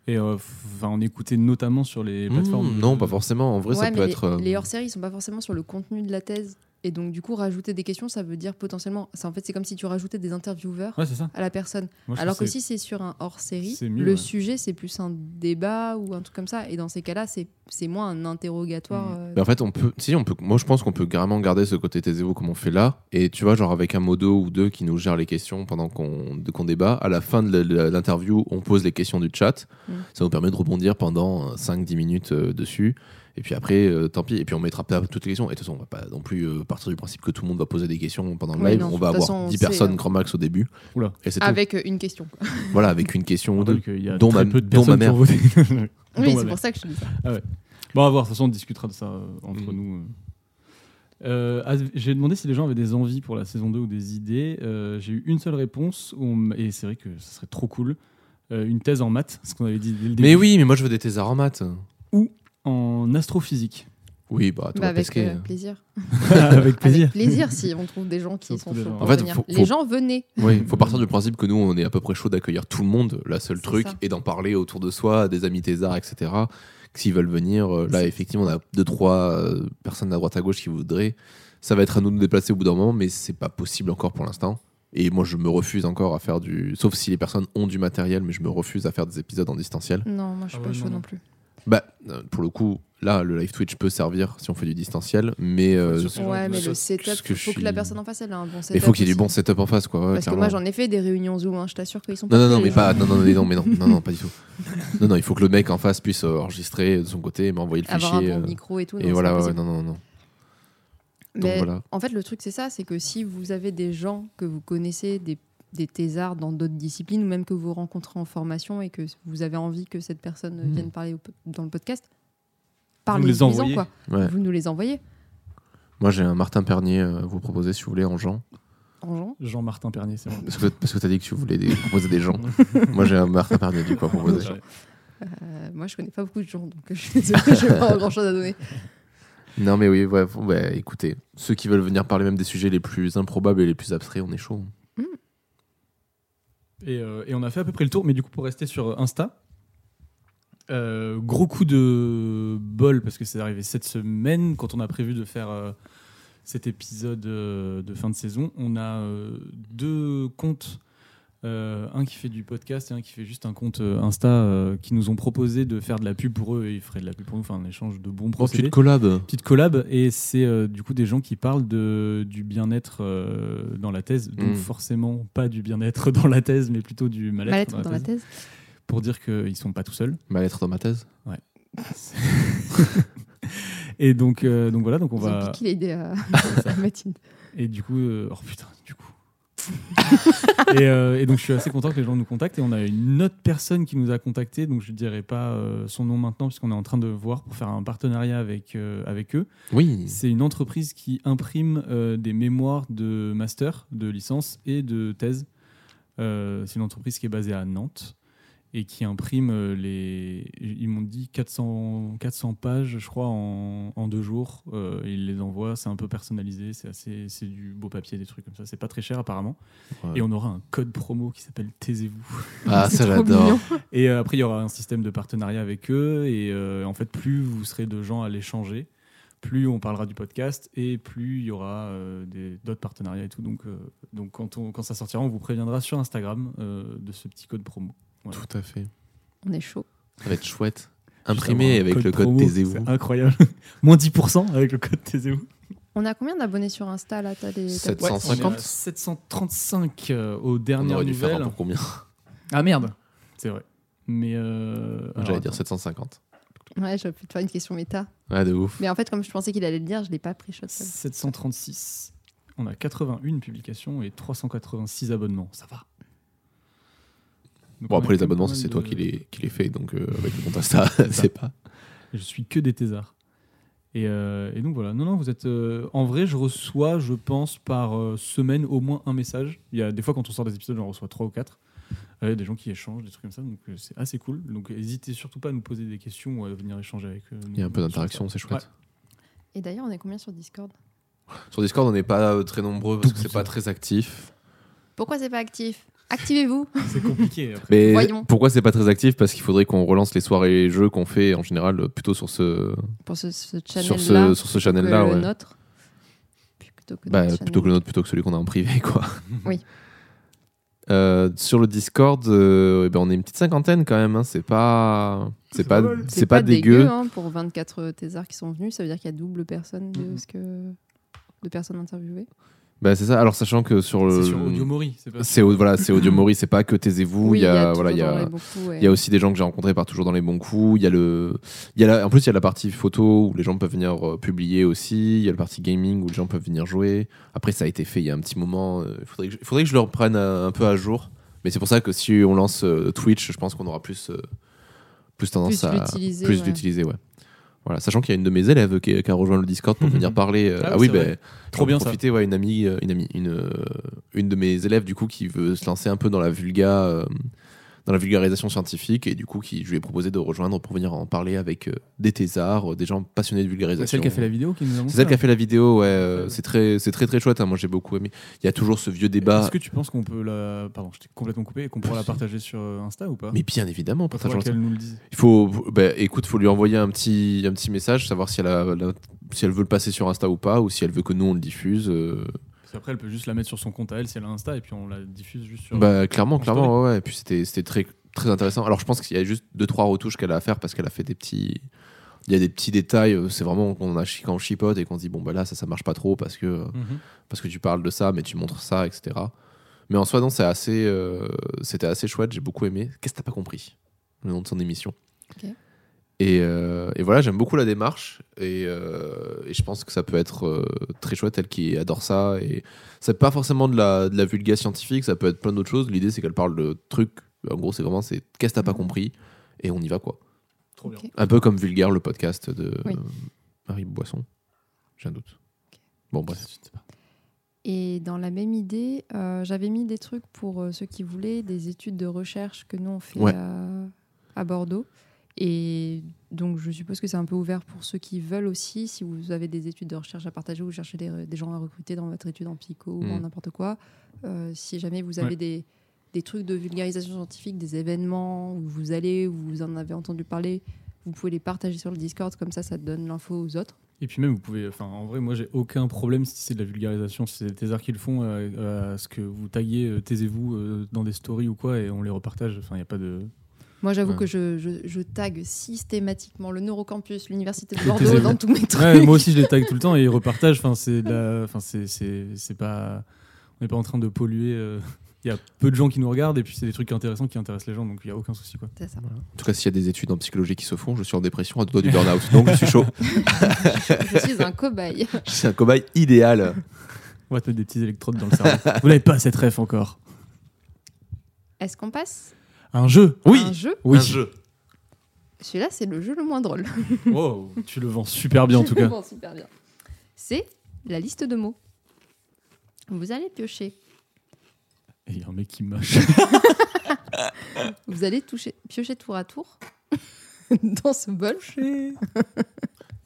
Et euh, f- enfin, on écoutait notamment sur les Mmh, plateformes. non, pas forcément. En vrai, Ouais, ça mais peut les, être. euh, les hors-séries, ils sont pas forcément sur le contenu de la thèse. Et donc, du coup, rajouter des questions, ça veut dire potentiellement. ça, en fait, c'est comme si tu rajoutais des intervieweurs Ouais, c'est ça. à la personne. Moi, je Alors que trouve que si c'est sur un hors-série, c'est mieux, le ouais. sujet, c'est plus un débat ou un truc comme ça. Et dans ces cas-là, c'est c'est moins un interrogatoire. Mmh. euh, Mais Bah, en fait, on peut. Si, on peut. Moi, je pense qu'on peut carrément garder ce côté Teseo comme on fait là. Et tu vois, genre avec un modo ou deux qui nous gère les questions pendant qu'on de- qu'on débat. À la fin de la- la- l'interview, on pose les questions du chat. Mm. Ça nous permet de rebondir pendant 5-10 minutes euh, dessus. Et puis après, euh, tant pis. Et puis on mettra pas toutes les questions. Et de toute façon, on va pas non plus euh, partir du principe que tout le monde va poser des questions pendant le Oui, live. on non, de va toute avoir façon, on 10 sait, personnes hein. grand max au début. Oula. Ah, Et c'est tout. avec euh, une question. quoi. Voilà, avec une question ou deux. Il y a dont très ma- peu de dont ma personnes qui ont voté. [LAUGHS] Dont Oui, ma c'est mère. pour ça que je te dis ça. Bon, à voir. De toute façon, on discutera de ça euh, entre Mm. nous. euh. Euh, ah, j'ai demandé si les gens avaient des envies pour la saison 2 ou des idées. Euh, j'ai eu une seule réponse, où on m- et c'est vrai que ça serait trop cool. Euh, une thèse en maths, ce qu'on avait dit dès le début. Mais oui, mais moi, je veux des thésards en maths. [LAUGHS] En astrophysique. Oui, bah, Bah, Thomas avec Pesquet. euh, plaisir. Avec plaisir. Avec plaisir, si on trouve des gens qui Surtout sont des chauds gens. pour En fait, venir. faut- faut- Les gens, venez. Oui, faut partir du principe que nous, on est à peu près chaud d'accueillir tout le monde. La seule C'est truc ça. est d'en parler autour de soi, à des amis thésards, etc. Que S'ils veulent venir, euh, là, effectivement, on a deux, trois euh, personnes à droite à gauche qui voudraient. Ça va être à nous de nous déplacer au bout d'un moment, mais c'est pas possible encore pour l'instant. Et moi, je me refuse encore à faire du. Sauf si les personnes ont du matériel, mais je me refuse à faire des épisodes en distanciel. Non, moi, je suis Ah pas ouais, chaud non, non non. plus. Bah, euh, pour le coup, là, le live Twitch peut servir si on fait du distanciel, mais euh, Sur- ce- Genre, Ouais, mais ce- le ce setup, que faut je que suis- la personne en face elle a un bon setup. il faut qu'il y ait du aussi. bon setup en face, quoi. ouais, Parce que clairement. moi j'en ai fait des réunions Zoom, hein, je t'assure qu'ils sont Non, non, non, terribles, mais pas, hein. non, non, non, mais non, mais non, non, non, pas du [LAUGHS] tout. Non, non, il faut que le mec en face puisse euh, enregistrer de son côté, m'envoyer le hein. Avoir un fichier. bon euh, micro et tout. non, et c'est pas voilà, ouais, possible. non, non, non. Donc Mais voilà. En fait, le truc, c'est ça c'est que si vous avez des gens que vous connaissez, des, des thésards dans d'autres disciplines, ou même que vous rencontrez en formation et que vous avez envie que cette personne euh, Mhm. vienne parler au po- dans le podcast, Vous les parlez-en, envoyez. quoi. Ouais. Vous nous les envoyez Moi, j'ai un Martin Pernier euh, à vous proposer, si vous voulez, en gens. en gens. Jean-Martin Pernier, c'est bon. Parce que, parce que t'as dit que tu voulais des- proposer des [LAUGHS] gens. Moi, j'ai un Martin Pernier, du coup, à proposer. Euh, moi, je connais pas beaucoup de gens, donc [LAUGHS] je suis désolée, j'ai pas grand chose à donner. Non, mais oui, ouais, bon, bah, écoutez, ceux qui veulent venir parler même des sujets les plus improbables et les plus abstraits, on est chaud. Et, euh, et on a fait à peu près le tour, mais du coup, pour rester sur Insta, euh, gros coup de bol parce que c'est arrivé cette semaine quand on a prévu de faire euh, cet épisode euh, de fin de saison. On a euh, deux comptes, euh, un qui fait du podcast et un qui fait juste un compte euh, Insta euh, qui nous ont proposé de faire de la pub pour eux et ils feraient de la pub pour nous, enfin un échange de bons procédés. collab. Petite collab et c'est euh, du coup des gens qui parlent de, du bien-être euh, dans la thèse, donc Mm. forcément pas du bien-être dans la thèse, mais plutôt du mal-être, Mal-être dans la thèse. pour dire qu'ils sont pas tout seuls. Mal-être dans ma thèse. et donc, euh, donc voilà, donc on Ils ont va. piqué l'idée euh, [LAUGHS] à, c'est ça. à Mathilde. Et du coup, euh, oh putain, du coup. [LAUGHS] et, euh, et donc je suis assez content que les gens nous contactent et on a une autre personne qui nous a contacté, donc je dirais pas euh, son nom maintenant puisqu'on est en train de voir pour faire un partenariat avec, euh, avec eux. Oui. C'est une entreprise qui imprime euh, des mémoires de master, de licence et de thèse. Euh, c'est une entreprise qui est basée à Nantes et qui imprime euh, les. Ils m'ont dit 400, 400 pages, je crois, en, en deux jours. Euh, ils les envoient, c'est un peu personnalisé, c'est assez, c'est du beau papier, des trucs comme ça. C'est pas très cher apparemment. Ouais. Et on aura un code promo qui s'appelle Taisez-vous. Ah, ça, trop j'adore. mignon. Et euh, après, il y aura un système de partenariat avec eux. Et euh, en fait, plus vous serez de gens à l'échanger, plus on parlera du podcast et plus il y aura euh, des- d'autres partenariats et tout. Donc, euh, donc quand, on, quand ça sortira, on vous préviendra sur Instagram euh, de ce petit code promo. Tout à fait. On est chaud. Ça va être chouette. Juste Imprimé avoir un avec le code promo, Taisez-vous. C'est incroyable. [LAUGHS] Moins 10% avec le code Taisez-vous. On a combien d'abonnés sur Insta là T'as des- t'as- Sept. 750. on est à 735 euh, aux On dernières aurait dû faire un nouvelles. pour combien Ah merde C'est vrai. Mais. euh, alors, J'allais dire 750. Ouais, j'aurais pu te faire une question méta. Ouais, de ouf. Mais en fait, comme je pensais qu'il allait le dire, je l'ai pas pris shot. 736. On a 81 publications et 386 abonnements. Ça va. Donc Bon, on a après, les quand abonnements, même ça, c'est pas toi mal qui de- les, qui les fais, donc euh, avec le compte Insta, [LAUGHS] c'est pas. Je suis que des thésards. Et, euh, et donc voilà. Non, non, vous êtes. euh, en vrai, je reçois, je pense, par euh, semaine au moins un message. Il y a des fois, quand on sort des épisodes, j'en reçois 3 ou 4. Il y a des gens qui échangent, des trucs comme ça. Donc euh, c'est assez cool. Donc n'hésitez surtout pas à nous poser des questions ou à venir échanger avec euh, eux. Il y a un peu d'interaction, c'est chouette. Et d'ailleurs, on est combien sur Discord Sur Discord, on n'est pas euh, très nombreux parce que Double c'est pas très actif. Pourquoi c'est pas actif Activez-vous [LAUGHS] [LAUGHS] C'est compliqué. après. Mais Voyons. pourquoi c'est pas très actif Parce qu'il faudrait qu'on relance les soirées jeux qu'on fait en général euh, plutôt sur ce, pour ce, ce sur channel-là. ce, sur ce que channel-là. Le ouais. nôtre. Plutôt que, Bah, plutôt notre que channel. le nôtre, plutôt que celui qu'on a en privé, [LAUGHS] quoi. Oui. Euh, sur le Discord, euh, eh ben, on est une petite cinquantaine quand même. hein. C'est pas, c'est C'est pas, pas mal. c'est pas, dégueu. hein, pour 24 thésards qui sont venus, ça veut dire qu'il y a double personne de Mm-hmm. Mhm. ce que de personnes interviewées. Bah, c'est ça. Alors sachant que sur le, C'est sur Audio Mori. C'est pas. c'est au- voilà, c'est Audio Mori, c'est pas que taisez-vous. il y a, voilà, il y a, beaucoup. il y a aussi des gens que j'ai rencontrés par toujours dans les bons coups. Il y a le, il y a la- en plus il y a la partie photo où les gens peuvent venir euh, publier aussi. Il y a la partie gaming où les gens peuvent venir jouer. Après ça a été fait il y a un petit moment. euh, Il faudrait que je, il faudrait que je le reprenne euh, un peu à jour. Mais c'est pour ça que si on lance euh, Twitch, je pense qu'on aura plus, euh, plus tendance Plus à l'utiliser, plus ouais. l'utiliser, ouais. Voilà, sachant qu'il y a une de mes élèves qui, qui a rejoint le Discord [LAUGHS] pour venir parler. euh, Ah ah, oui, oui, c'est ben, vrai. Trop j'en ai bien, ça. profité, ouais, une amie, euh, une amie, une, euh, une de mes élèves du coup qui veut se lancer un peu dans la vulga, euh, dans la vulgarisation scientifique et du coup qui je lui ai proposé de rejoindre pour venir en parler avec euh, des thésards, euh, des gens passionnés de vulgarisation. C'est celle qui a fait la vidéo qui nous a montré. C'est celle qui a fait la vidéo, ouais. euh, Ouais. c'est très, c'est très très chouette. hein, moi j'ai beaucoup aimé. Il y a toujours ce vieux débat. Est-ce que tu penses qu'on peut la. Pardon, je t'ai complètement coupé. Qu'on pourra la partager sur euh, Insta ou pas Mais bien évidemment, Faudra partageons- qu'elle nous le dise. Il faut, bah, écoute, faut lui envoyer un petit, un petit message, savoir si elle, a, la- si elle veut le passer sur Insta ou pas, ou si elle veut que nous on le diffuse. euh. Parce qu'après, elle peut juste la mettre sur son compte à elle si elle a Insta et puis on la diffuse juste sur. Bah, clairement, en clairement, ouais, ouais. Et puis c'était, c'était très, très intéressant. Alors je pense qu'il y a juste deux trois retouches qu'elle a à faire parce qu'elle a fait des petits il y a des petits détails, euh, c'est vraiment qu'on a chi- quand on chipote et qu'on se dit bon bah là ça ça marche pas trop parce que euh, Mhm. parce que tu parles de ça mais tu montres ça etc. Mais en soi non c'est assez euh, c'était assez chouette j'ai beaucoup aimé. Qu'est-ce que t'as pas compris le nom de son émission. Ok. Et, euh, et voilà j'aime beaucoup la démarche et, euh, et je pense que ça peut être euh, très chouette elle qui adore ça et c'est pas forcément de la de la vulga scientifique ça peut être plein d'autres choses. L'idée c'est qu'elle parle de trucs en gros c'est vraiment c'est qu'est-ce que Mhm. t'as pas compris et on y va quoi. Trop bien. Ok. Un peu comme Vulgaire, le podcast de Oui. euh, Marie Boisson. J'ai un doute. Bon, bref. Et dans la même idée, euh, j'avais mis des trucs pour euh, ceux qui voulaient, des études de recherche que nous on fait Ouais. à, à Bordeaux. Et donc je suppose que c'est un peu ouvert pour ceux qui veulent aussi, si vous avez des études de recherche à partager ou cherchez des, des gens à recruter dans votre étude en psycho ou en Mm. n'importe quoi. euh, si jamais vous avez Ouais. des, des trucs de vulgarisation scientifique, des événements où vous allez, où vous en avez entendu parler, vous pouvez les partager sur le Discord, comme ça ça donne l'info aux autres. Et puis même, vous pouvez. Enfin, en vrai, moi, j'ai aucun problème si c'est de la vulgarisation, si c'est des thésards qui le font, euh, euh, à ce que vous taguiez, euh, taisez-vous euh, dans des stories ou quoi, et on les repartage. Enfin, il n'y a pas de. Moi, j'avoue Ouais. que je, je, je tague systématiquement le [LAUGHS] Neurocampus, l'Université de Les Bordeaux TZL. dans tous mes trucs. Ouais, [LAUGHS] moi aussi, je les tag tout le temps et ils repartagent. Enfin, c'est de la- Enfin, c'est- c'est c'est pas. On n'est pas en train de polluer. euh, Il y a peu de gens qui nous regardent, et puis c'est des trucs intéressants qui intéressent les gens, donc il n'y a aucun souci, quoi. C'est ça. En tout cas, s'il y a des études en psychologie qui se font, je suis en dépression à deux doigts du burn-out. Donc, je suis [LAUGHS] chaud. Je suis un cobaye. C'est un cobaye idéal. On va te mettre des petits électrodes dans le cerveau. vous n'avez pas cette ref encore. Est-ce qu'on passe Un jeu Oui à un jeu Oui. jeu. Celui-là, c'est le jeu le moins drôle. Wow, tu le vends super bien, en tout cas. [LAUGHS] Bon, super bien. C'est la liste de mots. Vous allez piocher. Et il y a un mec qui [LAUGHS] mâche. Vous allez toucher, piocher tour à tour [LAUGHS] dans ce bol.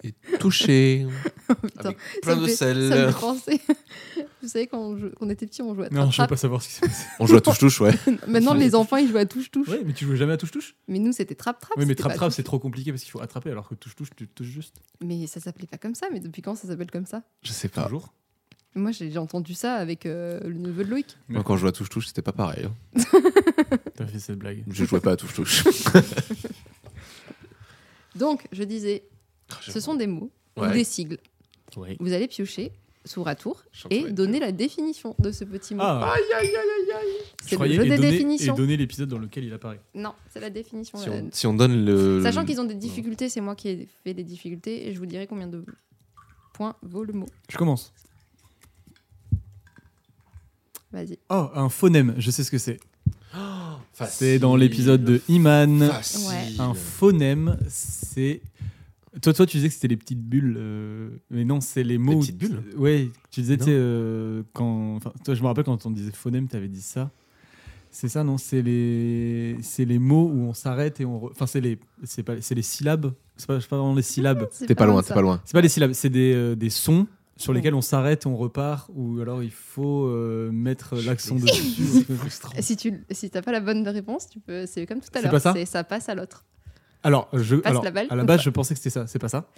Et touché. [LAUGHS] Putain, Avec ça plein me de fait- sel. Ça me fait penser. [LAUGHS] Vous savez, quand on, jouait- quand on était petit, on jouait à Non, je veux attrape. pas savoir ce qui se passe. On joue à touche-touche, ouais. Maintenant, les enfants, ils jouent à touche-touche. Ouais, mais tu joues jamais à touche-touche Mais nous, c'était trap-trap. Oui, mais Ah, c'était pas trap-trap, c'est trop compliqué parce qu'il faut attraper alors que touche-touche, tu touches juste. Mais ça s'appelait pas comme ça, mais depuis quand ça s'appelle comme ça Je sais pas. Toujours. Moi j'ai j'ai entendu ça avec euh, le neveu de Loïc. Moi, quand je jouais à touche-touche, c'était pas pareil. hein. T'as fait cette blague. [LAUGHS] Je jouais pas à touche-touche. Donc je disais, ce sont des mots ou Ouais. des sigles. Oui. Vous allez piocher tour à tour Je et vais- donner la définition de ce petit mot. Ah, c'est le jeu et des donner- définitions. Et donner l'épisode dans lequel il apparaît. Non, c'est la définition. Si là. on, si on donne le. euh, Sachant qu'ils ont des difficultés, c'est moi qui ai fait des difficultés et je vous dirai combien de points vaut le mot. Je commence. Vas-y. Oh, un phonème, je sais ce que c'est. Facile. C'est dans l'épisode de Iman. Facile. Un phonème, c'est. Toi, toi, tu disais que c'était les petites bulles, euh, mais non, c'est les mots. où petites tu- bulles Ouais, tu disais, Non. tu sais, euh, quand. Enfin, toi, je me rappelle quand on disait phonème, tu avais dit ça. C'est ça, non C'est les... c'est les mots où on s'arrête et on. re- Enfin, c'est les... c'est pas... c'est les syllabes. C'est pas... c'est pas vraiment les syllabes. C'est T'es pas loin, mal, t'es ça. pas loin. C'est pas les syllabes, c'est des, euh, des sons sur lesquels on s'arrête, on repart, ou alors il faut euh, mettre [LAUGHS] l'accent dessus. Si tu si t'as pas la bonne réponse, tu peux. C'est comme tout à C'est l'heure. pas ça c'est- ça passe à l'autre. Alors, je, Passe alors la balle à la ou base, pas je pensais que c'était ça. C'est pas ça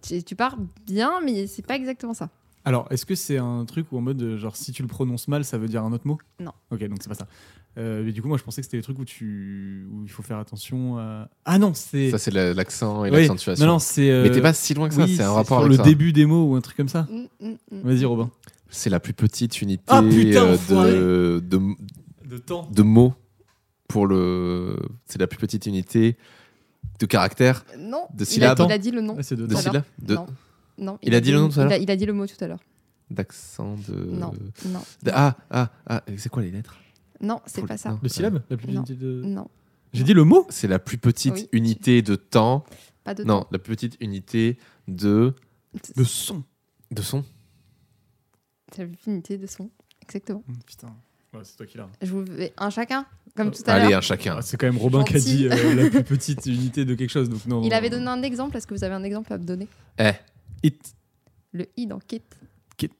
Tu, tu pars bien, mais c'est pas exactement ça. Alors, est-ce que c'est un truc où en mode, euh, genre, si tu le prononces mal, ça veut dire un autre mot Non. Ok, donc c'est pas ça. Euh, mais du coup, moi, je pensais que c'était les trucs où, tu... où il faut faire attention à... Ah non, c'est... Ça, c'est la- l'accent et Oui. l'accentuation. Non, non, c'est... euh, Mais t'es pas si loin que ça, oui, c'est un rapport sur avec le ça. début des mots ou un truc comme ça. Mm, mm, mm. Vas-y, Robin. C'est la plus petite unité Ah, putain, euh, enfoiré. de, de, De temps. de mots pour le. C'est la plus petite unité de caractère Non. De il a- syllabes. Il a, dit le nom. c'est de de temps. Alors, syllabes de- Non. non, Il a dit le nom tout à il a- l'heure Il a dit le mot tout à l'heure. D'accent de. Non. Non. de- ah, ah, ah, c'est quoi les lettres Non, c'est Faut- pas ça. non. De syllabes La plus Non. petite de... Non. J'ai dit le mot C'est la plus petite Oui. unité de temps. Pas de Non, la plus petite unité de. De son. de son. C'est l'unité de son. Exactement. Hum, Putain. Ouais, c'est toi qui l'as. Je vous fais un chacun, comme Euh, tout à Allez, l'heure. un chacun. Ah, c'est quand même Robin qui a Gentil. dit euh, la plus petite unité de quelque chose, donc non. Il avait donné un exemple. Est-ce que vous avez un exemple à me donner Eh. It. Le i dans kit. Kit.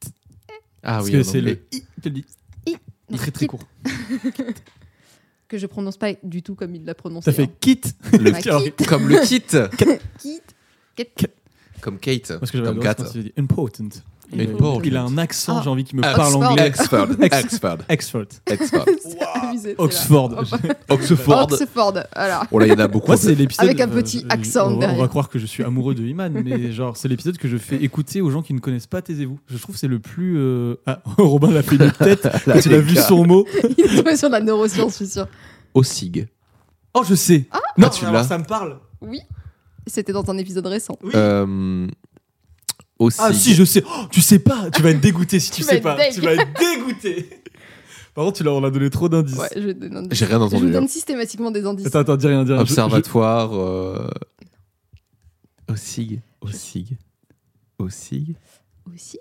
Ah Parce oui, que en c'est anglais. le i. tu le dis. Non, Très très kit, [LAUGHS] court. Que je prononce pas du tout comme il l'a prononcé. Ça fait hein. kit. Le Ouais, Alors, kit. Comme le kit Kit. Comme Kate. Parce que j'avais Comme adoré Kat. quand tu as dit important. Et Il- Borg. Il a un accent, Ah. j'ai envie qu'il me Ah, parle Oxford. anglais. Oxford, Ex- Oxford, Oxford. [LAUGHS] Oxford, C'est [LAUGHS] abusé, c'est Oxford. Hop. là. Oxford. Oxford, voilà. [LAUGHS] Oh là, il y en a beaucoup. [LAUGHS] [LAUGHS] Moi, c'est l'épisode. Avec un petit euh, accent on- On derrière. va croire que je suis amoureux de Iman, mais [LAUGHS] genre, c'est l'épisode que je fais écouter aux gens qui ne connaissent pas Taisez-vous. Je trouve que c'est le plus. euh, Ah, [LAUGHS] Robin l'a fait [LAUGHS] de tête quand il a vu son mot. Il est tombé sur de la neuroscience, je suis sûre. Au SIG. Oh, je sais Ah, tu l'as. me parle Oui. C'était dans un épisode récent. Oui. Euh, au SIG. Ah, si, je sais Oh, Tu sais pas Tu vas être dégoûté si tu, Tu vas sais être pas deg. Tu vas être [LAUGHS] dégoûté Par contre, tu l'as- on l'a donné trop d'indices. Ouais, je donne, J'ai rien je vous entendu. hein. donne systématiquement des indices. Attends, attends, dis rien, dis rien. Je- Observatoire. euh, Au SIG. Au SIG. Au SIG. Au SIG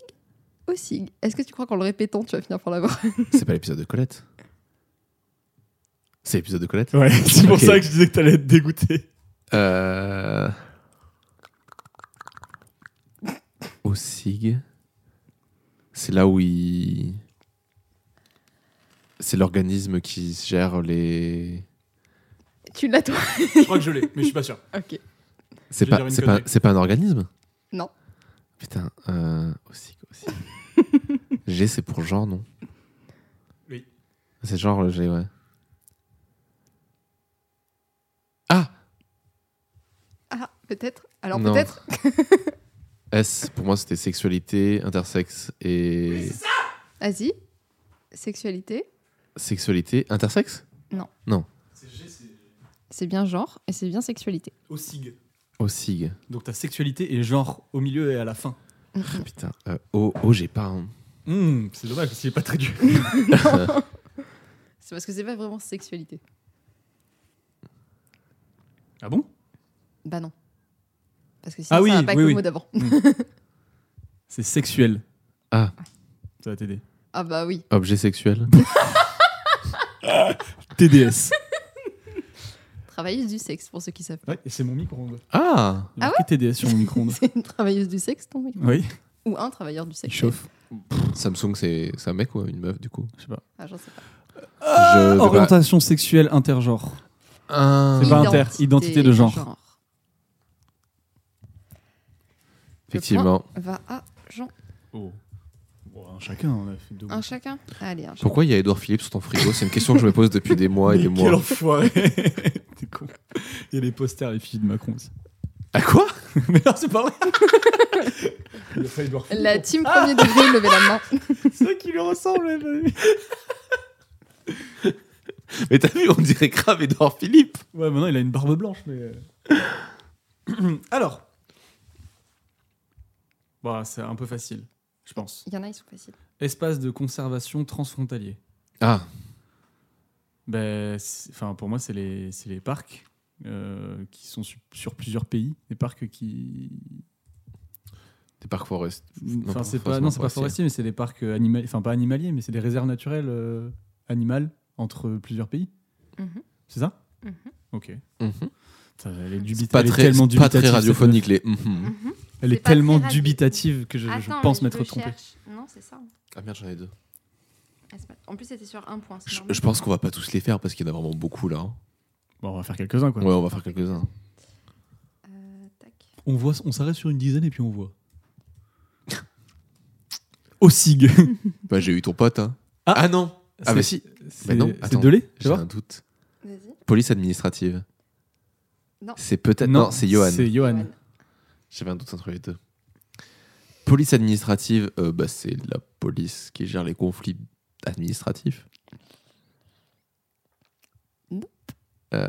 Au SIG. Est-ce que tu crois qu'en le répétant, tu vas finir par l'avoir [LAUGHS] C'est pas l'épisode de Colette. C'est l'épisode de Colette. je- Ouais, [LAUGHS] c'est pour Ok. ça que je disais que t'allais être dégoûté. Euh... Au SIG. C'est là où il. C'est l'organisme qui gère les. Tu l'as, toi Je crois que je l'ai, mais je suis pas sûr. Ok. C'est Je vais dire pas, une c'est pas, connerie. c'est pas un organisme Non. Putain, euh, au SIG, [LAUGHS] au SIG. G, c'est pour genre, non Oui. C'est genre le G, ouais. Ah Ah, peut-être. Alors Non. peut-être. [LAUGHS] S, pour moi, c'était sexualité, intersexe et. Vas-y. Sexualité. Sexualité, intersexe C'est G, c'est C'est bien genre et c'est bien sexualité. au SIG. Au Oh, SIG. Donc ta sexualité et genre au milieu et à la fin. Mhm. Ah, putain, euh, O, O, j'ai pas. hein. Hum, c'est dommage parce qu'il est pas très dur. [LAUGHS] C'est parce que c'est pas vraiment sexualité. Ah bon Bah non. Parce que sinon, Ah oui, ça va pas oui, que le oui. mot d'avant. C'est sexuel. Ah. Ça va t'aider. Ah bah oui. Objet [LAUGHS] sexuel TDS. Travailleuse du sexe, pour ceux qui savent. [LAUGHS] Ouais, et c'est mon micro-ondes. Ah Il y a marqué TDS sur [LAUGHS] mon micro-ondes. [LAUGHS] C'est une travailleuse du sexe, ton micro. Oui, Ou un travailleur du il sexe. chauffe. Samsung, c'est c'est un mec ou une meuf, du coup Je sais pas. Ah, j'en sais pas. Ah, Je vais pas- Orientation sexuelle intergenre. Ah. C'est pas inter, identité de genre. Effectivement. Va à Jean. Oh. Bon, un chacun, on a fait deux. Un chacun Allez, un chacun. Pourquoi il y a Edouard Philippe sur ton frigo C'est une question que je me pose depuis des mois et des Mais [LAUGHS] Quel mois. enfoiré T'es con. Il y a les posters, les filles de Macron aussi. À Ah, quoi [LAUGHS] Mais non, c'est pas vrai Il a fallu leur foutre. La team premier degré, levez la main. C'est ça qui lui ressemble, elle, la vie. Mais t'as vu, on dirait grave Edouard Philippe Ouais, maintenant il a une barbe blanche, mais. euh. [CLEARS THROAT] Alors. Bah, c'est un peu facile, je pense. [LAUGHS] Il y en a, ils sont faciles. Espace de conservation transfrontalier. Ah, Ben, c'est- enfin, pour moi, c'est les, c'est les parcs euh, qui sont su- sur plusieurs pays. Les parcs qui. des parcs forest. Enfin, pas c'est pas, forcément non, c'est pas forestier. forestier, mais c'est des parcs euh, anima- Enfin, pas animaliers, mais c'est des réserves naturelles euh, animales entre plusieurs pays. Mhm. C'est ça Mhm. Ok. Mhm. Putain, elle est, dubita- Pas elle est très, tellement pas dubitative, très cette radiophonique, les. mhm. Mhm. meuf. Elle est, C'est pas très tellement radio- dubitative que je, je pense m'être trompé. Non, c'est ça. Ah merde, j'en ai deux. En plus, c'était sur un point. Je, je pense qu'on va pas tous les faire parce qu'il y en a vraiment beaucoup là. hein. Bon, on va faire quelques-uns, quoi. Ouais, on va faire quelques-uns. Euh, On, voit, on s'arrête sur une dizaine et puis on voit. [LAUGHS] Au SIG. Bah, j'ai eu ton pote, hein. Ah. non Ah, mais si. [LAUGHS] C'est Mais non, c'est attends. Delay, tu J'ai vois un doute. Vas-y. Police administrative. Non. C'est peut-être. Non, c'est Johan. C'est Johan. J'avais un doute entre les deux. Police administrative, euh, bah, c'est la police qui gère les conflits administratifs. Nope. Euh,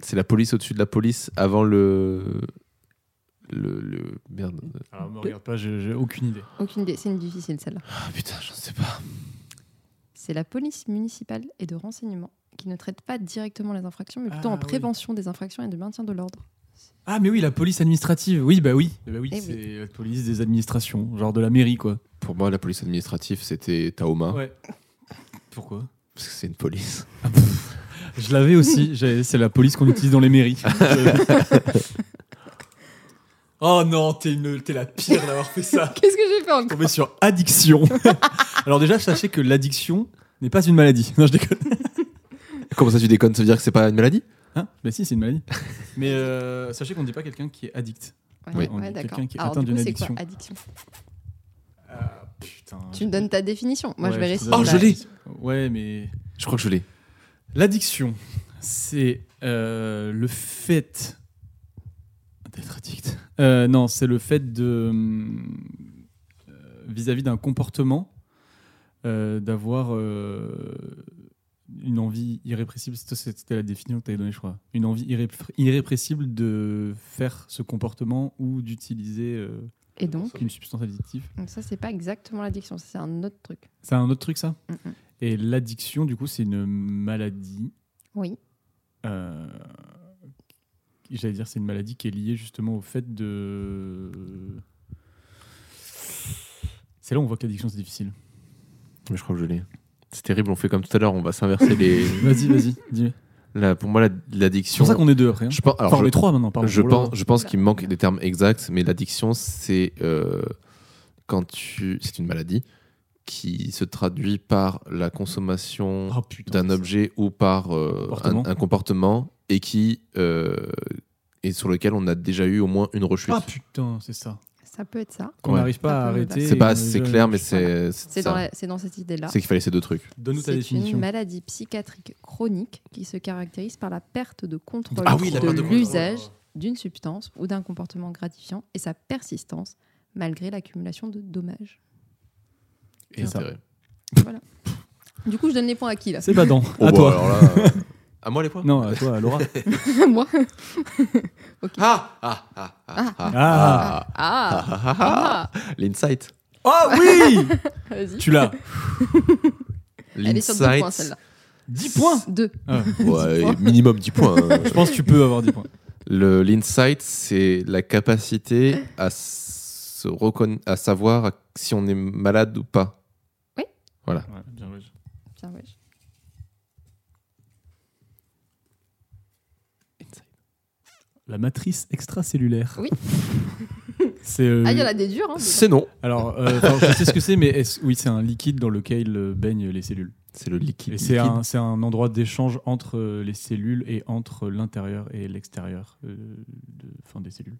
c'est la police au-dessus de la police avant le. Le. le- Merde. Alors, me regarde pas, j'ai j'ai aucune idée. Aucune idée. C'est une difficile, celle-là. Ah putain, j'en sais pas. C'est la police municipale et de renseignement qui ne traite pas directement les infractions, mais plutôt Ah, en oui. prévention des infractions et de maintien de l'ordre. Ah, mais oui, la police administrative. Oui, bah oui. Eh bah oui, Eh c'est la police des administrations, genre de la mairie, quoi. Pour moi, la police administrative, c'était Taoma. Ouais. Pourquoi Parce que c'est une police. [LAUGHS] Je l'avais aussi. j'ai- C'est la police qu'on utilise dans les mairies. [LAUGHS] oh non, t'es une- t'es la pire d'avoir fait ça. [LAUGHS] Qu'est-ce que j'ai fait encore Tombé sur addiction. Alors déjà, sachez que l'addiction n'est pas une maladie. Non, je déconne. Comment ça, tu déconnes Ça veut dire que c'est pas une maladie Hein bah si, c'est une maladie. Mais euh, sachez qu'on ne dit pas quelqu'un qui est addict. Ouais, Oui. ouais, On dit d'accord. quelqu'un qui est Alors, atteint du coup, d'une c'est quoi addiction. addiction Putain. Tu me donnes ta définition. Moi, je Ouais, vais te réciter. donne Oh, la- je l'ai Ouais, mais Je crois que je l'ai. l'addiction, c'est euh, le fait d'être addict. Euh, non, c'est le fait de hum, euh, vis-à-vis d'un comportement euh, d'avoir euh, une envie irrépressible. C'était c'était la définition que tu avais donnée, je crois. Une envie irrépr- irrépressible de faire ce comportement ou d'utiliser euh, Et donc, une substance addictive. donc ça, c'est pas exactement l'addiction, ça, c'est un autre truc. C'est un autre truc, ça Mhm. Et l'addiction, du coup, c'est une maladie. Oui. euh, J'allais dire, c'est une maladie qui est liée justement au fait de. C'est là où on voit que l'addiction, c'est difficile. Mais je crois que je l'ai. C'est terrible, on fait comme tout à l'heure, on va s'inverser les. [LAUGHS] Vas-y, vas-y, dis. La- pour moi, la- C'est l'addiction. pour ça qu'on est deux après. hein. Je pense, alors, enfin, on je- est trois maintenant, pardon. je, Oh là là. pense, je pense qu'il me manque des termes exacts, mais l'addiction, c'est euh, quand tu. C'est une maladie qui se traduit par la consommation Ah, putain, d'un c'est- objet ou par euh, Comportement. Un, un comportement et qui. euh, et sur lequel on a déjà eu au moins une rechute. Ah putain, c'est ça. Ça peut être ça. Qu'on Ouais. n'arrive pas à Ah, arrêter. c'est pas et on assez est déjà- clair, mais c'est. C'est ça. dans, la- c'est dans cette idée-là. C'est qu'il fallait ces deux trucs. Donne-nous ta C'est une définition. maladie psychiatrique chronique qui se caractérise par la perte de contrôle Ah oui, la de perte de contrôle. l'usage d'une substance ou d'un comportement gratifiant et sa persistance malgré l'accumulation de dommages. Et C'est ça. intérêt. Du coup, je donne les points à qui là [LAUGHS] C'est badant. Oh, à bah, toi. alors là, euh, à moi les points Non, à toi, [LAUGHS] à Laura. Moi Ah Ah Ah Ah Ah, Ah. ah, Ah, ah, ah, ah. ah, L'insight. Ah oui Vas-y. Tu l'as. Elle est sur deux points celle-là. 10 points Ah, Deux. [LAUGHS] Ouais, points. minimum 10 points. hein. Je pense que tu peux avoir 10 points. Le- L'insight, c'est la capacité à, se reconna- à savoir si on est malade ou pas. Ouais, bien joué. Tiens, ouais, je- La matrice extracellulaire. Oui. c'est. euh, Ah, il y en a des durs. hein, dedans. C'est non. Alors, [LAUGHS] euh, enfin, je sais ce que c'est, mais est-ce- oui, c'est un liquide dans lequel euh, baignent les cellules. C'est le liquide. Et c'est liquide. un, c'est un endroit d'échange entre euh, les cellules et entre l'intérieur et l'extérieur euh, de, enfin, des cellules.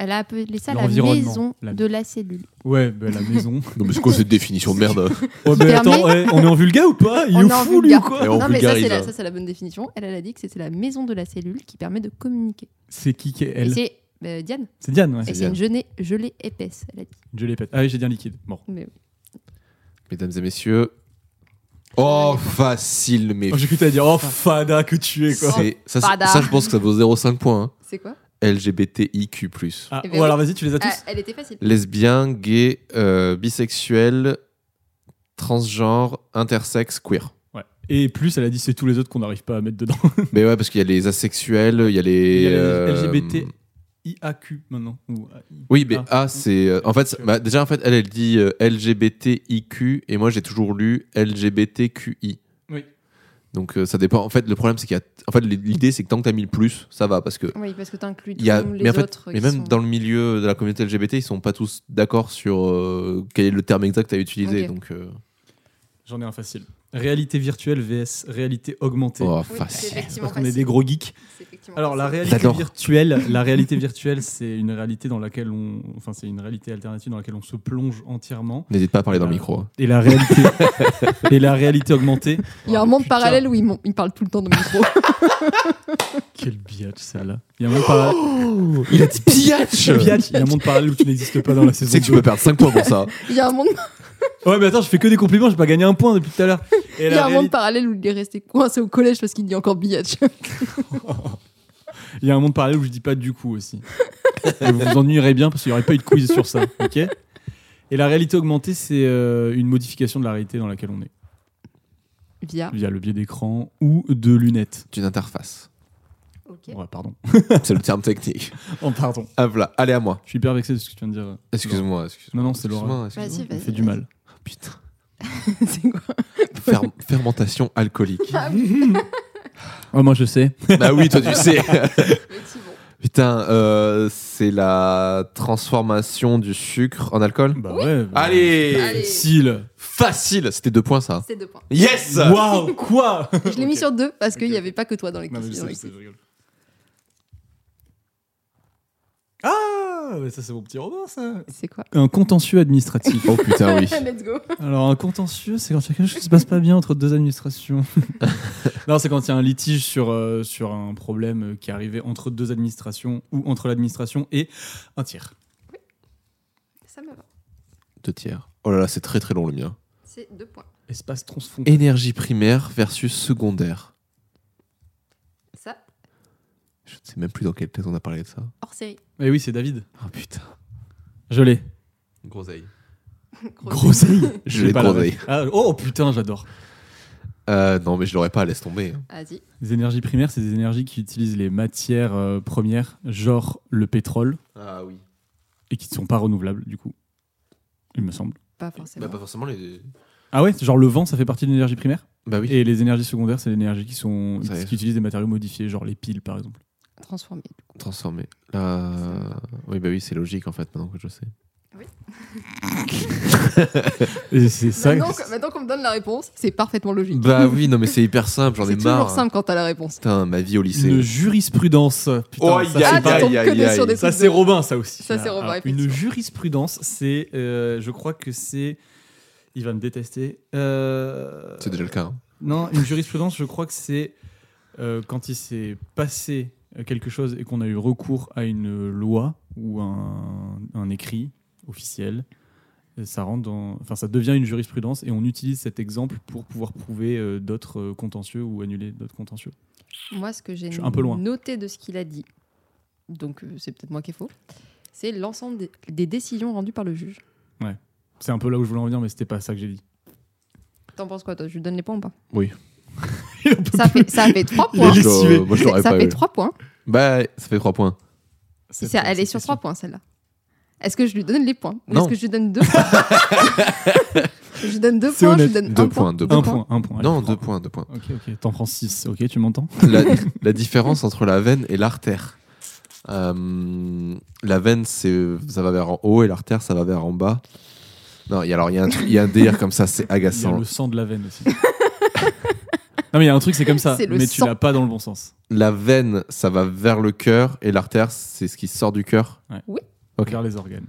Elle a appelé ça la L'environnement, maison la- de la cellule. [LAUGHS] Ouais, bah, la maison. Non, mais c'est quoi cette définition de merde hein ouais, mais Permet- attends, ouais, on est en vulga ou pas Il On est est en fou, lui, ou vulga. quoi Et on non, mais ça, c'est vulgarise, la, hein. ça, c'est la bonne définition. Elle, elle a dit que c'était la maison de la cellule qui permet de communiquer. C'est qui qui est Et elle c'est euh, Diane. C'est Diane, ouais. Et c'est Diane. une gelée, gelée épaisse, elle a dit. Je les pète. Ah oui, j'ai dit un liquide. Bon. Mais oui. [LAUGHS] Mesdames et messieurs. Oh, facile, mais. Oh, j'ai cru que t'allais dire, oh, fada que tu es, Eh quoi. c'est- Ça, c'est- Fada. ça, je pense que ça vaut 0,5 points. hein. C'est quoi LGBTIQ. Ah, Eh ben ou oui. alors vas-y, tu les as Ah, tous Ah, Elle était facile. Lesbien, gay, euh, bisexuel, transgenre, intersexe, queer. Ouais. Et plus, elle a dit c'est tous les autres qu'on n'arrive pas à mettre dedans. Mais ouais, parce qu'il y a les asexuels, il y a les. [LAUGHS] Il y a les euh, LGBT. IAQ maintenant. ou AI. Oui, mais Ah. A, c'est. euh, en fait, c'est- bah, déjà, en fait, elle, elle dit euh, LGBTIQ et moi, j'ai toujours lu LGBTQI. Oui. Donc, euh, ça dépend. En fait, le problème, c'est qu'il y a. En fait, l'idée, c'est que tant que t'as mis le plus, ça va, parce que. Oui, parce que tu inclus Il y a, les mais en fait, autres. mais qui même sont- dans le milieu de la communauté LGBT, ils sont pas tous d'accord sur euh, quel est le terme exact à utiliser. Ok. Donc, euh, J'en ai un facile. Réalité virtuelle vs réalité augmentée. oh, Oui, c'est facile. effectivement Parce qu'on est facile. des gros geeks. C'est effectivement Alors la facile. réalité J'adore. virtuelle, la réalité virtuelle, c'est une réalité dans laquelle on, enfin c'est une réalité alternative dans laquelle on se plonge entièrement. N'hésite pas à parler dans le Euh, micro. hein. Et [LAUGHS] la réalité, et la réalité augmentée. Il y a un Oh, monde putain, parallèle où ils, m'ont- ils me parlent tout le temps [LAUGHS] de micro. Quel biatch celle-là. Il y a un monde parallèle. Oh, [LAUGHS] Il a dit piatch Biatch, il y a un monde parallèle où tu n'existes pas dans la Tu saison. sais que tu 2. peux perdre 5 points pour ça. Il y a un monde, Ouais mais attends, je fais que des compliments, j'ai pas gagné un point depuis tout à l'heure. Et il y la a un monde réalité- parallèle où il est resté coincé au collège parce qu'il dit encore billage. Il y a un monde parallèle où je dis pas du coup [LAUGHS] aussi. Et vous vous ennuierez bien parce qu'il n'y aurait pas eu de quiz sur ça. ok Et la réalité augmentée, c'est euh, une modification de la réalité dans laquelle on est, Via. via le biais d'écran ou de lunettes. D'une interface. Ok. Ouais, pardon. C'est le terme technique. Oh, pardon. Hop là, allez à moi. Je suis hyper vexé de ce que tu viens de dire. Excuse-moi, excuse-moi. Non, non, c'est Excuse-moi, Vas-y, excuse-moi. Ça vas-y. fait du mal. Putain. [LAUGHS] C'est quoi Ferm- fermentation alcoolique. Ah Oh, moi, je sais. bah oui, toi tu sais. [LAUGHS] [LAUGHS] Mais c'est bon. Putain, euh, c'est la transformation du sucre en alcool Bah ouais. bah, Allez Allez. Facile. Facile C'était deux points ça. C'est deux points. Yes Waouh, [LAUGHS] quoi Je l'ai mis Ok. sur deux parce qu'il Ok, n'y ok. avait pas que toi dans les Non, mais je questions. sais, je sais, je rigole. Ah Ah, mais ça, c'est mon petit Robin, ça. C'est quoi Un contentieux administratif. Oh putain, oui. [LAUGHS] Let's go. Alors, un contentieux, c'est quand il y a quelque chose qui se passe pas bien entre deux administrations. non, c'est quand il y a un litige sur, euh, sur un problème euh, qui est arrivé entre deux administrations ou entre l'administration et un tiers. Ça me va. Deux tiers. Oh là là, c'est très très long le mien. C'est deux points. Espace transfond. Énergie primaire versus secondaire. Ça, Je ne sais même plus dans quelle thèse on a parlé de ça. hors série. Eh oui, c'est David. Oh putain. Je l'ai. Groseille. Groseille. [LAUGHS] Je J'ai l'ai pas la groseille. ref. Ah, oh putain, j'adore. Euh, non, mais je l'aurais pas, laisse tomber. hein. Vas-y. Les énergies primaires, c'est des énergies qui utilisent les matières euh, premières, genre le pétrole, Ah oui. et qui ne sont pas renouvelables, du coup. Il me semble. Pas Bah, forcément. Bah, forcément les. Ah ouais, genre le vent, ça fait partie de l'énergie primaire Bah oui. Et les énergies secondaires, c'est l'énergie qui, sont, Ça y est. qui utilisent des matériaux modifiés, genre les piles par exemple. Transformé. du coup. Transformer. Euh, Oui, bah oui, c'est logique en fait, maintenant que je sais. Et c'est ça. Maintenant, que- maintenant qu'on me donne la réponse, c'est parfaitement logique. Bah oui, non, mais c'est hyper simple, j'en ai C'est marre. toujours simple quand t'as la réponse. Putain, ma vie au lycée. Une jurisprudence. Putain, Oh, ça, aïe, c'est Ah, pas- aïe, t'attends aïe, que des aïe, sur des Ça, trucs c'est de- Robin, ça aussi. Ça, c'est Robin, Alors, Une effectivement. jurisprudence, c'est. euh, je crois que c'est. Il va me détester. Euh, C'est déjà le cas. hein. Non, une jurisprudence, je crois que c'est euh, quand il s'est passé euh, quelque chose et qu'on a eu recours à une loi ou un, un écrit officiel. euh, Ça, rentre dans, enfin, ça devient une jurisprudence et on utilise cet exemple pour pouvoir prouver euh, d'autres euh, contentieux ou annuler d'autres contentieux. Moi, ce que j'ai Je suis un peu loin. noté de ce qu'il a dit, donc euh, c'est peut-être moi qui est faux, c'est l'ensemble des, des décisions rendues par le juge. C'est un peu là où je voulais en venir, mais c'était pas ça que j'ai dit. [LAUGHS] T'en penses quoi, toi Je lui donne les points ou pas Il en peut ça plus. fait, ça fait [LAUGHS] 3 Il est points. Je l'aurais- lessivé. moi, je l'aurais Ça pas fait eu. 3 points. Bah, ça fait 3 points. Si Cette- ça- elle est cette sur question. 3 points, celle-là. Est-ce que je lui donne les points Ou Non. est-ce que je lui donne [LAUGHS] 2 points Je lui donne 2 C'est points, je lui honnête. donne 1 Deux point. points, deux Un points. point, un point. allez, Non, je prends. deux points, deux points. Ok, ok, t'en prends 6. Ok, tu m'entends la, [LAUGHS] la différence entre la veine et l'artère. Euh, la veine, c'est, ça va vers en haut et l'artère, ça va vers en bas. Non, il y a- alors il y, a un truc- il y a un délire comme ça, c'est Il y a agaçant. le sang de la veine aussi. [LAUGHS] non, mais il y a un truc, c'est comme ça, C'est le mais tu sang. l'as pas dans le bon sens. La veine, ça va vers le cœur et l'artère, c'est ce qui sort du cœur. Ok. Vers les organes.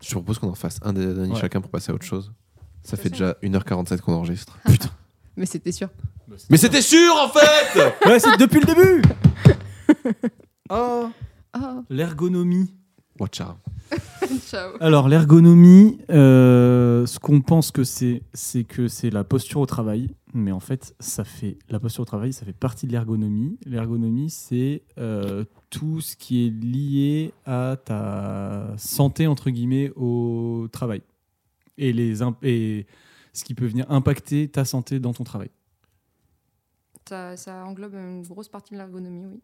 Je te propose qu'on en fasse un des derniers Ouais. chacun pour passer à autre chose. Ça De fait toute déjà 1h47 qu'on enregistre. Mais c'était sûr. Bah, Mais c'était sûr en fait [LAUGHS] Ouais, c'est depuis le début Oh, L'ergonomie. Watch out. ciao. Alors, l'ergonomie, euh, ce qu'on pense que c'est, c'est que c'est la posture au travail, mais en fait, ça fait la posture au travail, ça fait partie de l'ergonomie. L'ergonomie, c'est euh, tout ce qui est lié à ta santé entre guillemets au travail et les imp- et ce qui peut venir impacter ta santé dans ton travail. Ça, ça englobe une grosse partie de l'ergonomie, oui.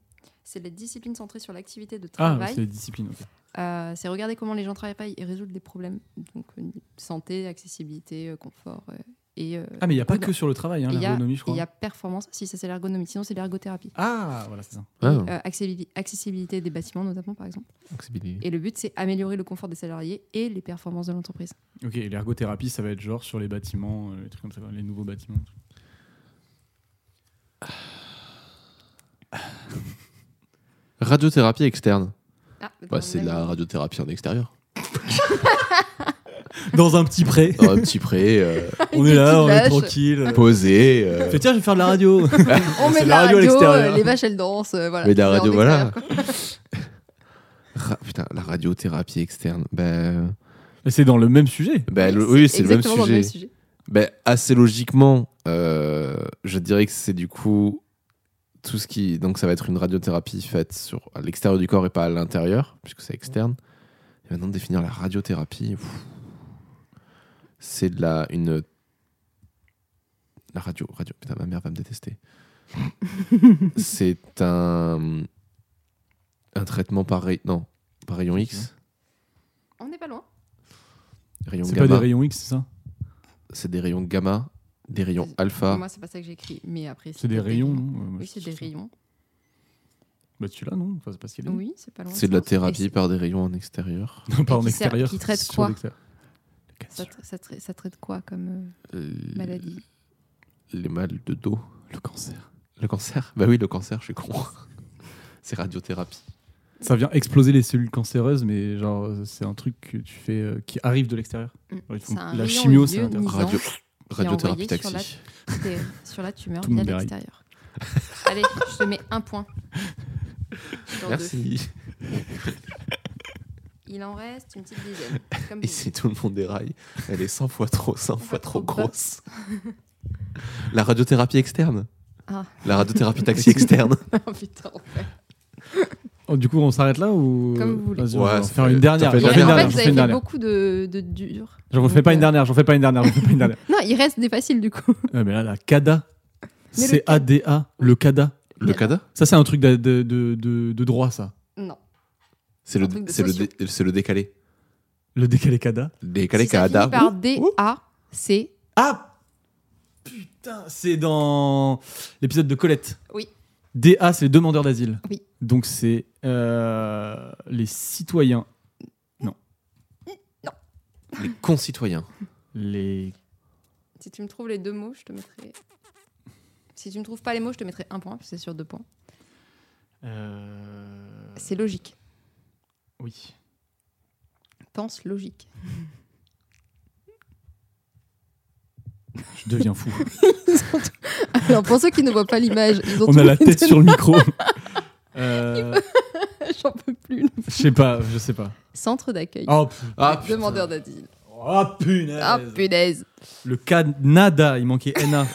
C'est les disciplines centrées sur l'activité de Ah, travail. c'est les disciplines. ok. Euh, c'est regarder comment les gens travaillent pas et résoudre des problèmes. Donc, euh, santé, accessibilité, euh, confort. euh, et euh, Ah, mais il n'y a pas Regarde. que sur le travail, hein, et il y a- l'ergonomie, je et crois. il y a performance. Si, ça, c'est l'ergonomie. Sinon, c'est l'ergothérapie. Ah, voilà, c'est ça. Ah, Euh, accessibili- accessibilité des bâtiments, notamment, par exemple. accessibility. Et le but, c'est améliorer le confort des salariés et les performances de l'entreprise. Ok, et l'ergothérapie, ça va être genre sur les bâtiments, euh, les trucs comme ça, les nouveaux bâtiments. les trucs. Radiothérapie externe. Ah, Bah, c'est de la radiothérapie en extérieur. [LAUGHS] [LAUGHS] Dans un petit pré, Un petit près, [LAUGHS] euh, on est là, petites on est vaches. tranquille. euh, posé. euh, Fait tiens, je vais faire de la [LAUGHS] radio. [LAUGHS] On C'est met de la la radio à radio, l'extérieur. euh, les vaches, elles dansent. euh, voilà. Mais de la C'est radio, en voilà. extérieur, Ra- Putain, la radiothérapie externe. Ben, Mais c'est dans le même sujet. ben, quoi. le- oui, c'est le même exactement dans sujet. Ben, assez logiquement, euh, je dirais que c'est du coup tout ce qui. Donc, ça va être une radiothérapie faite sur à l'extérieur du corps et pas à l'intérieur, puisque c'est externe. Et maintenant, définir la radiothérapie, pff, c'est de la. Une, la radio, radio. Putain, ma mère va me [LAUGHS] détester. c'est un. Un traitement par, ray- non, par rayon X. On n'est pas loin. Rayon C'est pas des gamma. rayons X, c'est ça C'est des rayons gamma, des rayons alpha. Moi, c'est pas ça que j'ai écrit. Mais après, C'est des peut-être rayons, non Ouais, moi, Oui, je c'est suis des sûr. rayons. Bah celui-là, non Enfin, c'est pas ce qu'il y a. [LAUGHS] Oui, c'est pas loin. C'est de la ça. Et thérapie par des rayons en extérieur. Non, pas Et en qui sert- extérieur. qui traite sur quoi l'extérieur. Le Ça, cancer. tra- ça, tra- ça traite quoi comme euh, Euh, maladie Les mal de dos. Le cancer. [LAUGHS] Le cancer Bah oui, le cancer, je suis con. C'est radiothérapie. ça vient exploser les cellules cancéreuses, mais genre, euh, c'est un truc que tu fais euh, qui arrive de l'extérieur. Mm. Genre, ils font- C'est un la rayon chimio, c'est ioninisant. intéressant. Radio, Qui est radiothérapie envoyé sur taxi. T'es sur la tumeur Tout le via monde déraille. l'extérieur. Allez, je te mets un point. Sur deux. Merci. Il en reste une petite dizaine. Comme Et vous. si tout le monde déraille, elle est 100 fois trop, 100 fois fois trop trop grosse. La radiothérapie externe. Ah. [LAUGHS] La radiothérapie taxi externe. Oh, putain, en fait. Oh, du coup, on s'arrête là ou Comme vous voulez. Vas-y, on va Ouais, en ça faire fait- une dernière. ça J'en fait jamais fais une Il reste- En dernière, dernière, fait, j'en fais vous avez une fait dernière. beaucoup de, de durs. J'en vous fais pas une Donc, dernière, j'en fais pas une dernière, j'en fais pas une dernière. euh, Non, il reste des faciles du coup. Ouais, mais là, la CADA, Mais le- C-A-D-A, le CADA. Le CADA Ça, c'est un truc de, de, de- de- de droit, ça. Non. C'est le, Un truc de c'est le, socio. dé- c'est le décalé. Le décalé CADA. Décalé Si ça CADA. finit par Ouh, D, ouh. A, C. Ah Putain, c'est dans l'épisode de Colette. Oui. DA, c'est les demandeurs d'asile. Oui. Donc c'est euh, les citoyens, Les concitoyens. Bah. les... Si tu me trouves les deux mots, je te mettrai. Si tu me trouves pas les mots, je te mettrai un point, parce que c'est sur deux points. euh, C'est logique. Oui. Pense logique. [LAUGHS] Je deviens [LAUGHS] fou. Alors, pour ceux qui ne voient pas l'image, ils ont On a tous la les tête deux- sur le [LAUGHS] micro. Euh, J'en peux plus. Je sais pas, je sais pas. Centre d'accueil. Oh, pu- Ah, putain. Demandeur d'asile. oh, punaise. Ah, punaise. Le Canada, il manquait NA.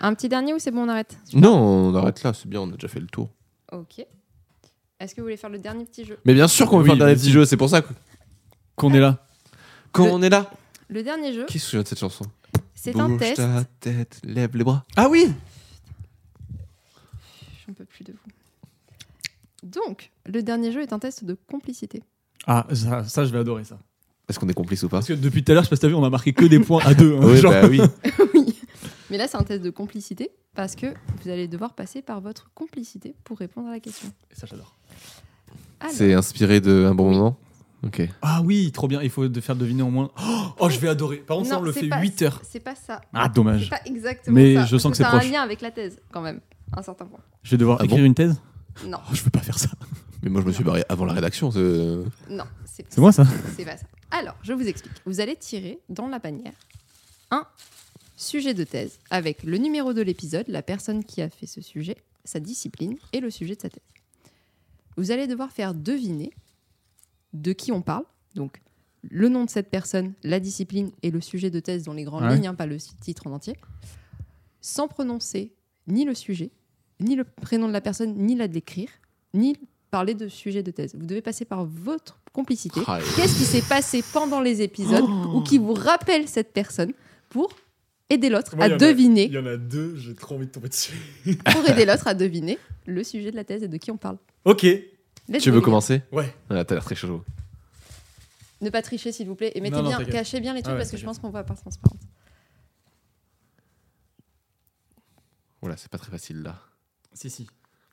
Un petit dernier ou c'est bon, on arrête Non, on arrête là, c'est bien, on a déjà fait le tour. Ok. Est-ce que vous voulez faire le dernier petit jeu Mais bien sûr qu'on veut Oui, faire le dernier vas-y. petit jeu, c'est pour ça que- Qu'on est là. quand Le- on est là. Le dernier jeu, Qui se souvient de cette chanson Oh. c'est un Bouge test. ta tête, lève les bras. Ah oui J'en peux plus de vous. Donc, le dernier jeu est un test de complicité. Ah, ça, ça, je vais adorer ça. Est-ce qu'on est complice ou pas Parce que depuis tout à l'heure, je sais pas si t'as vu, on a marqué que des points à [LAUGHS] deux. hein, Oui, genre. bah [LAUGHS] oui. oui. Mais là, c'est un test de complicité parce que vous allez devoir passer par votre complicité pour répondre à la question. Ça, j'adore. Alors, C'est inspiré de un bon Oui. moment Ok. Ah oui, trop bien, il faut de faire deviner au moins. Oh, oh, je vais adorer. Par contre, ça, Non, on le c'est fait pas- 8 heures. c'est pas ça. Ah, C'est dommage. pas exactement Mais ça. je sens parce que c'est t'as proche. un lien avec la thèse, quand même, à un certain point. Je vais devoir Ah écrire bon une thèse Non, Oh, je veux pas faire ça. Mais moi, je me suis barré avant la rédaction. c'est- non. C'est C'est moi ça C'est pas ça. Alors, je vous explique. Vous allez tirer dans la bannière un sujet de thèse avec le numéro de l'épisode, la personne qui a fait ce sujet, sa discipline et le sujet de sa thèse. Vous allez devoir faire deviner de qui on parle, donc le nom de cette personne, la discipline et le sujet de thèse dans les grandes Ouais. lignes, hein, pas le titre en entier, sans prononcer ni le sujet, ni le prénom de la personne, ni la décrire, ni parler de sujet de thèse. Vous devez passer par votre complicité Ah, et- qu'est-ce qui s'est passé pendant les épisodes Oh. ou qui vous rappelle cette personne pour aider l'autre Moi, à il y en a- deviner, en a deux, j'ai trop envie de tomber dessus. pour aider l'autre à deviner le sujet de la thèse et de qui on parle. [LAUGHS] ok, Let's Tu go, veux les gars. commencer ouais. Ah, T'as l'air très chaud. Ne pas tricher s'il vous plaît et mettez Non, non, bien, t'inquiète. cachez bien les trucs Ah ouais, parce que je t'inquiète. pense qu'on voit pas transparente. Voilà, c'est pas très facile là. Si, si.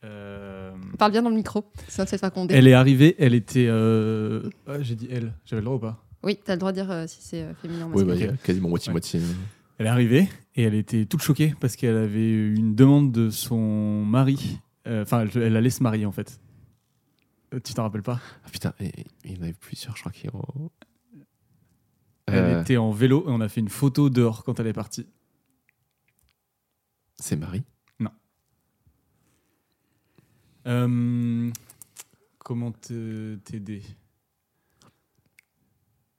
Euh, Parle bien dans le micro, sinon c'est pas qu'on dé- Elle est arrivée, elle était. euh, ah, j'ai dit elle, j'avais le droit ou pas Oui, t'as le droit de dire euh, si c'est euh, féminin ou Oui, masculin. bah, il y a ok. quasiment moitié-moitié. Elle est arrivée et elle était toute choquée parce qu'elle avait eu une demande de son mari. Euh, Enfin, elle, elle allait se marier en fait. Euh, Tu t'en rappelles pas Ah putain, et- et- il y en avait plusieurs, je crois, qui ont. Elle Euh, était en vélo et on a fait une photo dehors quand elle est partie. C'est Marie Euh, comment te- t'aider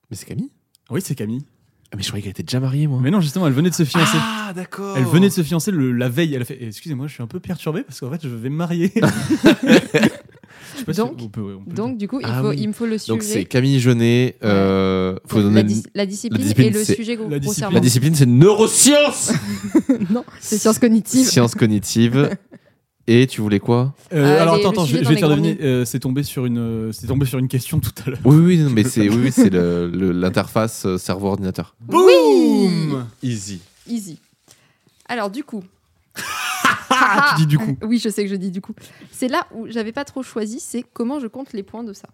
Mais c'est Camille Ah Oui, c'est Camille. Ah, mais je croyais qu'elle était déjà mariée, moi. Mais non, justement, elle venait de se fiancer. ah, d'accord Elle venait de se fiancer le- la veille. Elle a fait eh, Excusez-moi, je suis un peu perturbée parce qu'en fait, je vais me [LAUGHS] marier. je sais pas Donc- si on peut, ouais, on peut le Donc du coup, il, Ah faut, oui. il me faut le sujet. Donc c'est Camille Jeunet. Euh, faut la, donner- dis- la discipline, la discipline, et le c'est- sujet gros- la discipline. La grossièrement. discipline, c'est neurosciences [LAUGHS] non, c'est sciences cognitives. Sciences cognitives. Et tu voulais quoi dire. Euh, Ah, alors, les- attends, le attends, je sujet vais je dans vais te les faire grandes deviner. euh, c'est tombé, sur une, euh, c'est tombé sur une question tout à l'heure. Oui, oui, non, mais c'est oui, oui, c'est le- le- l'interface euh, cerveau-ordinateur. Boum Easy. Easy. Alors [LAUGHS] du coup. [LAUGHS] Ah, Tu dis du coup. Oui, je sais que je dis du coup. C'est là où j'avais pas trop choisi, c'est comment je compte les points de ça.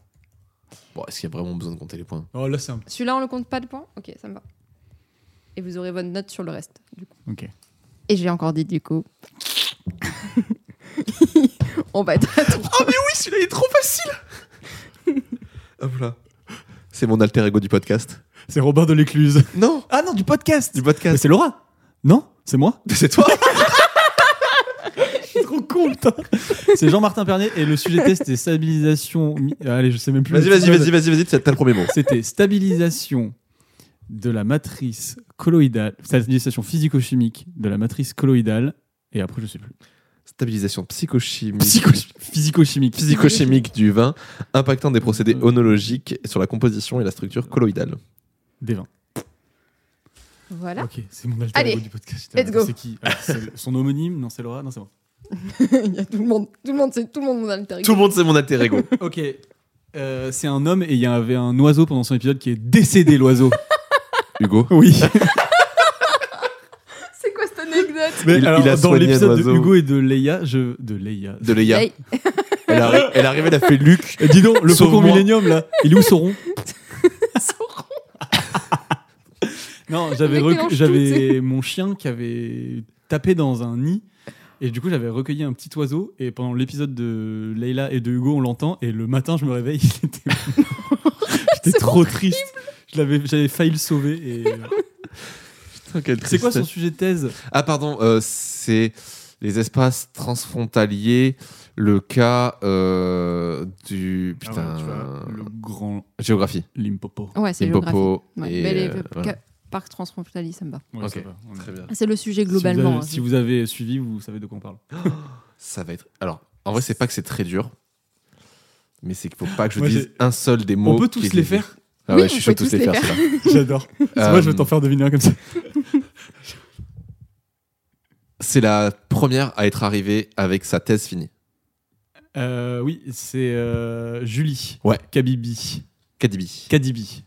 Bon, est-ce qu'il y a vraiment besoin de compter les points Oh, là, c'est un. Celui-là, on le compte pas de points Ok, ça me va. Et vous aurez votre note sur le reste, du coup. Ok. Et j'ai encore dit du coup. [LAUGHS] on va être à trois. Oui, celui-là, il est trop facile Ah, Hop là. C'est mon alter ego du podcast. C'est Robin de l'écluse. Non Ah non, du podcast Du Mais podcast. c'est Laura Non [LAUGHS] C'est moi C'est toi C'est trop con, putain C'est Jean-Martin Pernier et le sujet test c'était stabilisation. mi- euh, Allez, je sais même plus. Vas-y, le vas-y, titre. vas-y, vas-y, vas-y, t'as t'as le premier mot. C'était stabilisation de la matrice colloïdale, stabilisation physico-chimique de la matrice colloïdale, et après je sais plus. Stabilisation psychochimique. Psycho- Physico-chimique. physico-chimique du vin, impactant des procédés Euh. onologiques sur la composition et la structure colloïdale. Des vins. Voilà. Ok, c'est mon alter Allez, ego du podcast. let's go. C'est qui Ah, c'est Son homonyme Non, c'est Laura Non, c'est moi. [LAUGHS] Il y a tout le monde, tout le monde, c'est tout le monde mon alter ego. Tout le monde sait mon alter ego. Ok. Euh, c'est un homme et il y avait un oiseau pendant son épisode qui est décédé, l'oiseau. Hugo. [LAUGHS] Oui. C'est quoi cette anecdote [LAUGHS] Mais Il- alors, il a dans soigné un l'épisode de oiseau. Hugo et de Leia, je. De Leia. De Léa. Hey, Elle, arri- elle arrive, elle a fait Luc. Eh, [LAUGHS] dis donc, le Sauve-moi. faucon millénium, là, il est où Sauron Sauron. Non, j'avais mec rec- mélange tout, tu j'avais mon chien qui avait tapé dans un nid. Et du coup, j'avais recueilli un petit oiseau. Et pendant l'épisode de Leila et de Hugo, on l'entend. Et le matin, je me réveille. [LAUGHS] il était [LAUGHS] mort. J'étais C'est trop triste. Je l'avais- J'avais failli le sauver. [LAUGHS] et- C'est quoi son sujet de thèse Ah pardon, euh, c'est les espaces transfrontaliers, le cas euh, du... Ah Putain, le grand géographie. Limpopo. Ouais, c'est géographique. Limpopo Ouais, et... mais les- euh, que- voilà. Parc transfrontalier, ça me va. Ok, Très bien. C'est le sujet globalement. hein. Si vous, avez, suivi, vous savez de quoi on parle. Ça va être... Alors, en vrai, c'est pas que c'est très dur, mais c'est qu'il faut pas que je Moi, dise j'ai- un seul des mots. on peut qui tous est les difficile. faire Ah Oui, ouais, je suis vous chaud de pouvez tous les faire, ceux-là. [LAUGHS] J'adore. C'est [LAUGHS] Moi, je vais Euh, t'en faire deviner un comme ça. C'est la première à être arrivée avec sa thèse finie. Euh, oui, c'est euh, Julie. Ouais. Kabibi. Kadibi. Kadibi.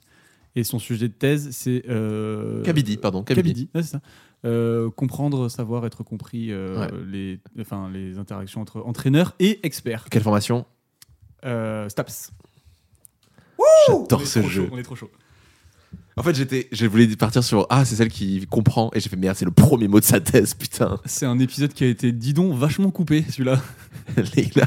Et son sujet de thèse, c'est. euh, Kabidi, pardon. Kabidi. Kabidi, ouais, c'est ça. Euh, comprendre, savoir, être compris, euh, Ouais. les, enfin, les interactions entre entraîneurs et experts. Quelle formation Euh, Staps. On est J'adore ce trop jeu. chaud, on est trop chaud. En fait, j'étais, je voulais partir sur Ah, c'est celle qui comprend. Et j'ai fait Merde, c'est le premier mot de sa thèse, putain. [LAUGHS] C'est un épisode qui a été, dis donc, vachement coupé, celui-là. Leïla.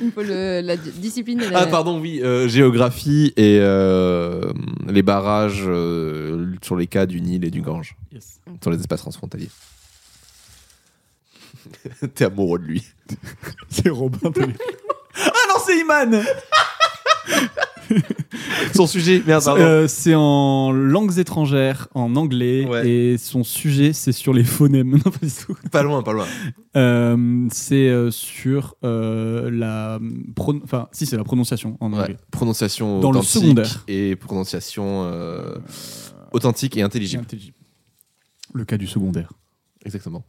Il faut le- la di- discipline. et la- Ah, pardon, oui. euh, géographie et euh, les barrages euh, sur les cas du Nil et du Gange, Yes. sur les espaces transfrontaliers. [LAUGHS] T'es amoureux de lui. [LAUGHS] C'est Robin de l'Écluse. Ah non, c'est Iman Son sujet, merde, Ah, pardon. Euh, C'est en langues étrangères, en anglais, Ouais. et son sujet, c'est sur les phonèmes. [LAUGHS] Non, pas du tout. Pas loin, pas loin. Euh, c'est euh, sur euh, la. pro- Enfin, si, c'est la prononciation en anglais. Ouais, Prononciation Dans le authentique secondaire. et prononciation euh, authentique et intelligible. Intelligible. Le cas du secondaire. Exactement.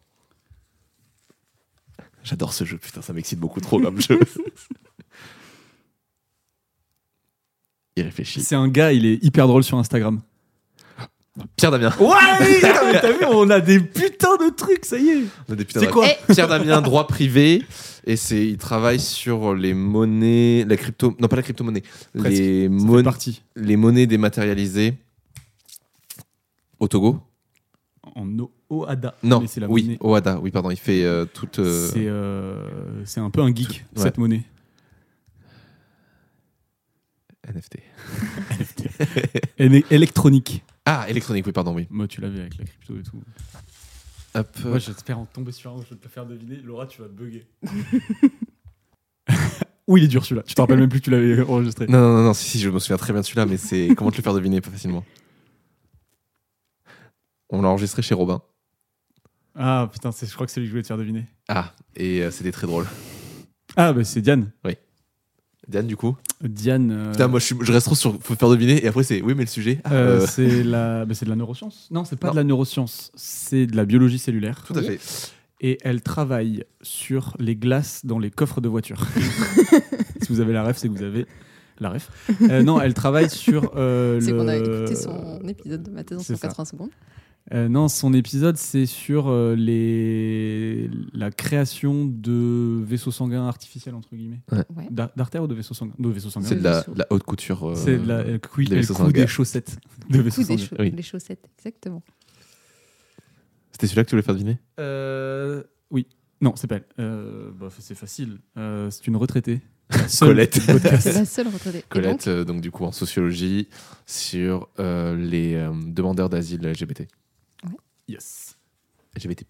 J'adore ce jeu, putain, ça m'excite beaucoup trop comme jeu. Il réfléchit. C'est un gars, il est hyper drôle sur Instagram. Pierre Damien. [LAUGHS] Ouais T'as vu, [LAUGHS] on a des putains de trucs, ça y est On a des putains C'est de- quoi Pierre Damien, droit privé. Et c'est, il travaille sur les monnaies, la crypto, non pas la crypto-monnaie, Presque. les, C'est mon- parti. les monnaies dématérialisées au Togo. En O- OADA. Non, Mais c'est la oui, monnaie. Oada, oui, pardon, il fait euh, toute. euh, C'est euh, c'est un peu un geek, tout- cette monnaie. euh, NFT. Elle est électronique. Ah, électronique, oui, pardon, oui. Moi, tu l'avais avec la crypto et tout. Hop. Moi, j'espère en tomber sur un, je vais te le faire deviner. Laura, tu vas bugger. [LAUGHS] oui, il est dur celui-là. Tu te rappelles même plus que tu l'avais [LAUGHS] enregistré. [LAUGHS] Non, non, non, non, si, si, je me souviens très bien de celui-là, mais c'est. Comment te le faire deviner pas facilement On l'a enregistré chez Robin. Ah putain, c'est- je crois que c'est lui que je voulais te faire deviner. Ah, et euh, c'était très drôle. Ah, bah c'est Diane. Diane, du coup Diane. euh, Putain, moi je, suis- je reste trop sur. Faut faire deviner, et après c'est. Oui, mais le sujet. ah, euh, euh, [LAUGHS] C'est la... bah, c'est de la neuroscience. Non, c'est pas Non. de la neuroscience, c'est de la biologie cellulaire. Tout à fait. Et elle travaille sur les glaces dans les coffres de voiture. [LAUGHS] si vous avez la ref, c'est que vous avez la ref. Euh, non, elle travaille sur. euh, C'est qu'on a le- écouté son épisode de ma thèse en C'est ça. 180 secondes. Euh, non, son épisode, c'est sur euh, les... la création de vaisseaux sanguins artificiels, entre guillemets. Ouais. D'a- D'artères ou de vaisseaux sanguins De vaisseaux sanguins. C'est de la, de la haute couture. euh, C'est de la elle couille- des elle vaisseaux coud sanguins. des chaussettes de vaisseaux Coup des sanguins. chau- Oui. [LAUGHS] les chaussettes, exactement. C'était celui-là que tu voulais faire deviner Euh, oui. Non, c'est pas elle. Euh, bah, c'est facile. Euh, c'est une retraitée. La seule Colette. du podcast. C'est la seule retraitée. Et donc, Colette, euh, donc, du coup en sociologie sur euh, les euh, demandeurs d'asile LGBT. yes. LGBT+.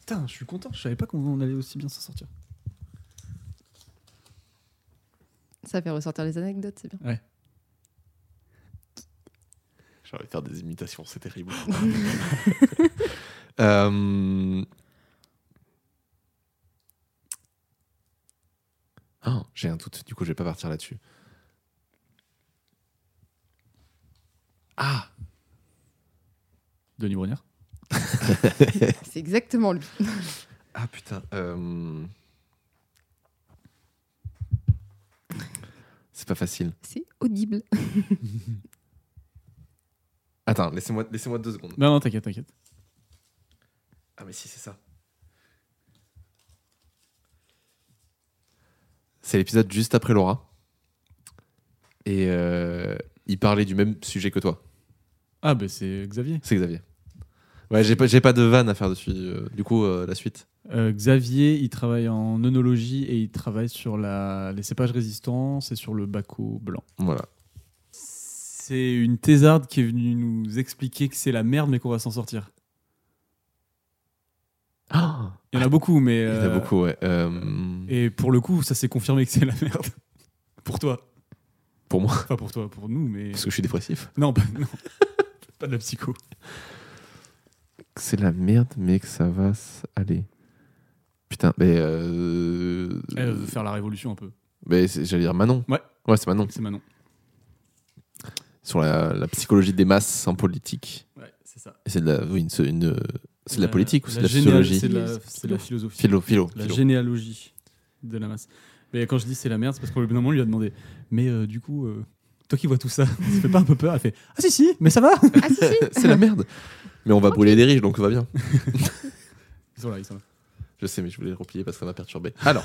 Putain, je suis content. Je savais pas qu'on allait aussi bien s'en sortir. ça fait ressortir les anecdotes, c'est bien. [LAUGHS] J'ai envie de faire des imitations, c'est terrible. Euh, ah, j'ai un doute, du coup je vais pas partir là-dessus. Ah Denis Brunière. C'est exactement lui. Ah putain. euh, C'est pas facile. C'est [LAUGHS] audible. Attends, laissez-moi laissez deux secondes. Non, non, t'inquiète, t'inquiète. Ah mais si, c'est ça. C'est l'épisode juste après Laura. Et euh, il parlait du même sujet que toi. Ah, bah c'est Xavier. C'est Xavier. Ouais, j'ai pas, j'ai pas de vanne à faire dessus. euh, du coup, euh, la suite. Euh, Xavier, il travaille en œnologie et il travaille sur la... les cépages résistants et sur le baco blanc. Voilà. C'est une thésarde qui est venue nous expliquer que c'est la merde mais qu'on va s'en sortir. Ah Il y en a beaucoup, mais. il y en a euh, beaucoup, ouais. Euh, Et pour le coup, ça s'est confirmé que c'est la [LAUGHS] merde. pour toi. Pour moi, Enfin, pour toi, pour nous, mais. parce que je suis dépressif. Non, pas, [LAUGHS] non. pas de la psycho. C'est la merde, mais que ça va s- aller. Putain, mais. euh, Elle veut faire la révolution un peu. mais c'est- j'allais dire Manon. Ouais. Ouais, c'est Manon. C'est Manon. Sur la, la psychologie des masses en politique. Ouais, c'est ça. Et C'est de la, oui, une, une- euh, c'est de la politique ou c'est de la psychologie C'est de la, c'est de la philosophie. Philo, philo. La philo. généalogie de la masse. Mais quand je dis c'est la merde, c'est parce qu'au bout d'un moment, on lui a demandé Mais euh, du coup, euh, toi qui vois tout ça, [LAUGHS] ça fait pas un peu peur Elle fait Ah si, si, mais ça va Ah si, si. c'est la merde. Mais on va brûler des riches, donc tout va bien. Ils sont là, ils sont là. Je sais, mais je voulais le replier parce que ça m'a perturbé. [LAUGHS] Alors.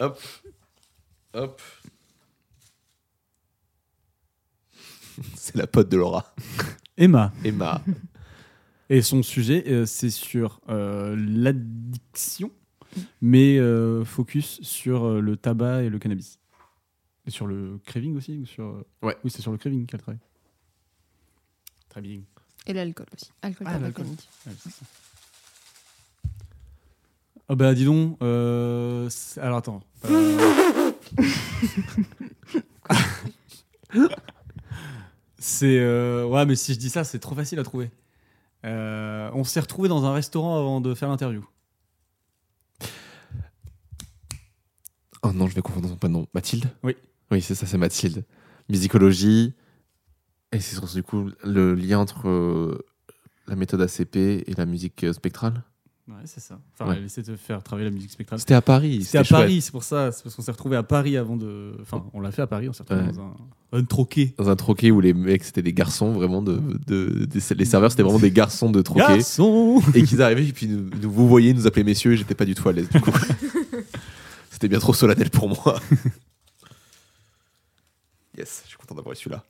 Hop. Hop. C'est la pote de Laura. Emma. Emma. Et son sujet, euh, c'est sur euh, l'addiction, mais euh, focus sur euh, le tabac et le cannabis. Et sur le craving aussi ou sur... euh, Ouais. Oui, c'est sur le craving qu'elle travaille. Très bien. Et l'alcool aussi. Alcool, Ah, tabac, l'alcool. cannabis. Ouais, c'est ça. Ah bah dis donc, euh, c'est- alors attends. Euh, c'est euh, ouais mais si je dis ça c'est trop facile à trouver. Euh, on s'est retrouvé dans un restaurant avant de faire l'interview. Oh non, je vais confondre son prénom. Mathilde Oui. Oui, c'est ça, c'est Mathilde. Musicologie. Et c'est surtout du coup le lien entre euh, la méthode ACP et la musique euh, spectrale. Ouais c'est ça. Enfin Ouais. elle essaie de faire travailler la musique spectrale. C'était à Paris. C'était à chouette. Paris c'est pour ça c'est parce qu'on s'est retrouvé à Paris avant de. Enfin on l'a fait à Paris on s'est retrouvé Ouais. dans un un troquet. Dans un troquet où les mecs, c'était des garçons vraiment de. de- des- les serveurs, c'était vraiment des garçons de troquet. Garçon. et qu'ils arrivaient et puis nous, nous- vous voyez nous appeler messieurs et j'étais pas du tout à l'aise du coup [LAUGHS] c'était bien trop solennel pour moi [LAUGHS] yes je suis content d'avoir eu celui-là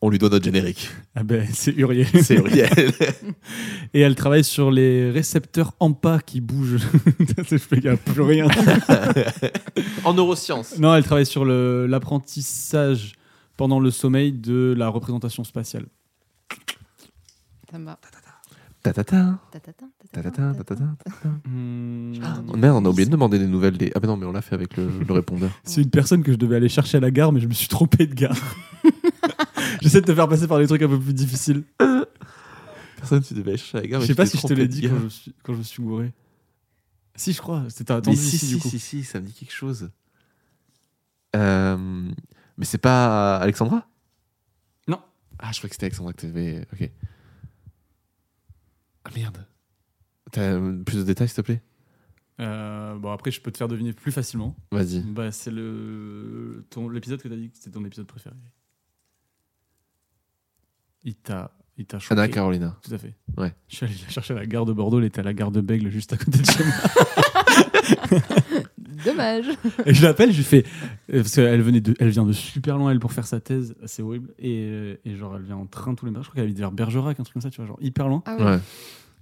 on lui doit notre générique Ah ben c'est Uriel. c'est Uriel Et elle travaille sur les récepteurs AMPA qui bougent. [LAUGHS] Je fais gaffe, plus rien. [LAUGHS] en neurosciences Non, elle travaille sur le- l'apprentissage pendant le sommeil de la représentation spatiale. Ça me va. ta ta ta Tatata, ta tatata, ta ta ta tatata. merde on a oublié de demander des nouvelles des ah ben non mais on l'a fait avec le, le répondeur C'est une personne que je devais aller chercher à la gare, mais je me suis trompé de gare. [LAUGHS] J'essaie de te faire passer par des trucs un peu plus difficiles. personne tu devais acheter à la gare je Ah, mais tu t'es sais pas si je te trompé l'ai de dit gare. quand je, suis, quand je suis gouré. Si, je crois. C'était mais attendu si ici, si, du coup. si si ça me dit quelque chose Euh, mais c'est pas Alexandra Non. Ah, je croyais que c'était Alexandra que t'avais. Ok. Ah merde. T'as euh, plus de détails, s'il te plaît Euh, bon, après, je peux te faire deviner plus facilement. Vas-y. Bah, c'est le ton- l'épisode que t'as dit que c'était ton épisode préféré. Il t'a il t'a choqué. Anna Carolina. Tout à fait. Ouais. Je suis allé la chercher à la gare de Bordeaux, elle était à la gare de Bègle juste à côté de chez moi. Dommage. [LAUGHS] Et je l'appelle, je lui fais euh, parce qu'elle venait de elle vient de super loin elle pour faire sa thèse, c'est horrible et, euh, et genre elle vient en train tous les matins, je crois qu'elle habite vers Bergerac un truc comme ça, tu vois, genre hyper loin. Ah ouais. Ouais.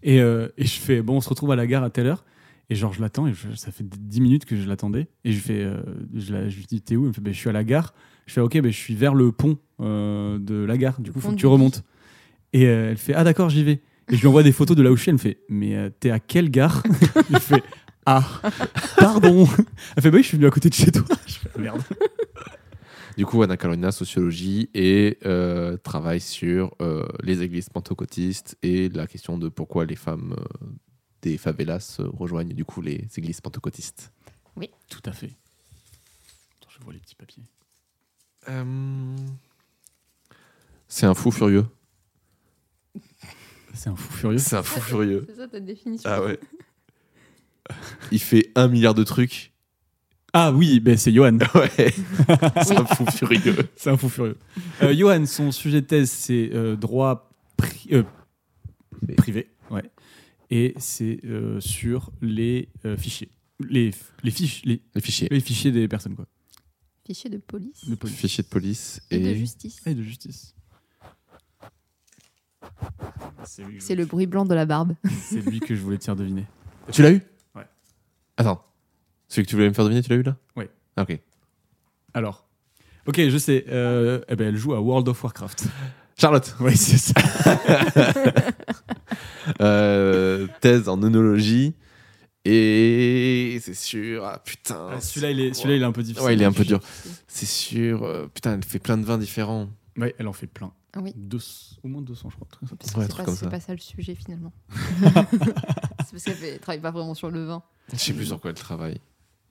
Et, euh, et je fais bon, on se retrouve à la gare à telle heure. Et genre, je l'attends, et je- ça fait 10 minutes que je l'attendais. Et je fais, euh, je, la- je lui dis, t'es où Elle me fait, Ben, je suis à la gare. Je fais, ok, ben, je suis vers le pont euh, de la gare. Du coup, pont faut que du tu Midi. remontes. Et euh, elle fait, ah d'accord, j'y vais. Et je lui envoie des photos de là où je suis. Elle me fait, mais euh, t'es à quelle gare [LAUGHS] Je fais, ah, pardon. Elle fait, bah oui, je suis venu à côté de chez toi. Je fais, merde. Du coup, Anna Karolina, sociologie et euh, travaille sur euh, les églises pentecôtistes et la question de pourquoi les femmes euh, des favelas euh, rejoignent du coup les églises pentecôtistes. Tout à fait. Attends, je vois les petits papiers. Euh, C'est un fou furieux. C'est un fou furieux. C'est un fou furieux. C'est ça ta définition. Ah ouais. [LAUGHS] Il fait un milliard de trucs. Ah oui, ben c'est Johan. [LAUGHS] Ouais. [LAUGHS] C'est un [LAUGHS] fou furieux. C'est un fou furieux. [LAUGHS] Euh, Johan, son sujet de thèse, c'est euh, droit pri- euh, privé. Ouais. Et c'est euh, sur les euh, fichiers. Les, f- les, fiches, les, Les fichiers. les fichiers des personnes, quoi. Fichier de police De police. Fichiers de police et de et. Ah, justice. Et de justice. C'est lui, que je- C'est le bruit blanc de la [LAUGHS] barbe. c'est lui que je voulais te faire deviner. Tu l'as eu Ouais. Attends. Celui que tu voulais me faire deviner, tu l'as eu là Ouais. Ah, ok. Alors. Ok, je sais. Euh, eh ben, elle joue à World of Warcraft. Charlotte. Oui, c'est ça. [LAUGHS] [LAUGHS] Euh, thèse en onologie. Et c'est sûr. Ah putain. Ah, celui-là, il est, celui-là, il est un peu difficile. Ouais, il est un peu dur. C'est sûr. euh, putain, elle fait plein de vins différents. Ouais, elle en fait plein. Ah oui. 200 au moins 200, je crois. un truc comme ça. Parce que Ouais, un c'est truc pas, comme c'est ça. pas ça le sujet [LAUGHS] finalement. c'est parce qu'elle fait- travaille pas vraiment sur le vin. Je sais plus sur quoi elle travaille.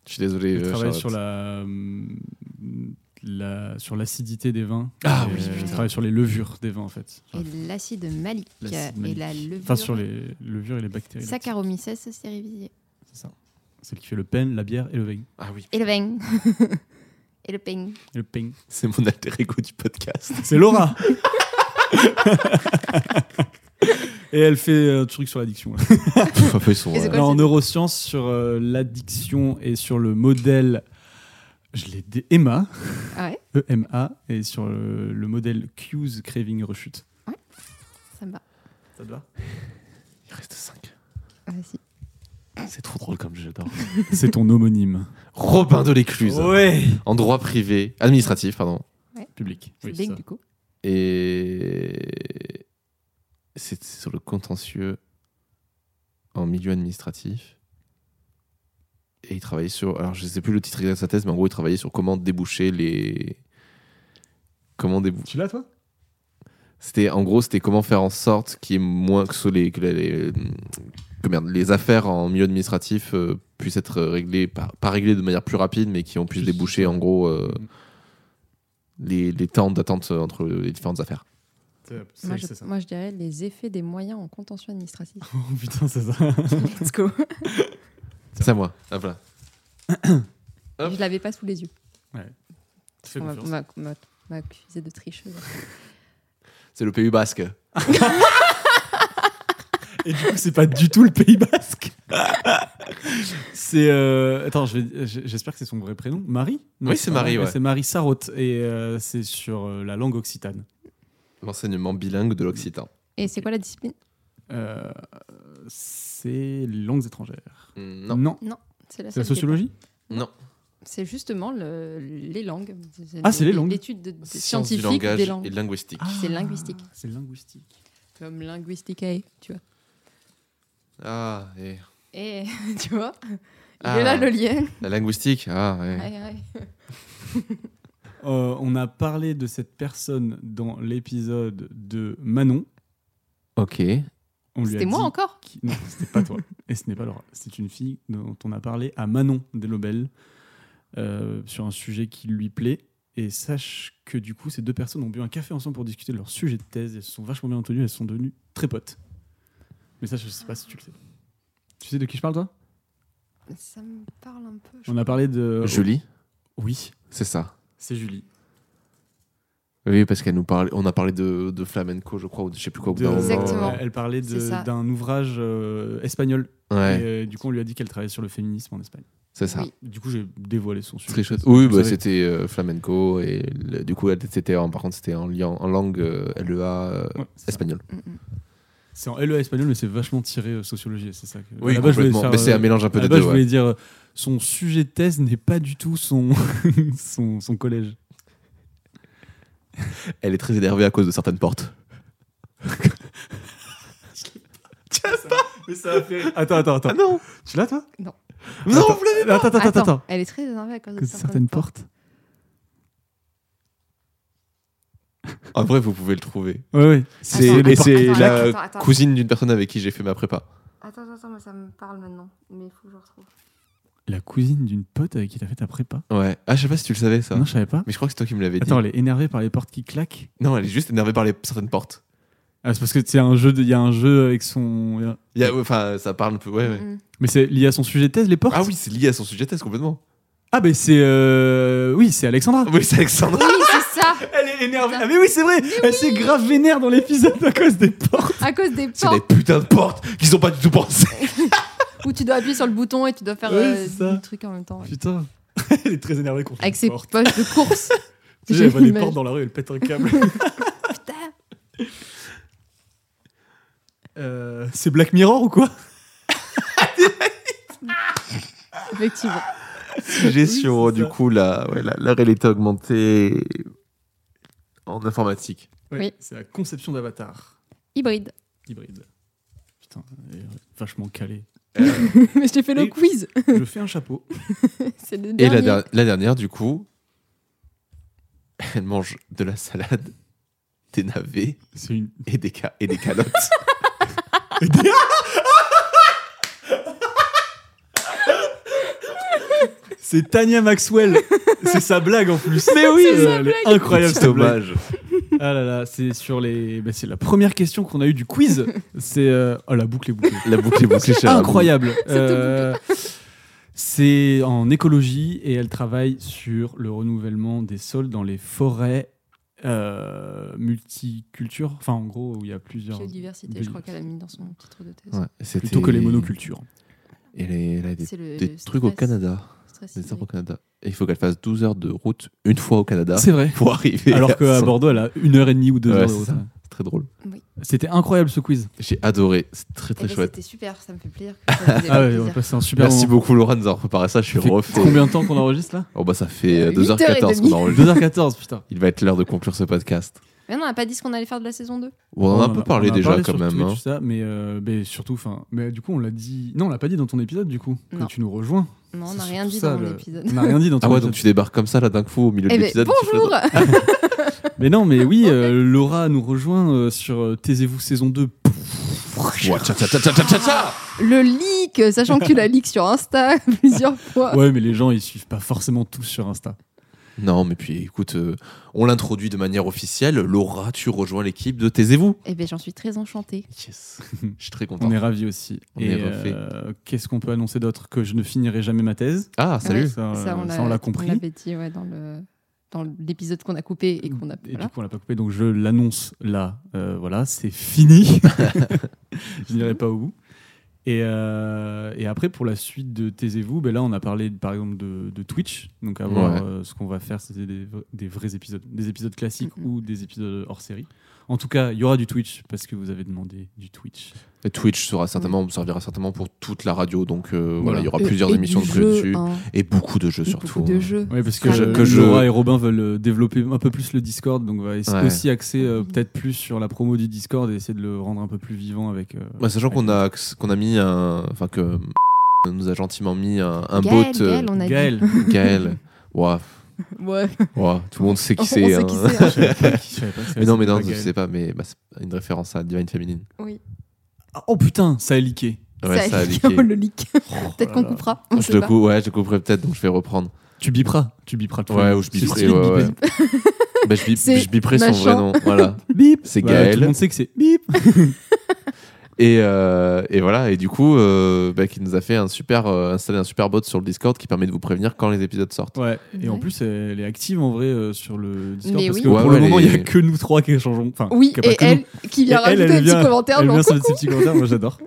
Je suis désolé. Elle euh, travaille Charlotte. sur la, hum, la sur l'acidité des vins. Ah Et oui, elle putain. travaille sur les levures des vins en fait. Et l'acide malique L'acide et malique. la levure. Enfin sur les levures et les bactéries. là-dessus. Saccharomyces cerevisiae. C'est ça. Celle qui fait le pain, la bière et le vin. Ah oui. Et le vin. [LAUGHS] et le ping. Et le pain. C'est mon alter ego du [LAUGHS] podcast. C'est Laura. [LAUGHS] et elle fait un truc sur l'addiction. là. Pff, après, ils sont, Et c'est euh, quoi Non, en neurosciences sur euh, l'addiction et sur le modèle je l'ai dé- EMA, Ah ouais, EMA et sur euh, le, le modèle Q's craving rechute. ça me va. Ça te va Il reste 5. Vas-y. C'est trop drôle comme j'adore. C'est ton homonyme. Robin de l'écluse. Ouais. En droit privé, administratif, pardon. Public. C'est Oui, dingue c'est ça. du coup. Et c'est sur le contentieux en milieu administratif. Et il travaillait sur. Alors, je sais plus le titre exact de sa thèse, mais en gros, il travaillait sur comment déboucher les. Comment déboucher. Tu l'as, toi C'était en gros, c'était comment faire en sorte qu'il y ait moins que, ce- les, que les, les- que merde, les affaires en milieu administratif euh, puissent être réglées, pas, pas réglées de manière plus rapide, mais qui ont puisse Plus- déboucher en gros euh, les, les temps d'attente euh, entre les différentes affaires. Moi je, moi, je dirais les effets des moyens en contention [LAUGHS] administrative. Oh putain, c'est ça. [LAUGHS] Let's go. C'est à moi. Ah, voilà. Hop. Je l'avais pas sous les yeux. Fais On m'a- confiance. m'a- m'a m'a accusé de tricheuse. C'est le Pays Basque. Et du coup, c'est pas du tout le Pays Basque. [LAUGHS] c'est. euh, Attends, je vais- j- j'espère que c'est son vrai prénom. Marie Non, Oui, c'est pas Marie, vrai. ouais. C'est Marie Sarraute. Et euh, c'est sur euh, la langue occitane. L'enseignement bilingue de l'occitan. Et c'est quoi la discipline Euh, c'est les langues étrangères. Hmm, Non. C'est C'est la société. sociologie Non. C'est justement le- les langues. Ah, c'est les langues. L'étude de- de- Science du scientifique langage des langues. Ah. et linguistique. C'est linguistique. Ah, C'est linguistique. Comme linguisticae, tu vois. Ah, et Et [LAUGHS] tu vois, il Ah. est là le lien. la linguistique. Ah, ouais. Aïe, aïe. Euh, on a parlé de cette personne dans l'épisode de Manon. Ok. On lui a C'était moi dit- encore qui- Non, c'était pas toi. Et ce n'est pas Laura. C'est une fille dont on a parlé à Manon Delobel euh, sur un sujet qui lui plaît. Et sache que du coup, ces deux personnes ont bu un café ensemble pour discuter de leur sujet de thèse. Elles se sont vachement bien entendues. Elles sont devenues très potes. Mais ça, je sais pas si tu le sais. Tu sais de qui je parle, toi Ça me parle un peu. je On a parlé de. Julie, Oui, c'est ça. c'est Julie. Oui, parce qu'elle nous parle. On a parlé de, de flamenco, je crois, ou de je sais plus quoi. au bout De- d'un moment. Exactement. Elle parlait de- C'est ça. d'un ouvrage euh, espagnol. Ouais, Et, euh, du coup, on lui a dit qu'elle travaillait sur le féminisme en Espagne. c'est ça. Oui. Du coup, j'ai dévoilé son sujet. Très chouette. Oui, Vous bah, savez. c'était euh, flamenco et le- du coup, elle- c'était en, par contre, c'était en, liant- en langue euh, LEA euh, Ouais, c'est ça. espagnole. Mm, mm. C'est en LE espagnol, mais c'est vachement tiré euh, sociologie. et C'est ça. Que... Oui, À la base, je voulais complètement. faire, Mais c'est euh, un mélange un peu à des la base, deux. je ouais. voulais dire euh, son sujet de thèse n'est pas du tout son, [LAUGHS] son, son collège. Elle est très énervée à cause de certaines portes. Mais ça a fait. Ah Attends, attends, attends. non Tu l'as, toi Non. Non, Attends. vous l'avez Attends, attends, attends. attends. Elle est très énervée à cause de Que certaines portes. En vrai, vous pouvez le trouver. Ouais, ouais. C'est Attends, et attends, c'est attends, la attends, attends. cousine d'une personne avec qui j'ai fait ma prépa. Attends, attends, mais ça me parle maintenant. Mais il faut que je retrouve. La cousine d'une pote avec qui t'as fait ta prépa. Ouais. Ah, je sais pas si tu le savais ça. Non, je savais pas. Mais je crois que c'est toi qui me l'avais dit. Attends, elle est énervée par les portes qui claquent. Non, elle est juste énervée par les certaines portes. Ah, c'est parce que c'est un jeu, de- il y a un jeu avec son. Il y a- Enfin, ça parle un peu. Ouais, ouais. Mm. Mais c'est lié à son sujet de thèse, les portes. Ah oui, c'est lié à son sujet de thèse complètement. Ah Ah, mais c'est. euh, Oui, c'est Alexandra. Oui, c'est Alexandra. Oui, [LAUGHS] c'est ça Elle est énervée. Putain. Ah, mais oui, c'est vrai. Elle s'est grave vénère dans l'épisode à cause des portes. À cause des C'est des portes putains de portes qu'ils ont pas du tout pensé. où tu dois appuyer sur le bouton et tu dois faire Ouais, euh, c'est ça. des trucs en même temps. ouais. Putain. [LAUGHS] Elle est très énervée contre Avec les ses portes. poches de course. [LAUGHS] Tu sais, J'ai elle voit des l'image. portes dans la rue, elle pète un câble. [LAUGHS] Putain. Euh, c'est Black Mirror ou quoi Effectivement. [LAUGHS] sujet sur c'est du ça. coup la, ouais, la, la réalité augmentée en informatique. Ouais, Oui. C'est la conception d'Avatar Hybride. hybride. Putain, elle est vachement calée. [LAUGHS] mais je t'ai fait le Et- quiz. [LAUGHS] [LAUGHS] Je fais un chapeau. C'est le Et la, dernier. der- la dernière, du coup, elle mange de la salade, des navets C'est une. et des, ca- et des calottes. C'est Tania [LAUGHS] Maxwell. c'est sa blague en plus. Mais oui. C'est sa elle est incroyable C'est cette blague. dommage. Ah là là, c'est sur les. bah, c'est la première question qu'on a eue du quiz. C'est euh, oh la boucle est bouclée. La boucle est bouclée, cher ami. Incroyable. [LAUGHS] C'est tout Euh, C'est en écologie et elle travaille sur le renouvellement des sols dans les forêts euh, multicultures. Enfin, en gros, où il y a plusieurs. Biodiversité, je crois qu'elle a mis dans son titre de thèse. Ouais, c'était- Plutôt que les monocultures. Et les- elle a des, C'est le, des le trucs au stress- Canada. stress Des arbres au hydrique. Canada. Et il faut qu'elle fasse 12 heures de route une fois au Canada [LAUGHS] C'est vrai. pour arriver. Alors à qu'à son- Bordeaux, elle a une heure et demie ou deux Ah. Ouais, heures de c'est route. ça. C'est très drôle. C'était incroyable ce quiz. J'ai adoré. C'est très Eh très ben, chouette. C'était super, ça me fait plaisir. [LAUGHS] que ça vous ait fait Ah ouais, plaisir. on a passé un super Merci moment. beaucoup Laura de nous avoir préparé ça. Je suis Ça fait refait. Combien de temps qu'on enregistre là Oh bah ça fait Euh, 2h14 8h30. qu'on enregistre. 2h14, putain. Il va être l'heure de conclure ce podcast. Mais non, on n'a pas dit ce qu'on allait faire de la saison 2. Bon, on en a un peu parlé on a déjà quand sur même. Twitch, hein. tout ça, mais, euh, mais surtout, enfin, mais du coup, on l'a dit. Non, on l'a pas dit dans ton épisode, du coup, Non. quand tu nous rejoins. Non, on C'est n'a rien surtout dit ça, dans le- mon épisode. On n'a rien dit dans ton Ah ouais, épisode. donc tu débarques comme ça là d'un coup au milieu Eh de ben, l'épisode. tu fais- bonjour Mais non, mais oui, euh, Laura nous rejoint euh, sur euh, Taisez-vous saison 2. Ouais, tcha, tcha, tcha, tcha, tcha, tcha, tcha. Le leak, sachant que tu la leaks sur Insta [LAUGHS] plusieurs fois. Ah. Ouais, mais les gens, ils suivent pas forcément tous sur Insta. Non, mais puis écoute, euh, on l'introduit de manière officielle. Laura, tu rejoins l'équipe de Taisez-vous. Eh bien, j'en suis très enchantée. Yes. [LAUGHS] Je suis très content. On est ravis aussi. On Et est refait. euh, qu'est-ce qu'on peut annoncer d'autre Que je ne finirai jamais ma thèse. Ah, salut. Ouais, Ça, euh, ça, on ça, l'a on l'a compris. l'avait dit ouais, dans le dans l'épisode qu'on a coupé et qu'on a Et voilà. du coup, on l'a pas coupé, donc je l'annonce là. Euh, voilà, c'est fini. [LAUGHS] je n'irai pas au bout. Et, euh, et après, pour la suite de Taisez-vous, ben là, on a parlé par exemple de, de Twitch. Donc, à voir Ouais. euh, ce qu'on va faire, c'est des, vra- des vrais épisodes, des épisodes classiques Mhm. ou des épisodes hors série. En tout cas, il y aura du Twitch parce que vous avez demandé du Twitch. Et Twitch sera certainement, servira certainement pour toute la radio. Donc euh, voilà, Voilà. il y aura Et- plusieurs et émissions de du jeux jeu, dessus. hein. Et beaucoup de jeux Et surtout. beaucoup de hein. jeux. Oui, parce Ça que, que je- euh, que je- Laura et Robin veulent euh, développer un peu plus le Discord, donc on va essa- Ouais. aussi axer euh, peut-être plus sur la promo du Discord et essayer de le rendre un peu plus vivant avec. euh, Ouais, sachant avec qu'on a, qu'on a mis un. Enfin, que nous a gentiment mis un, un Gaël, bot. euh, Gaël, on a Gaël. [LAUGHS] [LAUGHS] Gaël. Ouah, dit. Ouais. ouah, tout le monde sait On qui c'est. sait hein. qui c'est, hein. Je savais pas qui- je savais pas que ça [LAUGHS] Mais non, mais s'appelait non, pas je Gaël. sais pas, mais bah, c'est une référence à Divine Féminine. Ah, Oh putain, ça a leaké. Ouais, [LAUGHS] ça a leaké. on le leak. Peut-être Oh qu'on là là. coupera. On Je sait le pas. coupe, ouais, je le couperai peut-être, donc je vais reprendre. Tu biperas. Tu biperas le Ouais, ou je C'est biperai. stylé de ouais, ouais. biper. [LAUGHS] Bah, je, bip- C'est je biperai son machin. vrai nom. Voilà. Bip. C'est Voilà, Gaël. Bah, Tout le monde sait que c'est bip. Et, euh, et voilà, et du coup, euh, bah, qui nous a fait un super, euh, installer un super bot sur le Discord qui permet de vous prévenir quand les épisodes sortent. Ouais. Et en Ouais. plus, elle est active en vrai euh, sur le Discord Mais parce oui. que Ouais, pour ouais, le moment, il elle n'y a est- que nous trois qui échangeons. Enfin, Oui, qui a pas et que nous. elle qui vient Et elle, rajouter elle un vient- petit commentaire. Elle genre, vient sur coucou. ces petits commentaires. Moi, j'adore.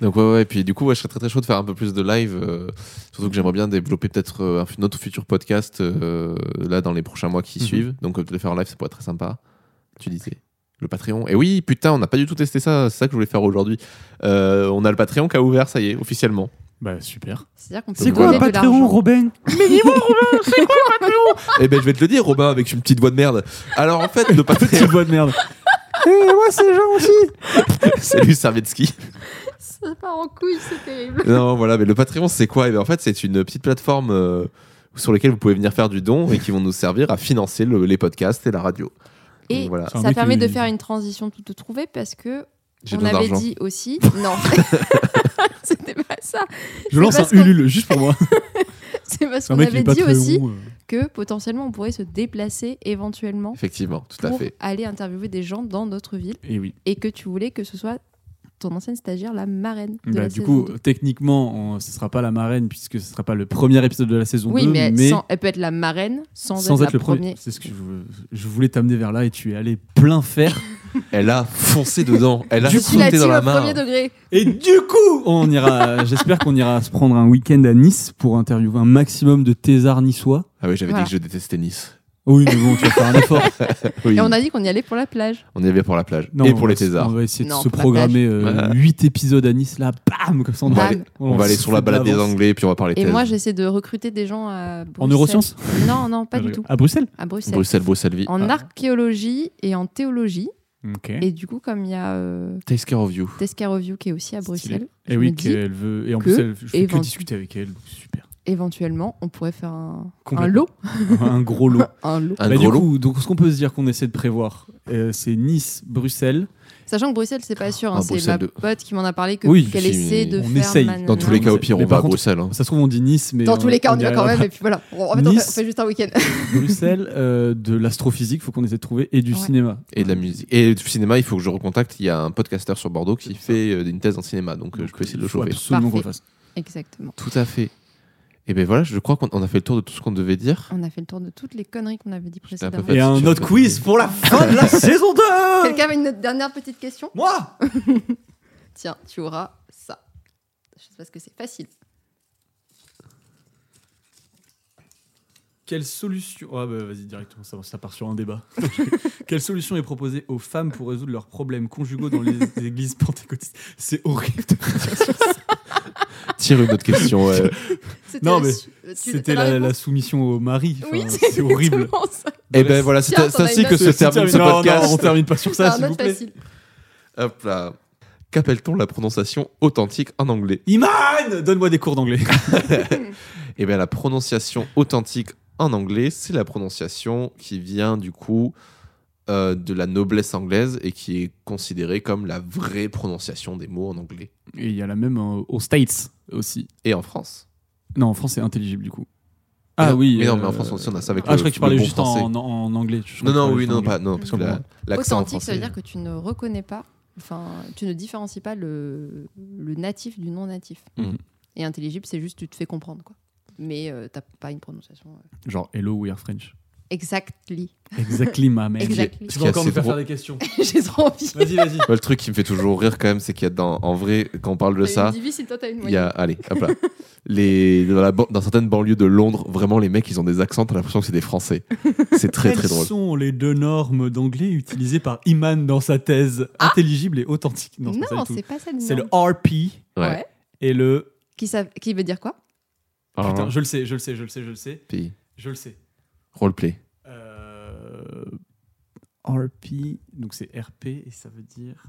Donc ouais, ouais, et puis du coup, ouais, je serais très très chaud de faire un peu plus de live, euh, surtout que j'aimerais bien développer peut-être euh, un autre futur podcast euh, là dans les prochains mois qui Mhm. suivent. Donc euh, de le faire en live, ça pourrait être très sympa. Tu disais. Le Patreon. Et oui, putain, on n'a pas du tout testé ça. C'est ça que je voulais faire aujourd'hui. Euh, on a le Patreon qui a ouvert, ça y est, officiellement. Bah, super. Bah, C'est-à-dire qu'on peut C'est quoi donner un de l'argent. Patreon, Robin Eh ben, je vais te le dire, Robin, avec une petite voix de merde. Alors, en fait, [LAUGHS] le Patreon. [LAUGHS] Petite voix de [LAUGHS] merde. Eh, moi, c'est gentil Salut, Servietsky. Ça part en couille, c'est terrible. Non, voilà, mais le Patreon, c'est quoi Eh ben, en fait, c'est une petite plateforme euh, sur laquelle vous pouvez venir faire du don et qui vont nous servir à financer le- les podcasts et la radio. Et voilà. C'est un ça mec permet qui- de faire une transition toute trouvée parce que J'ai on besoin avait d'argent. dit aussi. Non, [LAUGHS] c'était pas ça. Je lance un parce qu'on- Ulule juste pour moi. C'est parce C'est un qu'on mec qui avait est pas dit très aussi rond, euh. que potentiellement on pourrait se déplacer éventuellement Effectivement, tout à pour fait. aller interviewer des gens dans notre ville Et oui. et que tu voulais que ce soit ton ancienne stagiaire, la marraine. De Bah, la du saison coup, deux. techniquement, on- ce sera pas la marraine puisque ce sera pas le premier épisode de la saison oui, 2, mais, sans- elle peut être la marraine sans, sans être être, la le premier. première. C'est ce que je, veux- je voulais t'amener vers là et tu es allé plein faire. [LAUGHS] Elle a foncé dedans. Elle a Je suis la sauté dans team la au premier main. degré. Et du coup, on ira. J'espère qu'on ira se prendre un week-end à Nice pour interviewer un maximum de thésards niçois. Oh Ah oui, j'avais Voilà. dit que je détestais Nice. Oui, mais bon, tu vas faire un [LAUGHS] effort. Oui, Et on, on a dit qu'on y allait pour la plage. y avait pour la plage Non, et on pour les va- On thésards. va essayer Non, de se pour la programmer plage. 8 épisodes à Nice là, bam, comme ça on, On va aura- aller- aura On va aller sur la foutu de balade des l'avance. Anglais, puis on va parler Et thèse. moi, j'essaie de recruter des gens à Bruxelles. En neurosciences Ah, Non, non, pas du tout. À Bruxelles Euh, À Bruxelles. Bruxelles, Bruxelles vie. En Ah. archéologie et en théologie. Ok. Et du coup, comme il y a euh, Takes care of you. Tescarovio qui est aussi à Bruxelles, je Et Eh oui, me dis, qu'elle veut. Et en que plus, elle, je fais que éventu- discuter avec elle, donc c'est super. éventuellement, on pourrait faire un, un Complètement. lot. un gros lot. Un lot. Un Bah, gros du lot. coup, donc ce qu'on peut se dire qu'on essaie de prévoir, euh, c'est Nice, Bruxelles. Sachant que Bruxelles, c'est pas sûr. hein, Ah, c'est Bruxelles ma de- pote qui m'en a parlé que- Oui, qu'elle si, essaie de on faire. essaye. manana. Dans tous les cas, au pire, Mais on va par à contre- Bruxelles. hein. Ça se trouve, on dit Nice, mais. Dans on- tous les cas, on y va quand arrivera même. pas. Et puis voilà. En fait, on Nice. fait- on fait juste un week-end. [LAUGHS] Bruxelles, euh, de l'astrophysique, faut qu'on essaie de trouver, et du Ouais. cinéma. Et de la musique. Et du cinéma, il faut que je recontacte. Il y a un podcasteur sur Bordeaux qui fait euh, une thèse en cinéma, donc euh, je peux essayer de le il faut chauffer. Absolument qu'on le fasse. Exactement. Tout à fait. Et ben voilà, je crois qu'on on a fait le tour de tout ce qu'on devait [LAUGHS] dire. On a fait le tour de toutes les conneries qu'on avait dit J'étais un peu précédemment. fatigué. Et un Fatigué. autre quiz pour la fin [LAUGHS] de la saison 2 Quelqu'un avait une dernière petite question Moi Tiens, tu auras ça. Je sais pas ce que c'est. Facile. Quelle solution Ah bah vas-y directement, ça, ça part sur un débat. [LAUGHS] Quelle solution est proposée aux femmes pour résoudre leurs problèmes conjugaux dans les [LAUGHS] églises pentecôtistes C'est horrible. Tire une autre question. [LAUGHS] ouais. C'était Non, la mais su- tu- C'était t'as la, la réponse soumission au mari. Enfin, Oui, c'est horrible. exactement ça. Et ben voilà, c'est Tiens, t'en as ainsi une que autre. se termine ce Non, non, on podcast. termine pas sur C'est ça, un s'il vous autre plaît. facile. Hop là. Qu'appelle-t-on la prononciation authentique en anglais Iman Donne-moi des cours d'anglais. [LAUGHS] Eh bien, la prononciation authentique en anglais, c'est la prononciation qui vient du coup euh, de la noblesse anglaise et qui est considérée comme la vraie prononciation des mots en anglais Et il y a la même euh, aux States aussi. et en France. Non, en France, c'est intelligible du coup. Mais Ah non- oui. Mais non, mais euh, en France aussi, on a ça avec Ah, le, je crois que tu le parlais bon juste français. en, en- en anglais. Je Non, crois que tu non, parlais oui, juste non, en pas, anglais. non, parce que Je la- comprends. l'accent en Authentique, ça français. veut dire que tu ne reconnais pas, enfin, tu ne différencies pas le, le natif du non natif. Mhm. Et intelligible, c'est juste tu te fais comprendre, quoi. Mais euh, t'as pas une prononciation. euh, Genre, hello, we are French. Exactly. [LAUGHS] Exactly, ma mère. Exact. Ce qui est assez drôle- des questions. J'ai trop envie. Vas-y, vas-y. Moi, le truc qui me fait toujours rire quand même, c'est qu'il y a dans, en vrai, quand on parle de ça, Difficile, toi t'as une Il y a, allez, hop là. Les, dans, la ban- dans certaines banlieues de Londres, vraiment, les mecs, ils ont des accents, t'as l'impression que c'est des Français. C'est [LAUGHS] très, très Quelles drôle. sont les deux normes d'anglais utilisées par Iman dans sa thèse Intelligible et authentique. Ah. Non, c'est pas ça Non, du tout. c'est pas ça. C'est le RP Ouais. Ouais. et le. Qui, savent- qui veut dire quoi Ah. Putain, je le sais, je le sais, je le sais, je le sais. Puis, Je le sais. roleplay. Euh, RP, donc c'est RP et ça veut dire.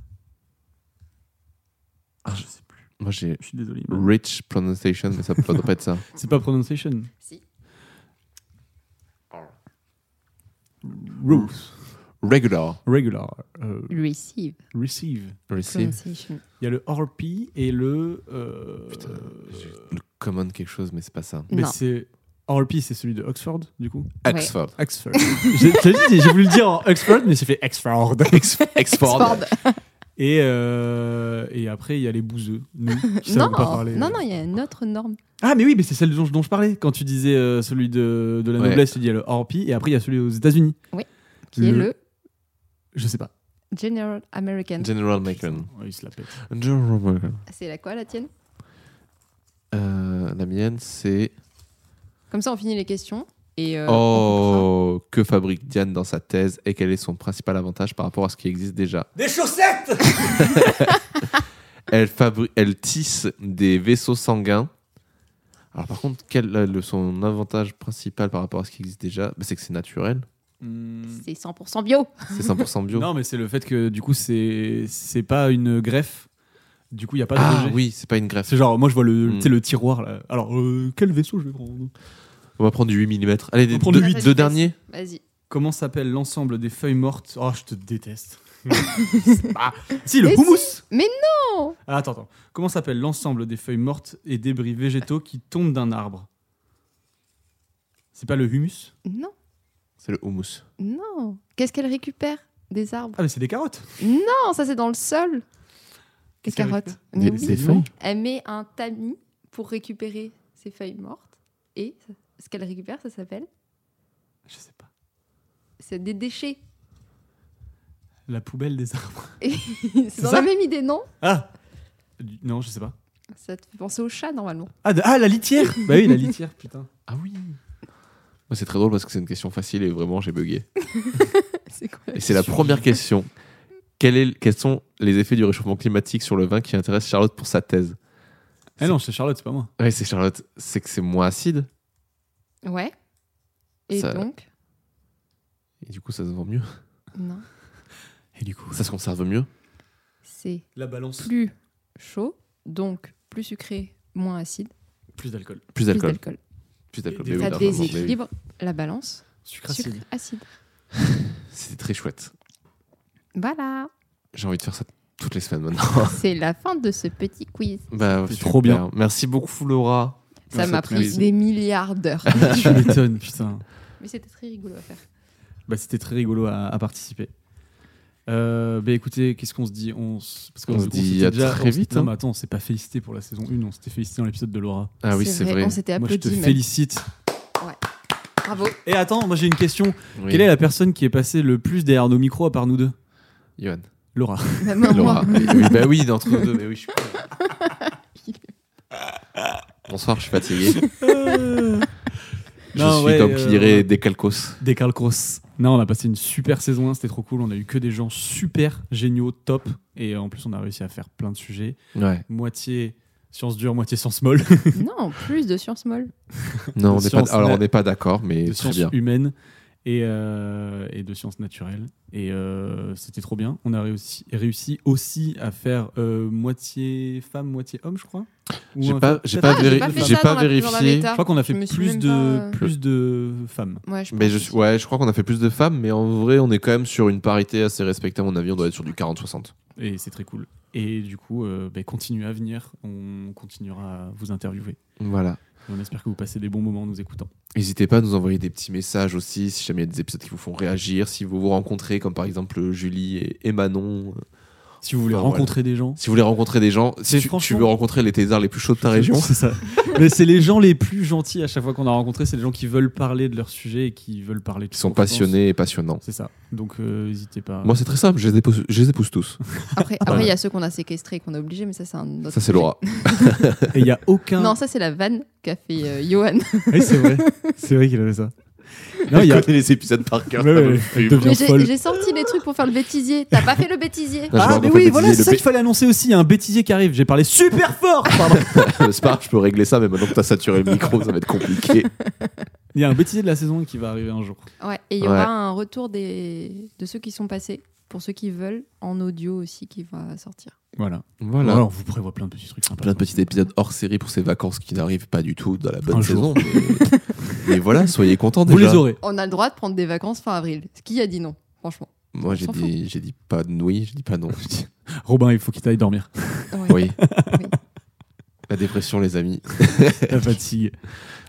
Ah, je sais plus. Moi, j'ai Je suis désolé. Iman. rich pronunciation, mais ça, ça doit pas être ça. C'est pas pronunciation. Si. Rules. Regular. [LAUGHS] Regular. euh, Receive. receive. Receive. Pronunciation. Il y a le RP et le. euh, Putain, j'ai- Le common quelque chose, mais c'est pas ça. mais Non. c'est. RP, c'est celui de Oxford, du coup Ouais. Oxford. Oxford. [LAUGHS] j'ai t'as dit- j'ai voulu le dire en Oxford, mais j'ai fait [LAUGHS] Oxford. Oxford. Export. Et, euh, et après, il y a les bouseux, nous, qui Non, savons pas parler. non, non, il y a une autre norme. Ah, mais oui, mais c'est celle dont, dont je parlais. Quand tu disais euh, celui de, de la Ouais. noblesse, tu dis il y a le RP, et après, il y a celui aux États-Unis. Oui, Qui est le Je sais pas. General American. General Macon. Ouais, il se la pète. General Macon. C'est la quoi la tienne Euh, la mienne, c'est. Comme ça, on finit les questions. Et euh, on coupera. Oh, euh, que fabrique Diane dans sa thèse et quel est son principal avantage par rapport à ce qui existe déjà. Des chaussettes [LAUGHS] Elle, fabri- elle tisse des vaisseaux sanguins. Alors par contre, quel est le- son avantage principal par rapport à ce qui existe déjà Bah, C'est que c'est naturel, Hmm. C'est 100% bio. c'est 100% bio. [LAUGHS] Non, mais c'est le fait que du coup, c'est c'est pas une greffe. Du coup, il n'y a pas de ah rejet. oui, c'est pas une greffe. C'est genre, moi je vois le, Hmm. tu sais, le tiroir là. Alors, euh, quel vaisseau je vais prendre On va prendre du 8 mm. Allez, On des- prend deux, du huit. deux derniers. Vas-y. Comment s'appelle l'ensemble des feuilles mortes Oh, je te [LAUGHS] déteste. Ah, si, le Mais houmous Mais non Ah, Attends, attends. Comment s'appelle l'ensemble des feuilles mortes et débris végétaux qui tombent d'un arbre C'est pas le humus Non, C'est le houmous. non. Qu'est-ce qu'elle récupère Des arbres Ah, mais c'est des carottes Non, ça c'est dans le sol. Des Qu'est-ce qu'elle carottes. Mais Des, oui. des feuilles Elle met un tamis pour récupérer ses feuilles mortes. Et ce qu'elle récupère, ça s'appelle Je sais pas. c'est des déchets. [LAUGHS] La poubelle des arbres. C'est dans ça la même idée, non Ah Du- Non, je sais pas. Ça te fait penser au chat normalement. Ah, de- ah, la [LAUGHS] litière Bah oui, la litière, putain. Ah oui Moi, C'est très drôle parce que c'est une question facile et vraiment j'ai bugué. [LAUGHS] C'est quoi Et c'est la première question. Quel est, quels sont les effets du réchauffement climatique sur le vin qui intéresse Charlotte pour sa thèse Ah non, c'est Charlotte, c'est pas moi. Oui, c'est Charlotte. C'est que c'est moins acide Ouais. Et Ça- donc et du coup ça se vend mieux. Non. Et du coup Ça se conserve mieux. C'est La balance. plus chaud, donc plus sucré, moins acide, Plus d'alcool. Plus plus d'alcool. d'alcool. Plus d'alcool. Et mais oui, des- Ça non, vraiment, mais oui. déséquilibre la balance Sucre acide. sucre-acide. C'était très chouette. Voilà. J'ai envie de faire ça toutes les semaines [LAUGHS] maintenant. C'est la fin de ce petit quiz. bah, C'est super. trop bien. Merci beaucoup Laura. Ça Merci m'a à tous. pris des [LAUGHS] milliards d'heures. [LAUGHS] tu m'étonnes, putain. Mais c'était très rigolo à faire. Bah, c'était très rigolo à, à participer. Euh, bah écoutez, qu'est-ce qu'on se dit On s- parce On se on dit s'était à déjà- très on s- vite, Non, hein. mais attends, on s'est pas félicité pour la saison 1, on s'était félicité dans l'épisode de Laura. Ah oui, c'est vrai. On s'était Moi, je applaudi. te même. félicite. Bravo. Et attends, moi j'ai une question. Oui. Quelle est la personne qui est passée le plus derrière nos micros à part nous deux [LAUGHS] Johan. Laura. [LAUGHS] Même à Laura. moi. Oui, bah oui, d'entre nous deux, mais oui, je suis con. [LAUGHS] Bonsoir, je suis fatigué. Je Euh. Non, suis ouais, comme euh, qui dirait ouais. des calcos. Des Carl Cross. Non, on a passé une super saison 1, c'était trop cool. On a eu que des gens super géniaux, top. Et euh, en plus, on a réussi à faire plein de sujets. Ouais. Moitié science dure, moitié science molle. [LAUGHS] non, plus de science molle. Non, on De n'est pas, science alors, na- on n'est pas d'accord, mais de très sciences bien. humaines et, euh, et de sciences naturelles. Et euh, c'était trop bien. On a réussi, réussi aussi à faire euh, moitié femme, moitié homme, je crois. Ou J'ai un- pas, j'ai Ah, pas, j'ai véri- pas fait j'ai ça pas dans la- dans la vérifié. Je bêta. crois qu'on a Je fait me suis plus même de, pas, euh, plus de femmes. Ouais, je Mais pense je, aussi. suis- ouais, je crois qu'on a fait plus de femmes, mais en vrai, on est quand même sur une parité assez respectable. À mon avis, on doit être sur du 40-60. Et c'est très cool. Et du coup, euh, ben, continuez à venir. On continuera à vous interviewer. Voilà. Et on espère que vous passez des bons moments en nous écoutant. N'hésitez pas à nous envoyer des petits messages aussi, si jamais il y a des épisodes qui vous font réagir, si vous vous rencontrez, comme par exemple Julie et- et Manon. Si vous voulez Ah, rencontrer des gens. Si vous voulez rencontrer des gens, si Mais tu, franchement- tu veux rencontrer les thésards les plus chauds de ta région, C'est ça. Mais c'est les gens les plus gentils à chaque fois qu'on a rencontré. C'est les gens qui veulent parler de leur sujet et qui veulent parler. de qui ce sont qu'on pense. passionnés et passionnants. C'est ça. Donc euh, n'hésitez pas. Moi, c'est très simple, je les épouse, je les épouse tous. Après, après, il y a ceux qu'on a séquestrés et qu'on a obligés, mais ça, c'est un Ah, autre. Ça, c'est [LAUGHS] Laura. Et il y a aucun. [LAUGHS] Non, ça, c'est la vanne qu'a fait euh, Johan. Oui, c'est vrai. C'est vrai qu'il avait ça. Non, il y a. connais les épisodes par cœur. Ouais, ça me ouais, fume. elle [LAUGHS] devient Mais folle. [LAUGHS] j'ai j'ai sorti les trucs pour faire le bêtisier. T'as pas fait le bêtisier Non, Ah, je mais me rappelle oui, le voilà, bêtisier, c'est le ça qu'il fallait annoncer aussi. Il y a un bêtisier qui arrive. J'ai parlé super fort. [LAUGHS] Pardon. c'est pas grave, je peux régler ça, mais maintenant que t'as saturé le micro, ça va être compliqué. Il y a un bêtisier de la saison qui va arriver un jour. Ouais, et il y Ouais. aura un retour des... de ceux qui sont passés, pour ceux qui veulent, en audio aussi, qui va sortir. Voilà. Voilà. Alors, on vous prévoit plein de petits trucs sympas. Plein de petits épisodes hors série pour ces vacances qui n'arrivent pas du tout dans la bonne Un saison. jour. [LAUGHS] Mais... mais voilà, soyez contents Vous déjà. les aurez. On a le droit de prendre des vacances fin avril. Ce qui a dit non, franchement. Moi, j'ai On s'en dit, j'ai dit pas oui, j'ai dit [LAUGHS] pas non. Robin, il faut qu'il [LAUGHS] t'aille dormir. Ouais. oui. Oui. La dépression, les amis. La fatigue.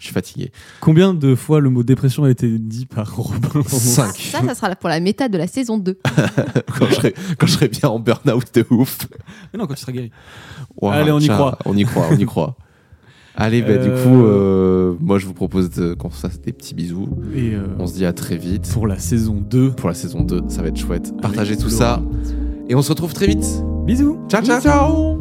Je suis fatigué. Combien de fois le mot dépression a été dit par Robin 5. Ah, Ça, ça sera pour la méta de la saison 2. Quand je serai- quand je serai bien en burn-out de ouf. Mais non, quand tu seras guéri. Ouah, Allez, on y tiens, croit. On y croit, on y [LAUGHS] croit. Allez, bah, du Euh, coup, euh, moi je vous propose de- qu'on se fasse des petits bisous. Et euh, On se dit à très vite pour la saison 2. pour la saison 2, ça va être chouette. Partagez tout Laura. ça et on se retrouve très vite. Bisous. Ciao, ciao, ciao